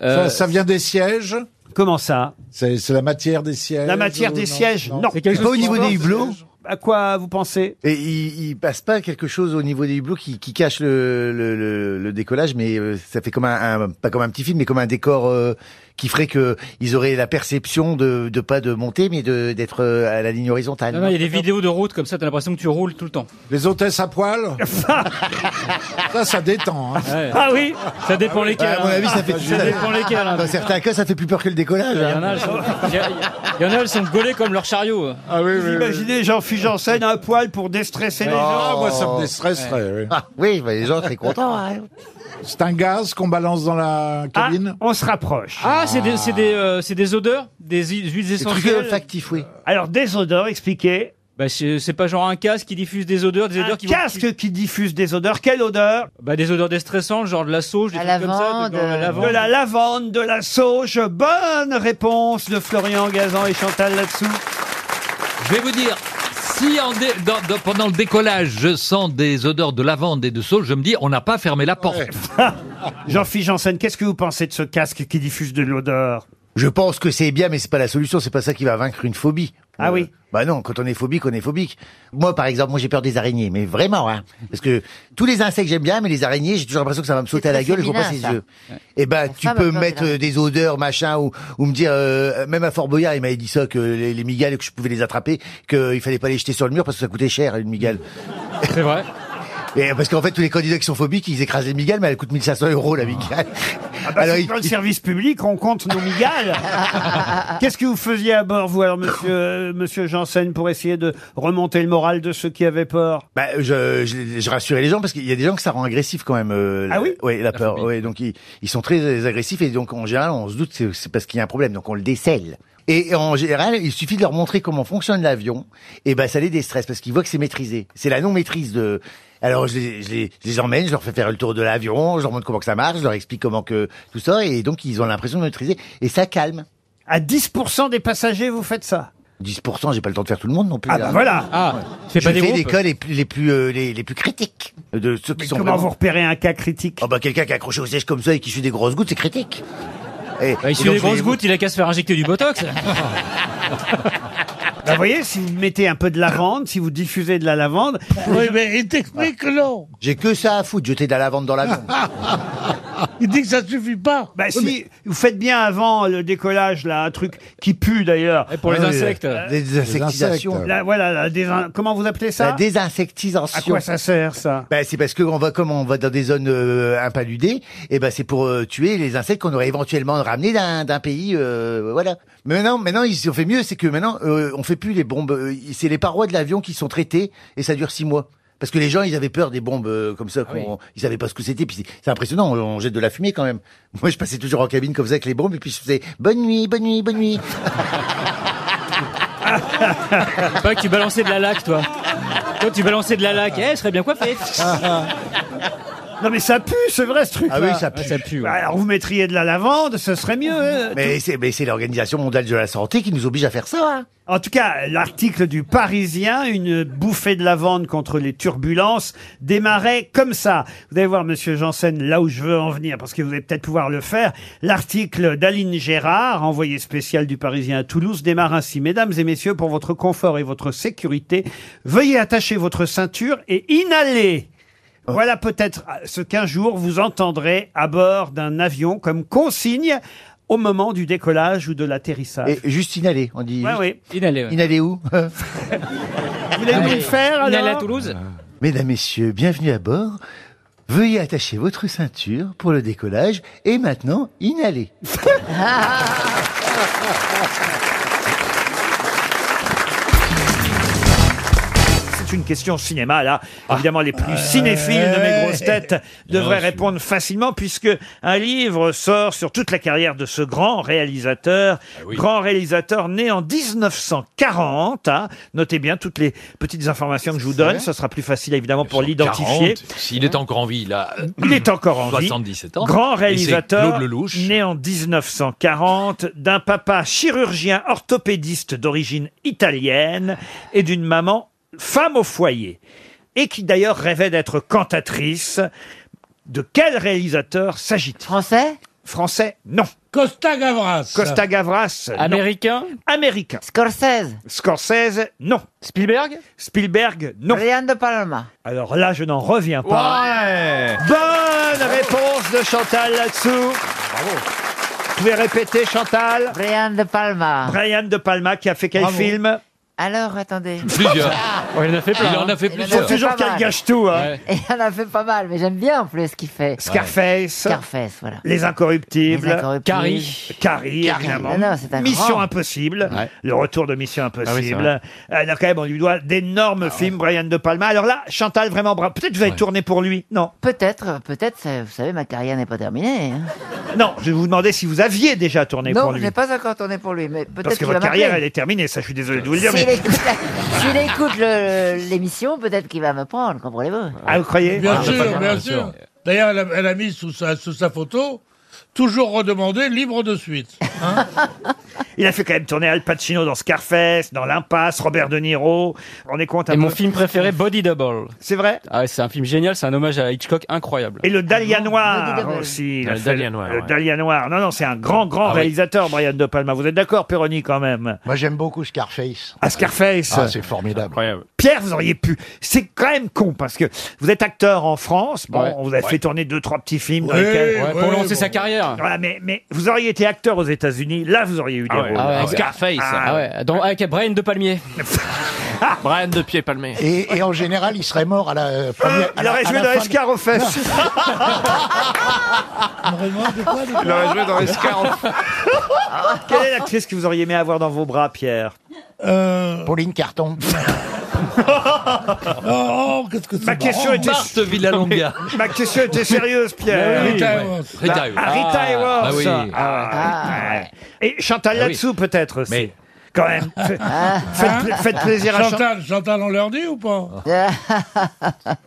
S17: Euh,
S6: ça, ça vient des sièges
S1: Euh, Comment ça
S6: C'est c'est la matière des sièges
S1: La matière
S6: ou
S1: des
S6: Euh, non
S1: sièges, non.
S6: C'est quelque chose qui sort,
S1: À quoi vous pensez
S2: Et il, il passe pas quelque chose au niveau des hublots qui, qui cache le, le, le- le décollage, mais euh, ça fait comme un, un- pas comme un petit film, mais comme un décor euh, qui ferait que ils auraient la perception de, de pas de monter, mais de d'être euh, à la ligne horizontale.
S25: Ah
S5: Ah
S25: Non, non, il y a des vidéos de route comme ça, t'as l'impression que tu roules tout le temps.
S6: Les hôtesses à poil Ça, ça détend. hein.
S25: Ah oui Ça dépend lesquelles.
S2: Ah, à mon
S25: hein.
S2: avis, ça fait
S25: ça dépend lesquelles. hein.
S2: Dans certains cas, ça fait plus peur que le décollage.
S25: Il y en a,
S2: hein.
S25: elles sont, il y a- il y en a, elles sont gaulées comme leur chariot.
S6: Ah oui,
S1: Vous imaginez Jean-Philippe Janssen à un poil pour déstresser les gens
S6: Ah, moi, ça me déstresserait, oui. Ah, oui, les gens seraient contents.
S1: Ah.
S6: C'est un gaz qu'on balance dans la cabine
S1: On se rapproche.
S25: Ah, c'est des, c'est des, euh, c'est des odeurs Des hu- huiles essentielles
S1: olfactifs, oui. Euh, Alors, des odeurs, expliquez.
S25: Bah, c'est c'est pas genre un casque qui diffuse des odeurs, des odeurs qui vont-
S1: Casque qui diffuse des odeurs, quelle odeur
S25: Bah, des odeurs déstressantes, genre de la sauge, des trucs comme ça, de, de la lavande. euh.
S1: De la lavande, de la sauge. Bonne réponse de Florian Gazan et Chantal là-dessous.
S17: Je vais vous dire, si en dé- dans- dans- pendant le décollage, je sens des odeurs de lavande et de sauge, je me dis, on n'a pas fermé la porte.
S1: Jean-Philippe Janssen, qu'est-ce que vous pensez de ce casque qui diffuse de l'odeur
S2: Je pense que c'est bien, mais c'est pas la solution. C'est pas ça qui va vaincre une phobie.
S1: Ah oui.
S2: Bah non, quand on est phobique, on est phobique. Moi, par exemple, moi j'ai peur des araignées, mais vraiment, hein, parce que tous les insectes j'aime bien, mais les araignées, j'ai toujours l'impression que ça va me sauter à la
S26: très
S2: gueule. et je vois pas
S26: féminin,
S2: ses
S26: ça.
S2: yeux. Eh ben, tu
S26: femme a
S2: peux
S26: peur des
S2: mettre euh, des odeurs, machin, ou, ou me dire, euh, même à Fort Boyard, il m'avait dit ça que les, les migales, que je pouvais les attraper, qu'il fallait pas les jeter sur le mur parce que ça coûtait cher une migale.
S25: C'est vrai.
S2: Et parce qu'en fait, tous les candidats qui sont phobiques, ils écrasent les migales, mais elle coûte 1500 euros la
S1: Ah
S2: migale.
S1: Alors,
S2: il-
S1: dans le
S2: il-
S1: service public, on compte nos migales. Qu'est-ce que vous faisiez à bord, vous, alors, monsieur, euh, monsieur Janssen, pour essayer de remonter le moral de ceux qui avaient peur
S2: Bah, je, je, je rassurais les gens parce qu'il y a des gens que ça rend agressif quand même. euh,
S1: Ah
S2: la-
S1: oui
S2: Ouais, la,
S1: La
S2: peur.
S1: phobie.
S2: Ouais, donc ils, ils sont très agressifs et donc en général on se doute que c'est- c'est parce qu'il y a un problème, donc on le décèle. Et en général, il suffit de leur montrer comment fonctionne l'avion, et ben ça les déstresse parce qu'ils voient que c'est maîtrisé. C'est la non maîtrise de. Alors je les, je, les, je les emmène, je leur fais faire le tour de l'avion, je leur montre comment que ça marche, je leur explique comment que tout ça, et donc ils ont l'impression de maîtriser et ça calme.
S1: À 10% des passagers, vous faites ça
S2: 10%, j'ai pas le temps de faire tout le monde non plus. hein.
S1: Ah
S2: là.
S1: bah voilà
S25: Ah,
S2: Je fais les cas les plus les plus euh, les, les plus critiques de ceux qui sont
S1: comment vous repérez un cas critique
S2: Ah bah quelqu'un qui est accroché au siège comme ça et qui suit des grosses gouttes, c'est critique. Et,
S25: Bah, il
S2: et
S25: suit
S2: donc,
S25: des
S2: je vais-
S25: grosses gouttes, il a qu'à se faire injecter du botox.
S1: Bah, vous voyez, si vous mettez un peu de lavande, si vous diffusez de la lavande...
S8: Oui, mais il t'explique que non.
S2: J'ai que ça à foutre, jeter de la lavande dans l'avion.
S8: Il dit que ça suffit pas.
S1: Bah si, vous faites bien avant le décollage, là, un truc qui pue d'ailleurs.
S25: Et pour les
S1: Euh,
S25: insectes.
S1: euh,
S2: Des désinsectisations.
S1: La- voilà, la désin- comment vous appelez ça
S2: La désinsectisation.
S1: À quoi ça sert, ça
S2: Bah, c'est parce que on va comme on va dans des zones euh, impaludées, et ben c'est pour euh, tuer les insectes qu'on aurait éventuellement ramenés d'un d'un pays, euh, voilà. Mais maintenant, maintenant ils ont fait mieux, c'est que maintenant euh, on fait plus les bombes, euh, c'est les parois de l'avion qui sont traitées et ça dure six mois. Parce que les gens, ils avaient peur des bombes euh, comme
S1: Ah
S2: ça, qu'on- ils savaient pas ce que c'était. Puis c'est- c'est impressionnant, on, on jette de la fumée quand même. Moi, je passais toujours en cabine comme ça avec les bombes, et puis je faisais bonne nuit, bonne nuit, bonne nuit.
S25: pas que tu balançais de la laque, toi. Toi, tu balançais de la laque. Eh, je serais bien coiffé.
S1: Non mais ça pue, c'est vrai ce truc.
S2: Ah oui, ça pue.
S1: Bah, Alors vous mettriez de la lavande, ce serait mieux. hein.
S2: mais c'est mais c'est l'Organisation mondiale de la santé qui nous oblige à faire ça. hein.
S1: En tout cas, l'article du Parisien, une bouffée de lavande contre les turbulences, démarrait comme ça. Vous allez voir, monsieur Janssen, là où je veux en venir, parce que vous allez peut-être pouvoir le faire. L'article d'Aline Gérard, envoyée spéciale du Parisien à Toulouse, démarre ainsi. Mesdames et messieurs, pour votre confort et votre sécurité, veuillez attacher votre ceinture et inhaler. Ah. Voilà peut-être ce qu'un jour vous entendrez à bord d'un avion comme consigne au moment du décollage ou de l'atterrissage.
S2: Et juste inhaler, on dit.
S1: Ouais,
S2: juste-
S1: ouais.
S25: Inhaler. Ah
S2: Inhaler où
S1: Vous voulez nous le faire alors
S25: Inhaler à Toulouse
S2: Mesdames, Messieurs, bienvenue à bord. Veuillez attacher votre ceinture pour le décollage et maintenant inhaler.
S1: C'est une question cinéma. Là, évidemment, les plus cinéphiles de mes grosses têtes devraient répondre facilement puisque un livre sort sur toute la carrière de ce grand réalisateur. Grand réalisateur né en 1940. hein. Notez bien toutes les petites informations que je vous donne. Ce sera plus facile, évidemment, pour l'identifier.
S19: 40, S'il est encore en vie, là.
S1: Il est encore en vie.
S19: 77 ans.
S1: Grand
S19: Et c'est
S1: réalisateur,
S19: Claude Lelouch.
S1: né en 1940, d'un papa chirurgien orthopédiste d'origine italienne et d'une maman femme au foyer, et qui d'ailleurs rêvait d'être cantatrice. De quel réalisateur s'agit-il Français Français, non. Costa Gavras. Costa Gavras. non.
S5: Américain
S1: Américain. Scorsese. Scorsese, non. Spielberg Spielberg, non. Brian de Palma. Alors là, je n'en reviens pas.
S12: Ouais
S1: Bonne réponse de Chantal là-dessous. Vous pouvez répéter, Chantal
S10: Brian de Palma.
S1: Brian De Palma qui a fait quel
S10: Bravo.
S1: film
S10: Alors, attendez. Ah,
S19: Plusieurs.
S5: il en a fait hein.
S19: Il en a fait
S1: Il faut
S19: plusieurs.
S1: toujours qu'elle gâche tout. hein.
S10: Et il en a fait pas mal, mais j'aime bien en plus ce qu'il fait.
S1: Scarface.
S10: Scarface, voilà.
S1: Les Incorruptibles.
S10: Les Incorruptibles.
S1: Carrie. Carrie,
S10: Carrie. Ah
S1: évidemment.
S10: Non, non, c'est un
S1: Mission
S10: grand.
S1: Impossible. Le retour de Mission
S10: Ah oui, c'est
S1: Impossible.
S10: vrai. Ah
S1: Euh, là, quand même, on lui doit d'énormes films, Brian De Palma. Alors là, Chantal, vraiment bravo. Peut-être que vous allez tourner pour lui. Non.
S10: Peut-être, peut-être, ça- vous savez, ma carrière n'est pas terminée. hein.
S1: Non, je vais vous demander si vous aviez déjà tourné
S10: Non,
S1: pour
S10: je
S1: lui.
S10: n'ai pas encore tourné pour lui, mais peut-être
S1: Parce que
S10: qu'il
S1: votre
S10: va
S1: carrière, elle
S10: m'appeler.
S1: est terminée. Ça, je suis désolé de vous le dire.
S10: S'il
S1: mais-
S10: écoute, la- s'il écoute le- l'émission, peut-être qu'il va me prendre, comprenez-vous
S1: Ah, vous croyez
S8: Bien sûr, bien sûr. D'ailleurs, elle, a- elle a mis sous sa, sous sa photo, toujours redemandé libre de suite. hein.
S1: Il a fait quand même tourner Al Pacino dans Scarface, dans L'Impasse, Robert De Niro. On est content.
S5: Et mon film préféré, Body Double.
S1: C'est vrai
S5: Ah, ouais, c'est un film génial, c'est un hommage à Hitchcock incroyable.
S1: Et Ah le Dahlia
S5: Body
S1: Noir
S5: Double.
S1: aussi. il a
S5: Le
S1: fait
S5: Dahlia Noir,
S1: Le
S5: ouais.
S1: Dahlia Noir. Non, non, c'est un grand, grand
S5: Ah oui.
S1: réalisateur, Brian De Palma. Vous êtes d'accord, Péroni, quand même
S16: Moi, j'aime beaucoup Scarface.
S1: À Scarface.
S16: Ah, c'est formidable.
S1: Pierre, vous auriez pu. C'est quand même con parce que vous êtes acteur en France. Bon,
S5: Ouais.
S1: on vous a
S5: Ouais.
S1: fait tourner deux, trois petits films dans
S5: Ouais,
S1: lesquels.
S5: ouais, pour lancer sa carrière.
S1: Voilà, mais, mais vous auriez été acteur aux États-Unis. Là, vous auriez eu des
S5: Ah ouais,
S1: rôles.
S5: ah ouais, avec Scarface.
S1: Ah
S5: Ah ouais, dans- avec Brian de Palmier. Ah. Brian de Pied Palmier.
S16: Et, et en général, il serait mort à la euh, première.
S5: Il aurait joué dans Escar
S1: aux fesses.
S16: Il aurait joué dans Escar aux
S1: Quelle est l'actrice que vous auriez aimé avoir dans vos bras, Pierre
S8: Euh.
S16: Pauline Carton.
S8: Oh, qu'est-ce que c'est
S1: Ma question
S8: marrant.
S1: était Marthe Villalonga. Ma question était sérieuse, Pierre.
S8: Mais oui,
S1: Rita
S8: ouais.
S1: Hayworth. La-
S8: Rita Hayworth.
S1: Ah, Rita
S8: Ah,
S1: Hayworth.
S8: bah oui.
S1: Ah, ouais. Et Chantal
S8: Ah oui.
S1: là-dessous, peut-être aussi. Quand même. Fait-
S8: Ah.
S1: Faites, pla- faites plaisir à Chantal.
S8: Hein Chantal. Chantal, on leur dit ou pas Ah,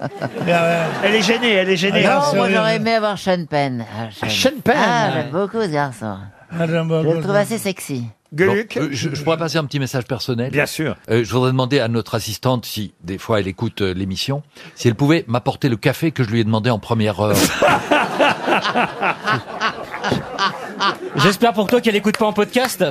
S1: Elle est gênée, elle est gênée.
S10: Non, moi j'aurais aimé avoir Sean Penn. Ah,
S1: Ah,
S10: Sean,
S1: euh, Penn.
S10: Ah, j'aime beaucoup ce garçon.
S8: Ah,
S10: Je le trouve assez sexy.
S19: Bon, euh, je, je pourrais passer un petit message personnel. Euh,
S1: Bien sûr.
S19: je voudrais demander à notre assistante si, des fois, elle écoute euh, l'émission, si elle pouvait m'apporter le café que je lui ai demandé en première heure.
S5: J'espère pour toi qu'elle écoute pas en podcast.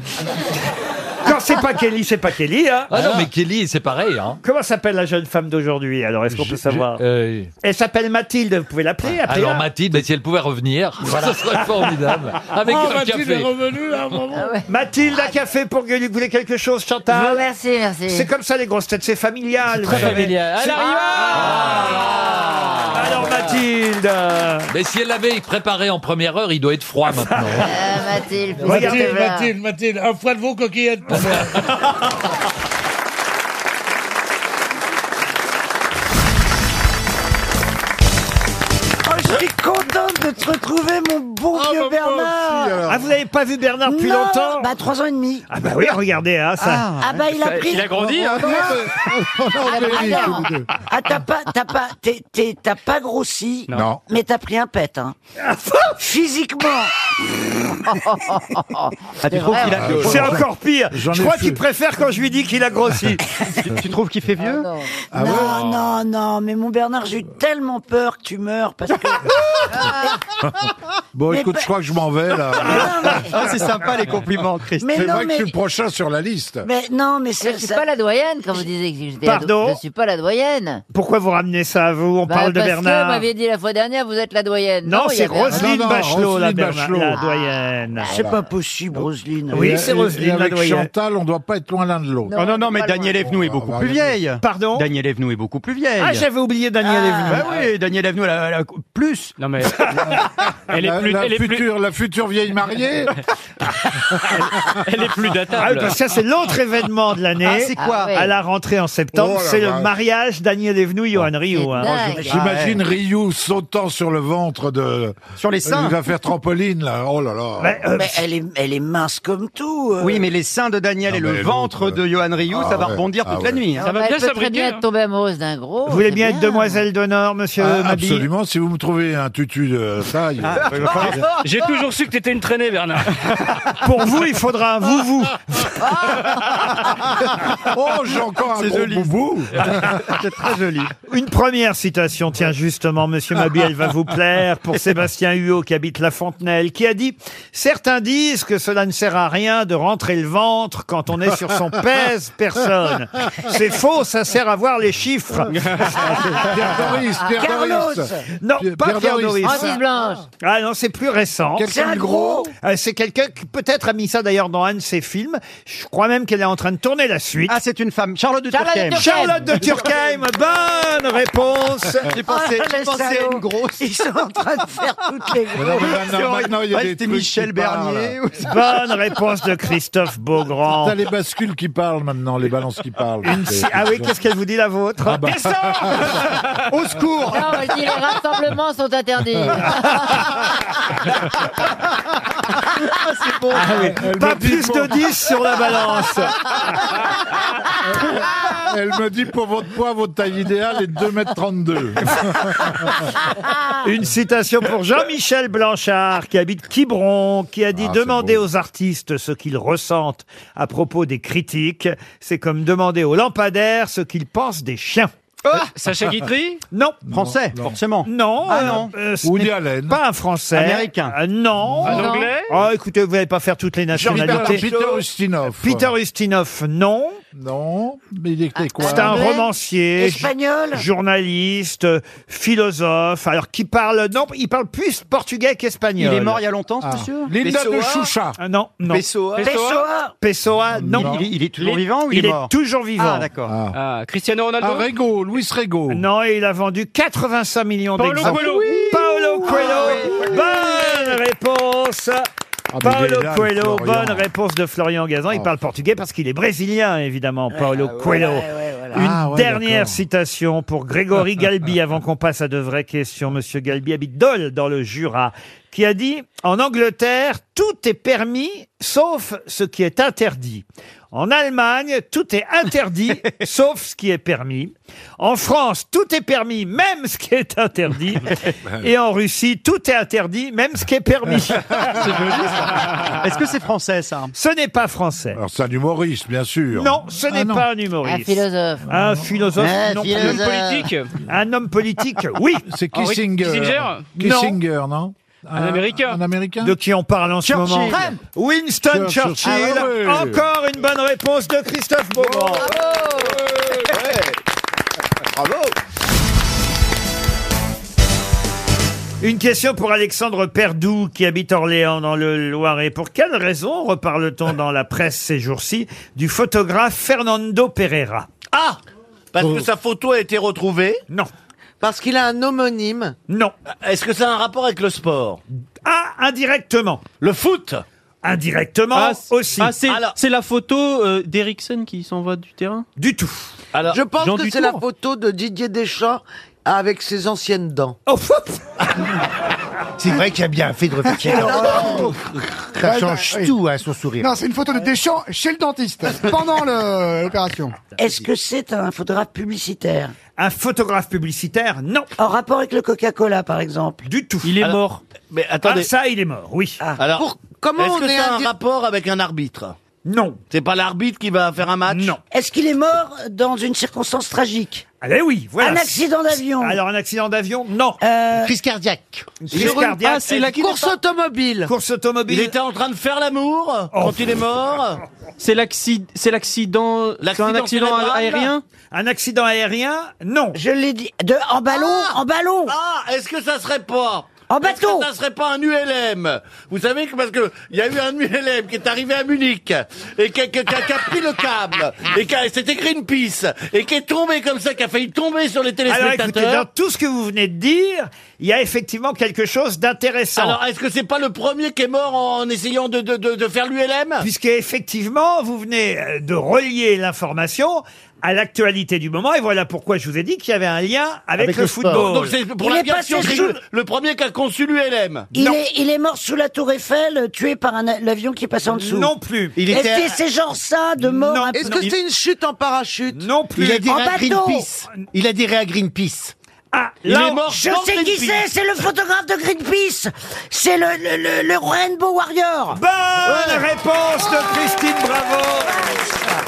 S1: Quand c'est pas Kelly, c'est pas Kelly. Hein.
S19: Ah non, mais Kelly, c'est pareil. Hein.
S1: Comment s'appelle la jeune femme d'aujourd'hui Alors, est-ce qu'on peut
S19: Je- je-
S1: savoir
S19: euh,
S1: Elle s'appelle Mathilde, vous pouvez l'appeler. hein. appelez-la.
S19: alors Mathilde, ben, si elle pouvait revenir,
S1: Voilà.
S19: ce serait formidable. Avec
S1: Oh,
S19: un
S1: Mathilde
S19: café.
S1: est revenue à un moment. Mathilde, un café pour Gueuluc. Vous voulez quelque chose, Chantal
S10: Ah Je vous remercie, merci.
S1: C'est comme ça, les grosses têtes. C'est familial.
S19: très
S1: vous savez.
S19: familial.
S1: C'est-
S19: Elle arrive.
S1: Ah Alors, Mathilde
S19: Mais si elle l'avait préparé en première heure, il doit être froid maintenant.
S17: Euh,
S10: Ah, Mathilde, puisque
S8: Mathilde,
S10: te voilà.
S8: Mathilde, Mathilde, un foie de veau coquillette pour moi.
S17: Oh, je suis contente de
S7: Ah.
S17: te retrouver, mon bon vieux Bernard.
S1: Ah, vous n'avez pas vu Bernard depuis
S17: Non,
S1: longtemps
S17: Bah, trois ans et demi.
S1: Ah bah oui, regardez, hein, ça.
S17: Ah, bah, il a pris. Non. Ah, bah, alors. Ah, t'as pas, t'as pas, t'es- t'es- t'as pas grossi.
S6: Non.
S17: Mais t'as pris un pet, hein. Physiquement.
S1: Ah, tu trouves qu'il a- C'est encore pire.
S6: J'en
S1: Je
S6: ai
S1: crois
S6: fait.
S1: qu'il préfère quand je lui dis qu'il a grossi.
S6: Tu trouves qu'il fait vieux
S17: Ah,
S6: Ah
S17: non, non, non, mais mon Bernard, j'ai eu tellement peur que tu meurs parce que.
S6: Bon,
S17: Mais
S6: écoute,
S17: pas-
S6: je crois que je m'en vais là.
S17: Ah, c'est sympa, les compliments, Christ. Mais
S6: C'est
S17: non,
S6: vrai que
S17: mais-
S6: je suis le prochain sur la liste.
S17: Mais non, mais
S10: Je
S17: c'est.
S10: ne suis
S17: ça-
S10: pas la doyenne quand vous disiez que j'étais la do-
S1: Ah, Pardon
S10: Je ne suis pas la doyenne.
S1: Pourquoi vous ramenez ça à vous On
S10: Bah,
S1: parle de
S10: parce que
S1: Bernard.
S10: vous m'aviez dit la fois dernière, vous êtes la doyenne.
S1: Non,
S10: il y
S1: c'est
S10: avait un-
S1: Roselyne
S6: Non, non,
S1: Bachelot, la,
S6: Roselyne
S1: Berna-
S6: Bachelot.
S1: la doyenne.
S17: C'est pas possible, Roselyne.
S1: Ah, bah. Oui,
S18: Euh,
S6: Et-
S1: c'est
S6: et-
S1: Roselyne
S6: et Avec
S1: Ladoyer.
S6: Chantal, on doit pas être loin l'un de l'autre.
S17: Non, Oh non, non, mais pas
S7: Daniel Evenou est
S6: Ah,
S7: beaucoup
S6: bah,
S7: plus vieille.
S1: Pardon
S7: Daniel Evenou est beaucoup plus vieille.
S1: Ah, j'avais oublié Daniel Evenou.
S7: Bah oui, Daniel Evenou, elle a- elle a- plus.
S5: Non mais
S7: elle
S6: la, la future, la future vieille
S4: mariée
S1: Elle est plus datable. Ah oui, parce que ça, c'est l'autre événement de l'année.
S4: Ah, c'est quoi Ah ouais.
S1: À la rentrée en septembre,
S4: Oh là
S1: c'est le
S4: là.
S1: mariage Daniel Evenou,
S4: Oh,
S1: Johan Rio. hein.
S6: Oh, J'imagine
S1: Ah ouais.
S6: Ryu sautant sur le ventre de.
S1: Sur les seins.
S6: Il va faire trampoline, là. Oh là là.
S1: Bah, euh,
S18: mais elle est, elle est mince comme tout. euh.
S12: Oui, mais
S1: Oh,
S12: les seins de Daniel
S6: Non,
S12: et le
S6: mais
S12: ventre de Johan Rioux,
S6: Ah
S12: ça va
S6: ouais.
S12: rebondir
S6: Ah
S12: toute la
S6: ouais.
S12: nuit. hein.
S11: Ah bah, elle peut très bien être tombée amoureuse d'un gros.
S1: Vous voulez
S11: c'est
S1: bien être demoiselle d'honneur, monsieur
S6: Ah,
S1: Mabille
S6: absolument, si vous me trouvez un tutu de taille.
S1: Ah,
S25: J'ai toujours su que t'étais une traînée, Bernard.
S1: Pour vous, il faudra un vous-vous.
S6: oh, j'ai encore un gros boubou.
S1: C'est très joli. Une première citation, tiens justement, Monsieur Mabie, elle va vous plaire, pour Sébastien Huot qui habite La Fontenelle, qui a dit « Certains disent que cela ne sert à rien de rentrer le ventre quand on est sur son pèse-personne. C'est faux, ça sert à voir les chiffres. »
S6: Pierre Doris, Pierre Carlos. Doris.
S1: Non,
S6: Pierre-
S1: pas
S6: Pierre
S1: Pierre
S6: Doris.
S1: Doris.
S6: Francis Blanche.
S1: Ah non, c'est plus récent.
S6: Quelqu'un C'est un de gros gros
S1: Euh, C'est quelqu'un qui peut-être a mis ça d'ailleurs dans un de ses films. Je crois même qu'elle est en train de tourner la suite.
S12: Ah, c'est une femme. Charlotte de
S1: Charlotte
S12: Turckheim.
S1: de Turckheim. Charlotte de Turckheim, bonne réponse.
S12: J'ai pensé,
S18: Oh,
S12: j'ai
S18: les
S12: pensé à
S18: salauds.
S12: une grosse.
S18: Ils sont en train de faire toutes les
S6: Mais Ah non, mais
S18: grosses.
S6: maintenant, maintenant, il y a
S12: Ouais,
S6: des
S12: c'était
S6: trucs
S12: Michel
S6: qui parlent,
S12: Bernier
S6: là.
S12: ou
S1: Bonne réponse de Christophe Beaugrand.
S6: T'as les bascules qui parlent maintenant, les balances qui parlent.
S1: Une si- Ah oui, qu'est-ce qu'elle vous dit la vôtre
S6: Ah bah.
S12: Au secours
S11: Non, elle dit les rassemblements sont interdits.
S12: c'est bon.
S1: Pas plus de 10 sur la balance.
S6: Elle me dit pour votre poids, votre taille idéale est de 2m32.
S1: Une citation pour Jean-Michel Blanchard, qui habite Quiberon, qui a dit
S6: Ah, c'est
S1: Demander aux artistes ce qu'ils ressentent à propos des critiques, c'est comme demander aux lampadaires ce qu'ils pensent des chiens.
S25: Euh, Sacha Guitry
S1: Non.
S12: Français, forcément.
S1: Non.
S12: Ah
S1: euh,
S12: non.
S1: euh, ce
S6: Woody
S1: n'est
S6: Allen.
S1: Pas un Français.
S12: Américain.
S1: Euh, non.
S25: Un Anglais
S1: Oh, écoutez, vous n'allez pas faire toutes les nationalités.
S6: Peter Ustinov.
S1: Peter Ustinov, non.
S6: Non, mais il
S12: Ah,
S6: était quoi
S1: C'est un
S6: Anglais
S1: romancier,
S18: Espagnol
S1: j- journaliste, euh, philosophe. Alors qui parle Non, il parle plus portugais qu'espagnol.
S12: Il est mort il y a longtemps, ce monsieur
S6: Linda de
S12: Pessoa
S6: Choucha.
S1: Ah, non, non.
S12: Pessoa.
S18: Pessoa
S1: Pessoa, non.
S12: Il, il- il est toujours vivant ou il, est mort
S1: toujours vivant.
S12: Ah, d'accord.
S25: Ah, Cristiano Ronaldo
S6: Ah, Rego, Luis Rego.
S1: Non, et il a vendu 85 millions
S25: Paolo
S1: d'exemplaires.
S25: Coelho.
S1: Paolo
S12: Ah.
S1: Coelho. Bonne réponse.
S6: Ah, mais
S1: Paolo
S6: il est là,
S1: Coelho,
S6: Florian. Ah.
S1: bonne réponse de Florian Gazan. Il parle portugais parce qu'il est brésilien, évidemment, Paolo Coelho. Une
S6: Ah, ouais,
S1: dernière
S6: d'accord.
S1: citation pour Grégory Galbi, avant qu'on passe à de vraies questions. Monsieur Galbi habite Dole, dans le Jura, qui a dit « En Angleterre, tout est permis, sauf ce qui est interdit. En Allemagne, tout est interdit, sauf ce qui est permis. En France, tout est permis, même ce qui est interdit. Et en Russie, tout est interdit, même ce qui est permis.
S12: Est-ce que c'est français, ça »
S1: Ce n'est pas français.
S6: Alors, c'est un humoriste, bien sûr.
S1: Non,
S25: Ah,
S1: ce
S6: Ah
S1: n'est pas un humoriste.
S11: Un philosophe.
S1: Un philosophe,
S11: Un
S1: non plus.
S11: philosophe.
S25: politique
S1: Un homme politique, oui.
S6: C'est
S25: Henry
S6: Kissinger.
S25: Kissinger
S6: Kissinger, non
S25: Un Américain.
S6: Un Américain
S1: De qui on parle en
S12: Churchill.
S1: ce moment
S12: Trump.
S1: Winston Churchill.
S6: Churchill. Ah ouais.
S1: Encore une bonne réponse de Christophe Beaugrand. Une question pour Alexandre Perdoux qui habite Orléans dans le Loiret. Pour quelle raison reparle-t-on dans la presse ces jours-ci du photographe Fernando Pereira
S18: Ah
S12: Parce
S1: Oh.
S12: que sa photo a été retrouvée.
S1: Non,
S18: Parce qu'il a un homonyme.
S1: non.
S12: Euh, Est-ce que ça a un rapport avec le sport
S1: Ah, indirectement.
S12: Le foot
S1: Indirectement
S18: Ah,
S1: aussi.
S25: c'est
S12: Alors-
S25: c'est la photo euh, d'Eriksen qui s'envoie du terrain
S1: Du tout.
S12: Alors,
S18: Je pense
S25: Jean
S18: que
S25: Dutour.
S18: c'est la photo de Didier Deschamps avec ses anciennes dents.
S1: Oh,
S2: C'est vrai qu'il a bien fait de repiquer. Ça change tout, hein, son sourire.
S14: Non, c'est une photo de Deschamps chez le dentiste pendant le- l'opération.
S18: Est-ce que c'est un photographe publicitaire
S1: Un photographe publicitaire Non,
S18: En rapport avec le Coca-Cola, par exemple
S1: du tout.
S25: Il est mort.
S12: Mais
S1: Ah,
S12: attendez.
S1: ça, il est mort, oui.
S12: Alors,
S18: Pour- comment
S12: est-ce
S18: on
S12: que
S18: est
S12: ça a un
S18: indi-
S12: rapport avec un arbitre
S1: Non,
S12: C'est pas l'arbitre qui va faire un match
S1: non.
S18: Est-ce qu'il est mort dans une circonstance tragique
S1: Allez, Eh oui, voilà.
S18: Un accident d'avion.
S1: Alors, un accident d'avion Non.
S18: Euh,
S14: Crise cardiaque.
S1: Une crise cardiaque.
S12: Ah, c'est la
S18: Course automobile
S1: Course automobile. Oh.
S12: Il était en train de faire l'amour quand il est mort.
S25: C'est l'accident. C'est l'accident. C'est un accident
S12: cérébral
S25: aérien
S1: Un accident aérien Non.
S18: Je l'ai dit. De, en ballon
S12: Ah
S18: En ballon
S12: Ah, est-ce que ça serait pas En bateau Ça serait pas un ULM Vous savez que parce que il y a eu un ULM qui est arrivé à Munich et qui a, qui a- qui a- qui a pris le câble et qui a- c'était Greenpeace et qui est tombé comme ça, qui a failli tomber sur les
S1: Alors
S12: téléspectateurs. Ah,
S1: écoutez, dans tout ce que vous venez de dire, il y a effectivement quelque chose d'intéressant.
S12: Alors, est-ce que c'est pas le premier qui est mort en essayant de, de, de, de faire l'ULM
S1: Puisque effectivement, vous venez euh, de relier l'information à l'actualité du moment, et voilà pourquoi je vous ai dit qu'il y avait un lien avec, le, football.
S12: Donc c'est pour
S18: Il est
S12: l'aviation,
S18: passé
S12: c'est
S18: sous-
S12: le, le premier qui a conçu l'ULM.
S18: Il est, il est mort sous la tour Eiffel, tué par un a- l'avion qui passait en dessous.
S1: Non plus.
S18: Il
S1: Il
S18: était...
S1: était-
S18: Est-ce que c'est genre ça, de mort un peu-
S7: Est-ce que c'est une chute en parachute
S1: Non
S18: plus. Il a dit En bateau.
S7: Greenpeace. Il a dit à Greenpeace.
S1: Ah,
S7: là,
S18: Je sais qui c'est, c'est le photographe de Greenpeace C'est le, le, le- le Rainbow Warrior
S1: Bonne réponse de Christine Bravo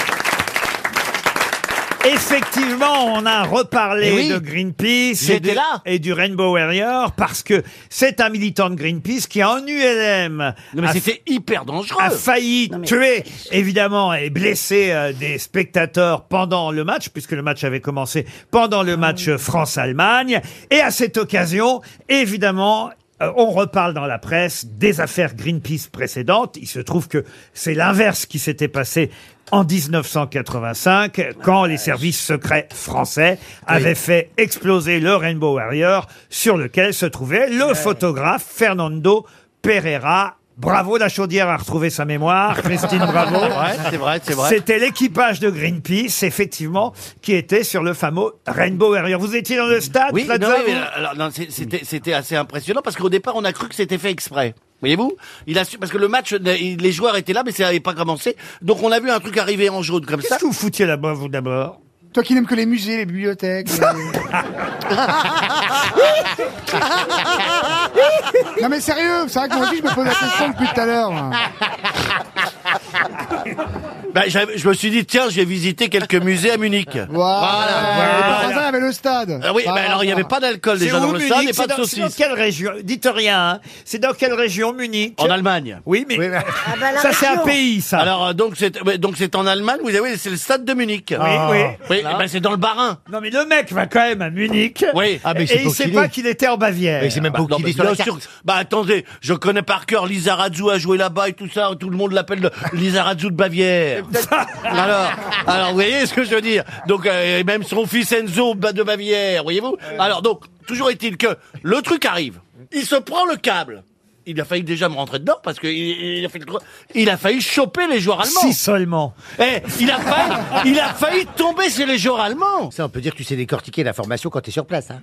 S1: Effectivement, on a reparlé
S12: Eh oui.
S1: de Greenpeace et
S12: J'étais
S1: du,
S12: là.
S1: et du Rainbow Warrior parce que c'est un militant de Greenpeace qui en ULM a-
S12: C'était hyper dangereux.
S1: a failli tuer évidemment et blesser euh, des spectateurs pendant le match puisque le match avait commencé pendant le match euh, France-Allemagne et à cette occasion évidemment euh, on reparle dans la presse des affaires Greenpeace précédentes. Il se trouve que c'est l'inverse qui s'était passé en 1985, quand les services secrets français avaient fait exploser le Rainbow Warrior, sur lequel se trouvait le photographe Fernando Pereira. Bravo, la chaudière a retrouvé sa mémoire. Christine, bravo.
S12: C'est vrai, c'est vrai, c'est vrai.
S1: C'était l'équipage de Greenpeace, effectivement, qui était sur le fameux Rainbow Warrior. Vous étiez dans le stade,
S12: Oui,
S1: Plaza,
S12: non, oui,
S1: vous
S12: mais, euh, alors, non, c'est- c'était c'était assez impressionnant parce qu'au départ on a cru que c'était fait exprès. Voyez-vous, il a su, parce que le match, les les joueurs étaient là, mais ça n'avait pas commencé. Donc on a vu un truc arriver en jaune comme ça. Qu'est-ce
S1: que vous foutiez là-bas, vous d'abord
S14: Toi qui n'aimes que les musées, les bibliothèques. les- non mais sérieux, c'est vrai que moi aussi je me pose la question depuis tout à l'heure. moi.
S12: Ben, je me suis dit tiens, j'ai visité quelques musées à Munich.
S14: Voilà.
S12: Voilà.
S14: il y Ah, avait le stade.
S12: Ah oui, mais alors il n'y avait pas d'alcool
S1: C'est
S12: déjà
S1: où,
S12: dans le
S1: Munich
S12: stade et
S1: C'est
S12: pas de
S1: dans- c'est dans
S12: saucisses.
S1: quelle région Dites rien. hein. C'est dans quelle région, Munich
S12: En Allemagne.
S1: Oui, mais, Ah, ben,
S12: bah, la
S1: ça c'est un
S12: région.
S1: pays, ça.
S12: Alors euh, donc c'est mais donc c'est en Allemagne. Vous avez c'est le stade de Munich.
S1: Oui, Ah. oui.
S12: Oui, eh ben, c'est dans le Barin.
S1: Non mais le mec va quand même à Munich.
S12: Oui.
S1: Ah, mais il sait Et il pas où sait qu'il pas est. qu'il était en Bavière. Bah, Mais il sait même pas où
S12: Bah, non,
S1: qu'il
S12: mais
S1: est sur
S12: bien
S1: la carte.
S12: sûr. Bah attendez, je connais par cœur Lizarazu a joué là-bas et tout ça. Tout le monde l'appelle le Lizarazu de Bavière. alors, alors vous voyez ce que je veux dire. Donc euh, et même son fils Enzo bah, de Bavière, voyez-vous.
S1: Euh.
S12: Alors donc toujours est-il que le truc arrive. Il se prend le câble. Il a failli déjà me rentrer dedans parce que il, il a fait le truc. Il a failli choper les joueurs allemands.
S1: Si seulement.
S12: Eh, il a failli, il a failli tomber sur les joueurs allemands.
S2: Ça, on peut dire que tu sais décortiquer l'information quand t'es sur place. hein.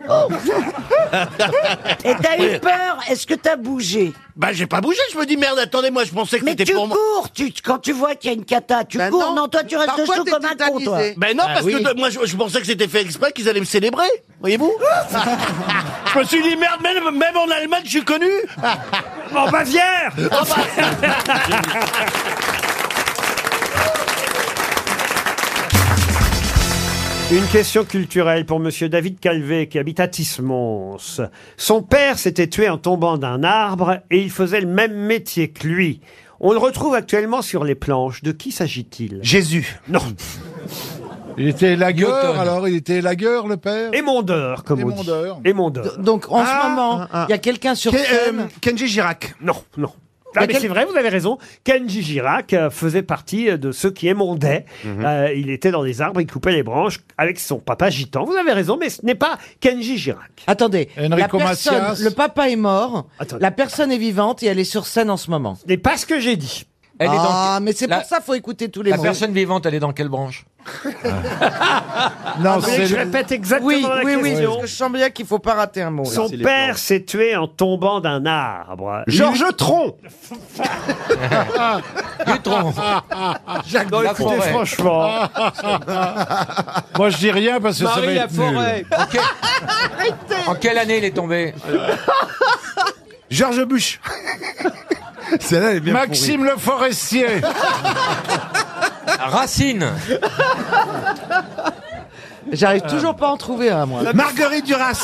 S18: Et t'as eu peur Est-ce que t'as bougé
S12: Bah j'ai pas bougé, je me dis merde, attendez, moi je pensais que
S18: Mais
S12: c'était
S18: tu
S12: pour moi.
S18: cours, tu, quand tu vois qu'il y a une cata, tu cours. Non. toi tu restes
S7: Ah Bah Parfois,
S18: dessous
S7: t'es
S18: comme un con, toi.
S7: tétanisé.
S12: Ben non,
S7: Ah
S12: parce
S7: oui.
S12: que de- moi je, je pensais que c'était fait exprès qu'ils allaient me célébrer, voyez-vous Je me suis dit merde, même, même en Allemagne je suis connu
S1: En
S7: bah,
S1: Bavière Une question culturelle pour Monsieur David Calvé qui habite à Tismons. Son père s'était tué en tombant d'un arbre et il faisait le même métier que lui. On le retrouve actuellement sur les planches. De qui s'agit-il Jésus. Non.
S6: Il était lagueur, alors il était lagueur, le père
S1: Émondeur, comme on dit.
S6: Émondeur.
S1: Émondeur.
S6: Donc,
S1: en ce moment, il y a
S6: quelqu'un
S1: sur scène-
S6: Kenji Girac.
S1: Non, non. Ah, mais
S6: Laquelle-
S1: c'est vrai, vous avez raison. Kenji Girac euh, faisait partie euh, de ceux qui émondaient. Euh, il était dans des arbres, il coupait les branches avec son papa gitan. Vous avez raison, mais ce n'est pas Kenji Girac.
S7: Attendez,
S1: Enrico
S7: la personne-
S1: Macias.
S7: le papa est mort,
S1: Attendez.
S7: la personne est vivante et elle est sur scène en ce moment.
S1: Ce n'est pas ce que j'ai dit.
S7: Elle
S3: Elle est
S7: ah,
S3: dans-
S7: mais c'est
S3: la-
S7: pour ça faut écouter tous les
S3: La
S7: mots.
S3: personne vivante, elle est dans quelle branche
S1: Non, c'est- Ah, je répète exactement
S7: oui,
S1: la
S7: oui, Oui,
S1: question.
S7: parce que je sens bien qu'il faut pas rater un mot. là.
S1: Son père s'est tué en tombant d'un arbre.
S7: Georges
S1: Tron Dutron.
S6: Jacques
S1: Non, écoutez,
S6: Laforêt.
S1: franchement.
S6: Moi, je dis rien parce que ça va
S3: Marie
S6: être
S3: Laforêt.
S6: nul.
S3: En, quelle- en quelle année il est tombé
S6: Georges Bush. Maxime Le Forestier.
S3: Racine.
S7: J'arrive toujours pas à en trouver un moi.
S1: Marguerite Duras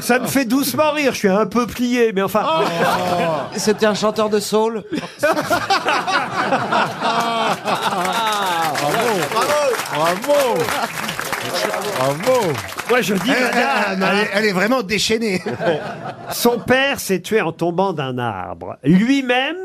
S1: Ça me fait doucement rire, je suis un peu plié, mais enfin...
S7: Oh. C'était un chanteur de soul.
S6: Bravo. Bravo.
S1: Bravo Moi je dis
S16: Elle-
S1: madame
S16: elle- elle est- elle est
S1: vraiment déchaînée Son père s'est tué en tombant d'un arbre. Lui-même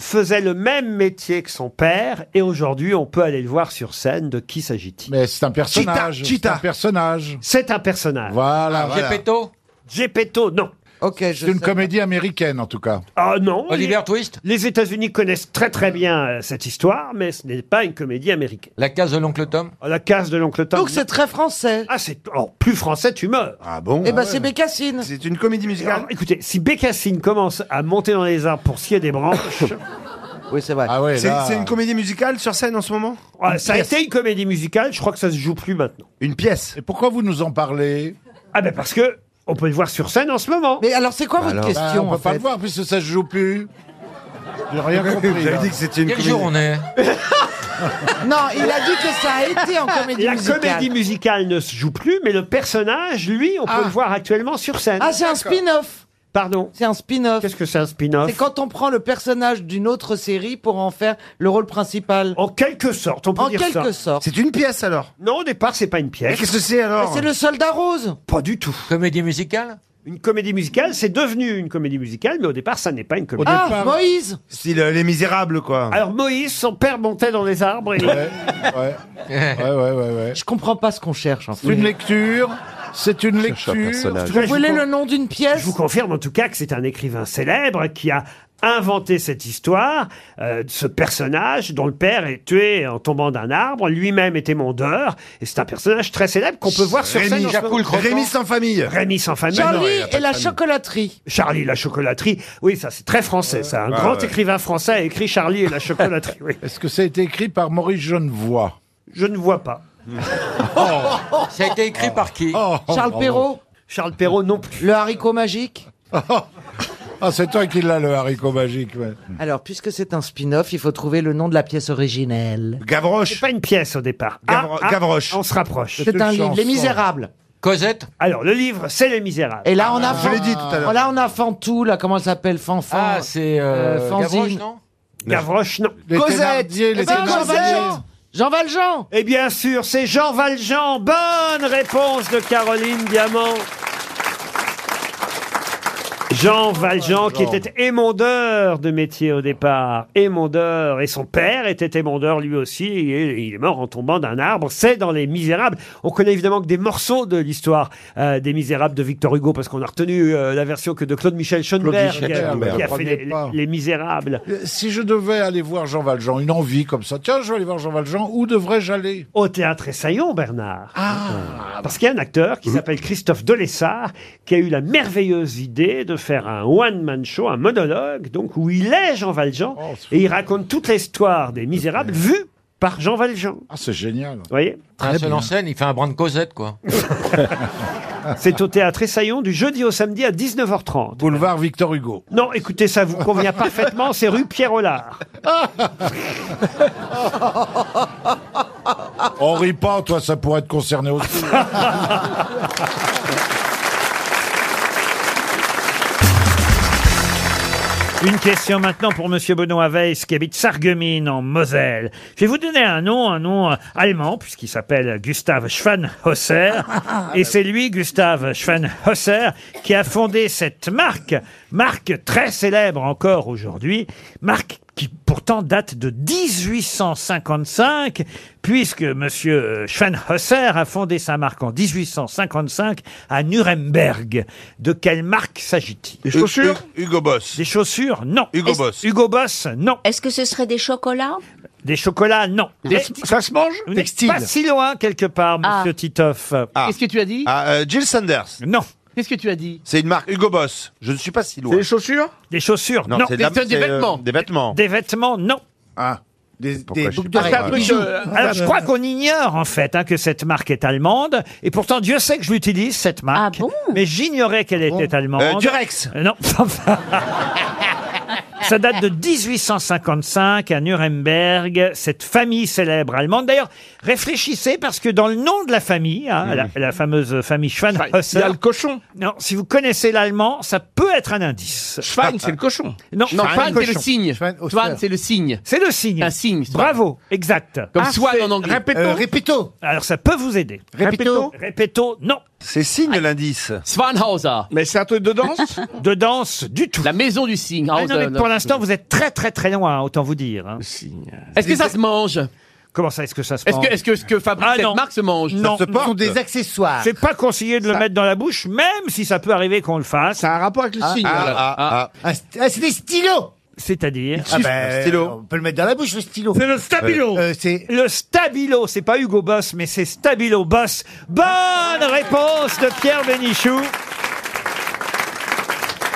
S1: faisait le même métier que son père et aujourd'hui on peut aller le voir sur scène. De qui s'agit-il Mais c'est un
S6: personnage, Cheetah, c'est Cheetah. un
S1: personnage. C'est un personnage.
S3: Ah,
S1: Voilà.
S6: voilà.
S1: Gepetto Gepetto, non. Ok,
S6: C'est une comédie américaine, en tout cas.
S1: Ah non Oliver Twist Les États-Unis connaissent très très bien euh, cette histoire, mais ce n'est pas une comédie américaine. La case de l'oncle Tom La case de l'oncle Tom.
S7: Donc c'est très français.
S1: Ah, c'est plus français, tu meurs.
S7: Ah
S1: bon
S7: Eh ben c'est Bécassine.
S1: C'est une comédie musicale Écoutez, si Bécassine commence à monter dans les arbres pour scier des branches...
S7: oui, c'est vrai.
S1: C'est- Ah là- c'est une
S16: comédie musicale sur scène en ce moment
S1: Ah, ça a été une comédie musicale, je crois que ça se joue plus maintenant. Une pièce. Et pourquoi vous nous en parlez Ah ben parce que on peut le voir sur scène en ce moment.
S7: Mais alors c'est quoi
S6: Bah votre alors question, Bah, on peut en pas fait le voir,
S1: puisque ça se joue plus.
S6: J'ai rien compris.
S1: J'avais
S6: là.
S1: dit que c'était une Quel comédie. jour on est
S7: Non, il a dit que ça a été en comédie
S1: La
S7: musicale.
S1: comédie musicale ne se joue plus, mais le personnage, lui, on peut le voir actuellement sur scène.
S7: Ah, c'est un spin-off.
S1: Pardon.
S7: C'est un spin-off.
S1: Qu'est-ce que c'est un spin-off
S7: C'est quand on prend le personnage d'une autre série pour en faire le rôle principal.
S1: En quelque sorte, on peut
S7: En
S1: dire
S7: quelque
S1: ça.
S7: sorte.
S1: C'est une pièce alors Non, au départ, c'est pas une pièce.
S7: Mais qu'est-ce que c'est, alors Mais c'est le
S1: soldat rose Pas du tout. Comédie musicale Une comédie musicale, c'est devenu une comédie musicale, mais au départ, ça n'est pas une comédie.
S7: Ah, Moïse
S16: Style euh, Les Misérables, quoi.
S1: Alors Moïse, son père montait dans les arbres. Et...
S6: Ah. Ouais. ouais, ouais, ouais, ouais.
S7: Je comprends pas ce qu'on cherche.
S6: C'est une lecture. C'est une lecture.
S1: Vous voulez le nom d'une pièce Je vous confirme en tout cas que c'est un écrivain célèbre qui a inventé cette histoire, euh, ce personnage dont le père est tué en tombant d'un arbre, lui-même était mondeur, et c'est un personnage très célèbre qu'on peut voir sur
S16: Rémi
S1: scène. en ce moment.
S16: Rémi sans famille.
S1: Rémi sans famille.
S16: Charlie Non, il a pas et de la famille.
S1: chocolaterie. Charlie et la chocolaterie. Oui, ça c'est très français. Ça, un
S6: Ouais,
S1: grand
S6: ouais.
S1: écrivain français a écrit Charlie et la chocolaterie. Oui.
S6: Est-ce que ça a été écrit par Maurice Genevoix
S1: Je ne vois pas.
S7: Oh,
S3: Ça a été écrit par qui
S7: Charles Perrault Oh,
S1: Charles Perrault non plus.
S7: Le haricot magique oh,
S6: Ah, c'est toi qui l'as, le haricot magique. ouais.
S7: Alors, puisque c'est un spin-off, il faut trouver le nom de la pièce originelle.
S1: Gavroche. C'est pas une pièce au départ.
S7: Gavro-
S1: Gavroche. On se rapproche.
S7: C'est un livre, Les Misérables.
S1: Cosette. Alors le livre, c'est Les Misérables.
S7: Et là, on a Fan-
S1: l'heure.
S7: Là, on a Fantou, là, comment elle s'appelle Fanfan.
S1: Ah, c'est, euh, Gavroche, non Gavroche, non.
S7: Les Cosette Thénardier, les Eh ben, Jean Thénardier. Valjean
S1: Jean Valjean Et Eh bien sûr, c'est Jean Valjean Bonne réponse de Caroline Diamant Jean Valjean, qui était émondeur de métier au départ, émondeur, et son père était émondeur lui aussi, et il est mort en tombant d'un arbre, c'est dans Les Misérables. On connaît évidemment que des morceaux de l'histoire euh, des Misérables de Victor Hugo, parce qu'on a retenu euh, la version que de Claude Michel Schoenberg,
S6: Michel
S1: qui a-
S6: Schoenberg.
S1: qui a
S6: On
S1: fait
S6: connaît
S1: les,
S6: pas.
S1: les Misérables.
S6: Euh, Si je devais aller voir Jean Valjean, une envie comme ça, tiens, je vais aller voir Jean Valjean, où devrais-je aller
S1: Au théâtre Essaillon, Bernard.
S27: Ah.
S6: Ah.
S1: Ah, Parce qu'il y a un acteur qui s'appelle Christophe Delessart qui a eu la merveilleuse idée de faire un one-man show, un monologue, donc où il est Jean Valjean
S6: Oh,
S1: et il raconte toute l'histoire des Misérables vue par Jean Valjean.
S6: Ah, c'est génial.
S1: Vous voyez
S3: Un seul en scène, il fait un brin de Cosette, quoi.
S1: C'est au théâtre Essaillon du jeudi au samedi à 19h30.
S6: Boulevard Victor Hugo.
S1: Non, écoutez, ça vous convient parfaitement, c'est rue Pierre Hollard.
S6: Oh, ris pas, toi, ça pourrait être concerné aussi.
S1: Une question maintenant pour Monsieur Benoît Weiss qui habite Sarreguemines en Moselle. Je vais vous donner un nom, un nom euh, allemand puisqu'il s'appelle Gustav Schwanhauser. et c'est lui, Gustav Schwanhauser, qui a fondé cette marque, marque très célèbre encore aujourd'hui, marque qui pourtant date de 1855, puisque Monsieur euh, Schwanhauser a fondé sa marque en 1855 à Nuremberg. De quelle marque s'agit-il Des
S19: chaussures
S1: Hugo Boss. Des chaussures Non. Hugo Boss. Hugo Boss Non.
S19: Est-ce que ce serait des chocolats
S1: Des chocolats Non. Des... Ça se mange
S19: Textile.
S1: Pas si loin quelque part,
S19: Ah.
S1: Monsieur Titoff.
S21: Qu'est-ce que tu as dit
S19: Ah,
S16: Jill Sanders.
S1: Non.
S21: Qu'est-ce que tu as dit
S16: C'est une marque Hugo Boss. Je ne suis pas si loin.
S19: C'est des
S16: chaussures
S1: Des chaussures.
S16: Non,
S1: non.
S16: c'est de la-
S1: Des- des
S16: c'est, euh,
S1: vêtements.
S16: Des vêtements.
S1: Des vêtements Non.
S16: Ah. Des, des
S1: Des- Alors, je crois qu'on ignore en fait hein, que cette marque est allemande, et pourtant Dieu sait que je l'utilise cette marque. Mais j'ignorais
S22: Ah
S1: qu'elle était allemande.
S16: Euh, Durex.
S1: Euh, Non. Ça date de 1855 à Nuremberg, cette famille célèbre allemande. D'ailleurs, Réfléchissez parce que dans le nom de la famille, hein, la, la fameuse famille Schweinhauser.
S22: Il y a le
S1: cochon. Non, si vous connaissez l'allemand, ça peut être un indice.
S22: Schwein, c'est le cochon.
S1: Non,
S22: Non, Schwein, c'est le
S1: cochon.
S22: signe. Schwein, c'est le signe.
S1: C'est le signe.
S22: Un signe.
S1: Bravo, exact. Euh,
S22: Comme swan en anglais. Répéto.
S1: répéto. Alors ça peut vous aider. Répéto. Répéto, non.
S16: C'est signe l'indice.
S22: Ah, Swanhauser.
S1: Mais c'est un truc de danse De danse, du tout.
S22: La maison du signe.
S1: Ah non, mais
S22: Hauser.
S1: pour l'instant, vous êtes très très très loin, hein, autant vous dire. hein.
S22: Est-ce que ça se mange
S1: Comment ça, est-ce que ça se
S22: Est-ce
S1: mange
S22: que, est-ce que ce que fabrique
S1: Ah, non.
S22: cette marque se mange
S1: Non, non. C'est pas conseillé de le mettre dans la bouche, même si ça peut arriver qu'on le fasse. Ça a un rapport avec
S2: le Ah, signe, ah, alors. ah, c'est des stylos
S1: C'est-à-dire
S2: Ah ben, On peut le mettre dans la bouche, le stylo. Euh,
S1: C'est le stabilo. c'est le stabilo. C'est pas Hugo Boss, mais c'est stabilo Boss. Bonne réponse de Pierre Bénichou.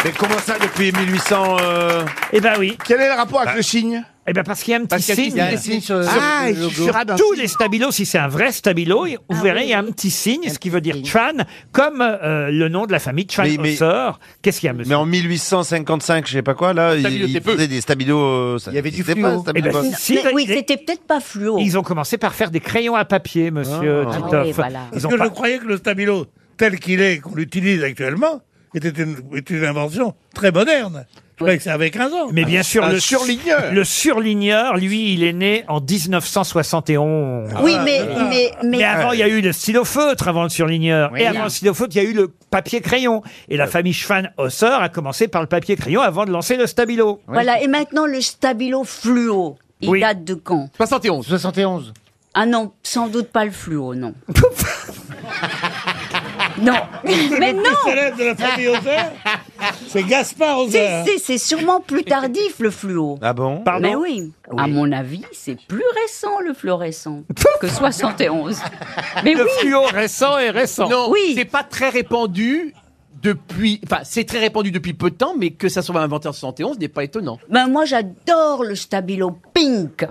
S16: Mais comment ça depuis 1800 euh,
S1: Eh ben oui.
S16: Quel est le rapport avec le signe
S1: Eh ben parce qu'il y a un
S16: Parce
S1: petit
S16: qu'il y a un
S1: signe.
S16: petit signe sur- sur
S1: Ah,
S16: le
S1: il
S16: logo.
S1: suffira d'un tous les stabilos, si c'est un vrai stabilo, vous
S27: Ah
S1: verrez, il y a un petit signe, ce qui veut dire Chan, comme euh, le nom de la famille Chan
S16: Mais- mais-
S1: Qu'est-ce qu'il y a, monsieur
S16: Mais en 1855, je sais pas quoi, là,
S1: Stabilo,
S16: il,
S1: t'es
S16: il faisait des stabilos. euh, ça
S1: Il y avait du
S16: existait
S1: fluo.
S16: pas, stabilo.
S1: Eh ben, si, si,
S27: Oui,
S1: ils-
S27: c'était peut-être pas fluo.
S1: Ils ont commencé par faire des crayons à papier, monsieur
S27: Ah.
S1: Titoff.
S27: Ah oui, voilà.
S1: Ils
S8: Parce
S1: ont
S8: que
S1: pas-
S8: je croyais que le stabilo, tel qu'il est, qu'on l'utilise actuellement, était une, était une invention très moderne. Je croyais que ça avait 15 ans.
S1: Mais bien sûr, le Le surligneur, lui, il est né en 1971.
S27: Oui, mais, mais, mais,
S1: Ah. Mais avant, il y a eu le stylo feutre avant le surligneur.
S27: Oui.
S1: Et avant le stylo feutre, il y a eu le papier crayon. Et la famille Schwann-Hauser a commencé par le papier crayon avant de lancer le stabilo.
S27: Voilà, et maintenant le stabilo fluo, il
S1: Oui.
S27: date de quand
S22: 71.
S27: 71. Ah non, sans doute pas le fluo, non. non, mais non
S8: Le plus célèbre de la famille Hauser, c'est Gaspard
S27: C'est-
S8: Hauser.
S27: c'est- C'est sûrement plus tardif le fluo.
S16: Ah bon
S27: Mais oui.
S12: Ah.
S27: à mon avis, c'est plus récent le fluorescent que 71. Mais
S22: le
S27: oui.
S22: fluo récent est récent. Non,
S27: Oui.
S22: c'est pas très répandu depuis. Enfin, c'est très répandu depuis peu de temps, mais que ça soit inventé en 71 n'est pas étonnant.
S27: Ben moi, j'adore le stabilo pink.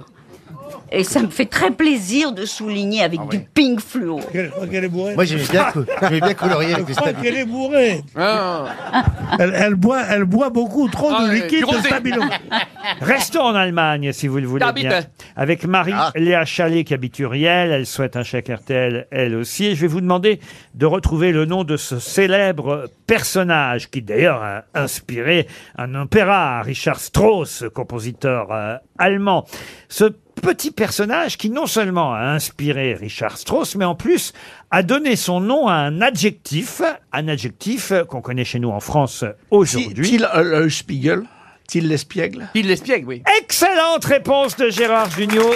S27: Et ça me fait très plaisir de souligner avec du pink fluo.
S8: Je crois qu'elle est bourrée.
S27: Ah Moi, j'aimais bien cou- j'aimais bien colorier avec
S8: Je
S27: des
S8: crois
S27: stabilos.
S8: qu'elle est bourrée. Elle, elle boit, elle boit beaucoup trop
S1: Ah,
S8: de
S1: euh, du
S8: liquide de
S1: rosé.
S8: stabilo.
S1: Restons en Allemagne, si vous le voulez
S8: Habite.
S1: bien. Avec Marie Léa Chalet, qui habite Uriel. Elle souhaite un chèque RTL, elle aussi. Et je vais vous demander de retrouver le nom de ce célèbre personnage, qui d'ailleurs a inspiré un opéra, Richard Strauss, compositeur euh, allemand. Ce petit personnage qui non seulement a inspiré Richard Strauss, mais en plus a donné son nom à un adjectif, un adjectif qu'on connaît chez nous en France aujourd'hui.
S22: Till,
S1: Spiegel Till l'Espiègle
S22: Il l'espiègle, oui.
S1: Excellente réponse de Gérard Junior.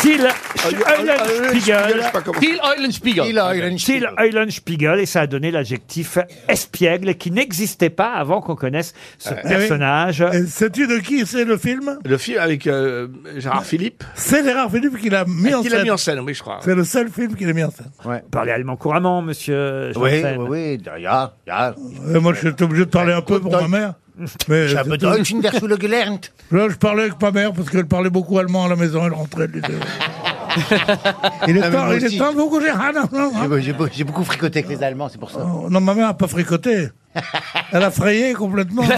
S1: Till
S22: Ah,
S1: Eulenspiegel.
S22: Till Eulenspiegel.
S1: Till Eulenspiegel, et ça a donné l'adjectif espiègle qui n'existait pas avant qu'on connaisse ce
S22: Euh,
S8: Ah oui.
S1: personnage.
S8: Et Sais-tu de qui c'est le film
S22: Le film avec
S12: euh,
S22: Gérard Ah, Philippe.
S8: C'est Gérard Philippe qui l'a mis, en
S22: Ah, Qui l'a
S8: scène.
S22: mis en scène, oui, je crois.
S8: C'est le seul film qu'il a mis en scène.
S1: Parlez allemand couramment, monsieur.
S8: Oui,
S1: Janssen.
S2: Oui, derrière, derrière.
S8: Euh, moi, j'étais obligé de parler un peu pour ma mère. Mais
S2: J'ai un peu
S8: c'est
S2: Deutsch,
S8: tout.
S2: une version le gelernt.
S8: Là, je parlais avec ma mère parce qu'elle parlait beaucoup allemand à la maison. Elle rentrait, elle disait. Il est
S2: Ah, mais
S8: temps,
S2: moi
S8: il est
S2: aussi.
S8: temps de beaucoup dire. Ah, non, non, Oh,
S2: J'ai- J'ai j'ai beaucoup fricoté avec les Allemands, c'est pour ça.
S8: non. Non, ma mère n'a pas fricoté. Elle a frayé complètement. ouais.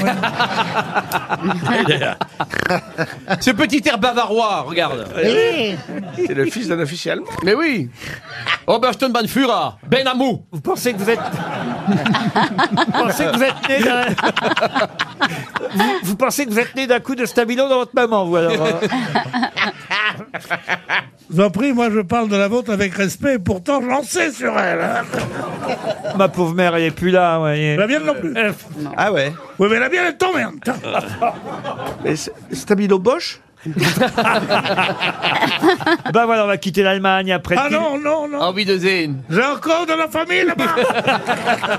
S22: Ce petit air bavarois, regarde.
S2: Eh
S8: Oui.
S22: C'est le fils d'un officier allemand. Mais oui. Obersten von Führer, Ben Amou.
S1: Vous pensez que vous êtes. vous pensez que vous êtes né d'un. vous, vous pensez que vous êtes né d'un coup de stabilo dans votre maman, vous alors euh
S8: Je vous en prie, moi, je parle de la vôtre avec respect et pourtant, j'en sais sur elle. hein.
S1: Ma pauvre mère, elle Ah, est plus là, vous voyez.
S8: La mienne non plus.
S1: Ah ouais
S8: Oui, mais la mienne, elle t'emmerde.
S22: Mais Stabilo Bosch
S1: Ben voilà, on va quitter l'Allemagne après.
S8: Ah non, non, non.
S22: Envie de zine.
S8: J'ai encore de la famille là-bas.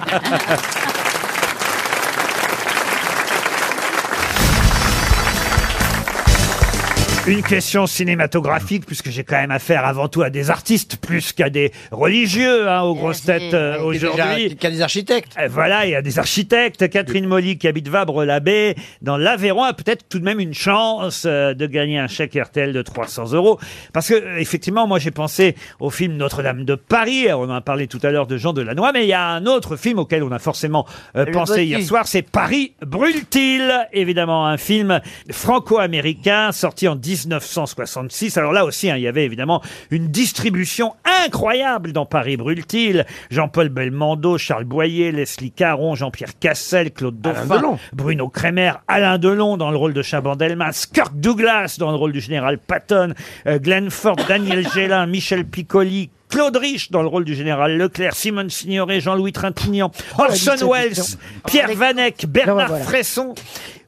S1: Une question cinématographique, puisque j'ai quand même affaire avant tout à des artistes, plus qu'à des religieux, hein,
S2: Eh,
S1: aux grosses têtes euh,
S2: Et déjà,
S1: aujourd'hui.
S2: Qu'à des architectes.
S1: Euh, Voilà, il y a des architectes. Catherine Molly, qui habite Vabre-l'Abbé, dans l'Aveyron, a peut-être tout de même une chance euh, de gagner un chèque RTL de 300 euros. Parce que, euh, effectivement, moi, j'ai pensé au film Notre-Dame de Paris. On en a parlé tout à l'heure de Jean Delannoy, mais il y a un autre film auquel on a forcément euh,
S2: Le
S1: pensé
S2: Bottis.
S1: hier soir. C'est Paris brûle-t-il Évidemment, un film franco-américain sorti en 19 1966. Alors là aussi, hein, il y avait évidemment une distribution incroyable dans Paris Brûle-t-il. Jean-Paul Belmondo, Charles Boyer, Leslie Caron, Jean-Pierre Cassel, Claude
S28: Alain
S1: Dauphin,
S28: Delon.
S1: Bruno Kremer, Alain Delon dans le rôle de Chaban-Delmas, Kirk Douglas dans le rôle du général Patton, euh, Glenn Ford, Daniel Gélin, Michel Piccoli, Claude Rich dans le rôle du général Leclerc, Simone Signoret, Jean-Louis Trintignant,
S28: Oh, la
S1: Orson
S28: liste est
S1: Welles,
S28: énorme.
S1: Pierre Vanek,
S28: Non,
S1: Bernard
S28: bah, voilà.
S1: Fresson,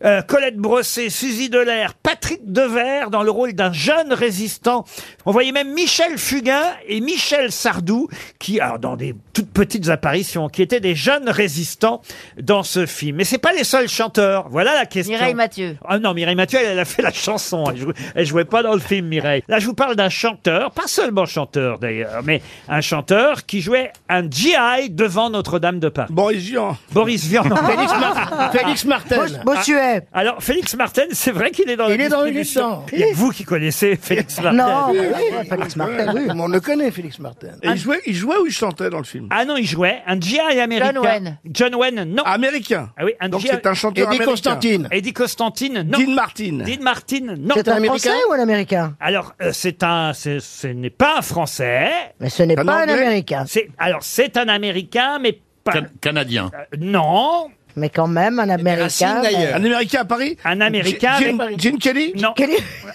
S1: euh, Colette Brossé, Suzy Delair, Patrick Devers dans le rôle d'un jeune résistant. On voyait même Michel Fugain et Michel Sardou qui, alors dans des toutes petites apparitions, qui étaient des jeunes résistants dans ce film. Mais c'est pas les seuls chanteurs. Voilà la question.
S10: Mireille Mathieu.
S1: Ah non, Mireille Mathieu, elle, elle a fait la chanson. Elle jouait, elle jouait pas dans le film, Mireille. Là, je vous parle d'un chanteur, pas seulement chanteur d'ailleurs, mais un chanteur qui jouait un GI devant Notre-Dame de Paris. Boris Vian. Boris Vian. non.
S7: Félix Mar- Félix Martel. Bos- Bossuet.
S1: Ah, Alors, Félix Martel, c'est vrai qu'il est dans
S7: Il
S1: la
S7: est dans le
S1: distribution.
S7: champ.
S1: Il y a que vous qui connaissez Félix Martel.
S8: Non, oui, oui, Oh, Félix Martin, oui, mais on le connaît, Félix Martin.
S1: Et il
S8: jouait, il jouait ou il chantait dans le film
S1: Ah non, il jouait un GI américain.
S8: John Wayne.
S1: John Wayne, non. Américain. Ah oui, un
S8: Donc
S1: GI
S8: c'est un chanteur Eddie américain. Constantine.
S1: Eddie Constantine, non. Dean Martin. Dean Martin, non.
S17: C'est un Français ou un Américain
S1: Alors, euh, c'est un, c'est- ce n'est pas un Français.
S17: Mais ce n'est
S1: Un
S17: pas un
S1: Anglais
S17: Américain.
S1: C'est, alors, c'est un Américain, mais pas. Euh,
S29: Canadien.
S1: non.
S17: Mais quand même, un Américain. mais-
S1: Un Américain à Paris Un Américain
S17: Jim-
S1: avec... Kelly Non.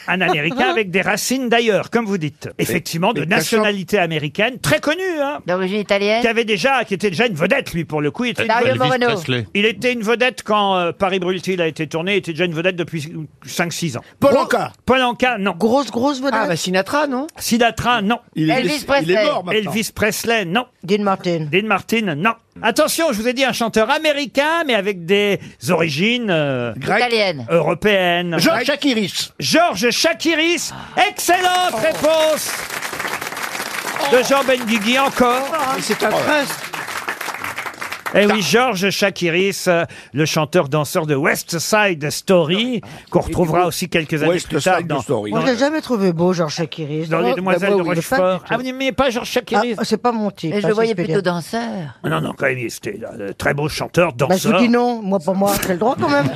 S1: un Américain avec des racines d'ailleurs, comme vous dites. Effectivement, de
S17: mais t'as
S1: nationalité américaine, très connu. Hein,
S10: D'origine italienne.
S1: qui avait déjà, qui était déjà une vedette, lui, pour le coup. Il était,
S10: Dario
S1: une, vedette.
S10: Moreno. Presley.
S1: Il était une vedette quand euh, Paris Brûle-t-il a été tourné. Il était déjà une vedette depuis 5-6 ans.
S17: Paul Anka.
S1: Paul Anka, non.
S17: Grosse, grosse vedette. Ah, bah,
S1: Sinatra, non Sinatra, non.
S17: Il est- Elvis il est Presley. mort maintenant.
S1: Elvis Presley, non.
S17: Dean Martin.
S1: Dean Martin, non. Attention, je vous ai dit un chanteur américain, mais avec des origines euh,
S10: Grecques. Italiennes.
S1: européennes.
S10: Georges
S1: Chakiris. Georges Chakiris.
S17: Oh.
S1: Excellente réponse de Jean Benguigui encore.
S17: Ah,
S1: C'est un prince. Eh oui, Georges Chakiris, euh, le chanteur-danseur de West Side
S17: Ah,
S1: Story, qu'on retrouvera aussi quelques années
S17: West
S1: plus tard
S17: Side
S1: dans,
S17: Story.
S1: dans-
S17: Moi, je l'ai jamais trouvé beau, Georges Chakiris.
S1: Dans Les
S17: bah
S1: Demoiselles de Rochefort. Ah,
S17: vous
S1: n'aimez pas Georges Chakiris
S17: Ah, C'est pas mon type.
S10: Et je
S17: ça,
S10: le voyais
S17: c'est
S10: plutôt
S17: bien.
S10: danseur.
S1: Non, non, quand même, il- c'était un très beau chanteur,
S17: Bah, je
S1: danseur.
S17: vous dis non, moi pour moi, j'ai le droit quand même.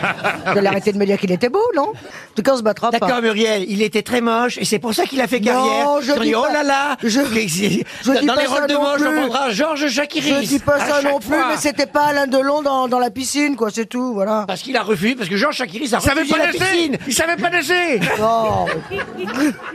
S17: Vous allez arrêter de me dire qu'il était beau, non En tout cas, on se battra pas.
S7: D'accord, Muriel, il était très moche et c'est pour ça qu'il a fait carrière.
S17: Non, je
S7: Ils ont
S17: dis
S7: dit,
S17: pas-
S7: oh là là
S17: je- je
S7: Dans
S17: dis
S7: dans
S17: pas
S7: les
S17: ça
S7: rôles de
S17: non
S7: moche, on
S17: plus.
S7: prendra Georges Jacquiris.
S17: Je dis pas
S7: à
S17: ça
S7: chaque
S17: non plus,
S7: fois.
S17: mais c'était pas Alain Delon dans, dans la piscine, quoi, c'est tout, voilà.
S7: Parce qu'il a refusé, parce que Georges Jacquiris a
S17: Il savait
S7: refusé
S17: pas
S7: la
S17: nager
S7: piscine.
S17: Il savait pas
S7: nager
S17: Non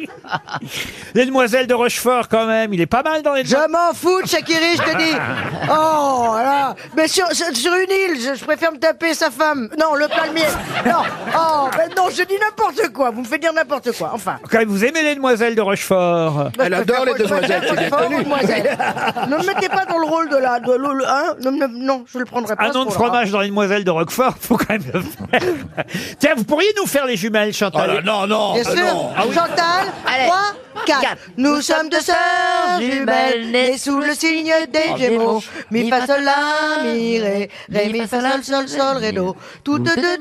S1: Les Demoiselles de Rochefort, quand même, il est pas mal dans les...
S17: Je m'en fous de Shakiri, je te dis Oh là Mais sur, sur- sur une île, je, je préfère me taper sa femme. Non, le palmier. Non Oh, mais non, je dis n'importe quoi, vous me faites dire n'importe quoi, enfin.
S1: Quand même, vous aimez les Demoiselles de Rochefort
S17: Moi, Bah, je préfère- je préfère Rochefort aux demoiselles. ne me mettez pas dans le rôle de la... De, le- le- hein, ne me- non, je le prendrai pas.
S1: Un
S17: ce
S1: nom de
S17: rôle-là.
S1: fromage dans les Demoiselles de Roquefort, faut quand même le faire. Tiens, vous pourriez nous faire les jumelles, Chantal
S17: Oh là, non, non, Bien ah sûr. non. Chantal,
S10: Allez.
S17: 3, 4. Nous, sommes deux sœurs jumelles, nées sous le signe des Gémeaux. Mi fa sol la mi ré, ré mi fa sol sol sol ré do. Toutes deux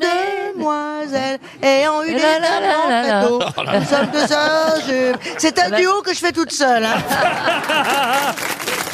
S17: demoiselles ayant eu des
S10: La, la, la,
S17: amants
S10: la, la.
S17: fataux.
S10: Oh
S17: Ah
S10: là là.
S17: ben. Nous sommes deux sœurs jumelles. C'est un duo que je fais toute seule. hein.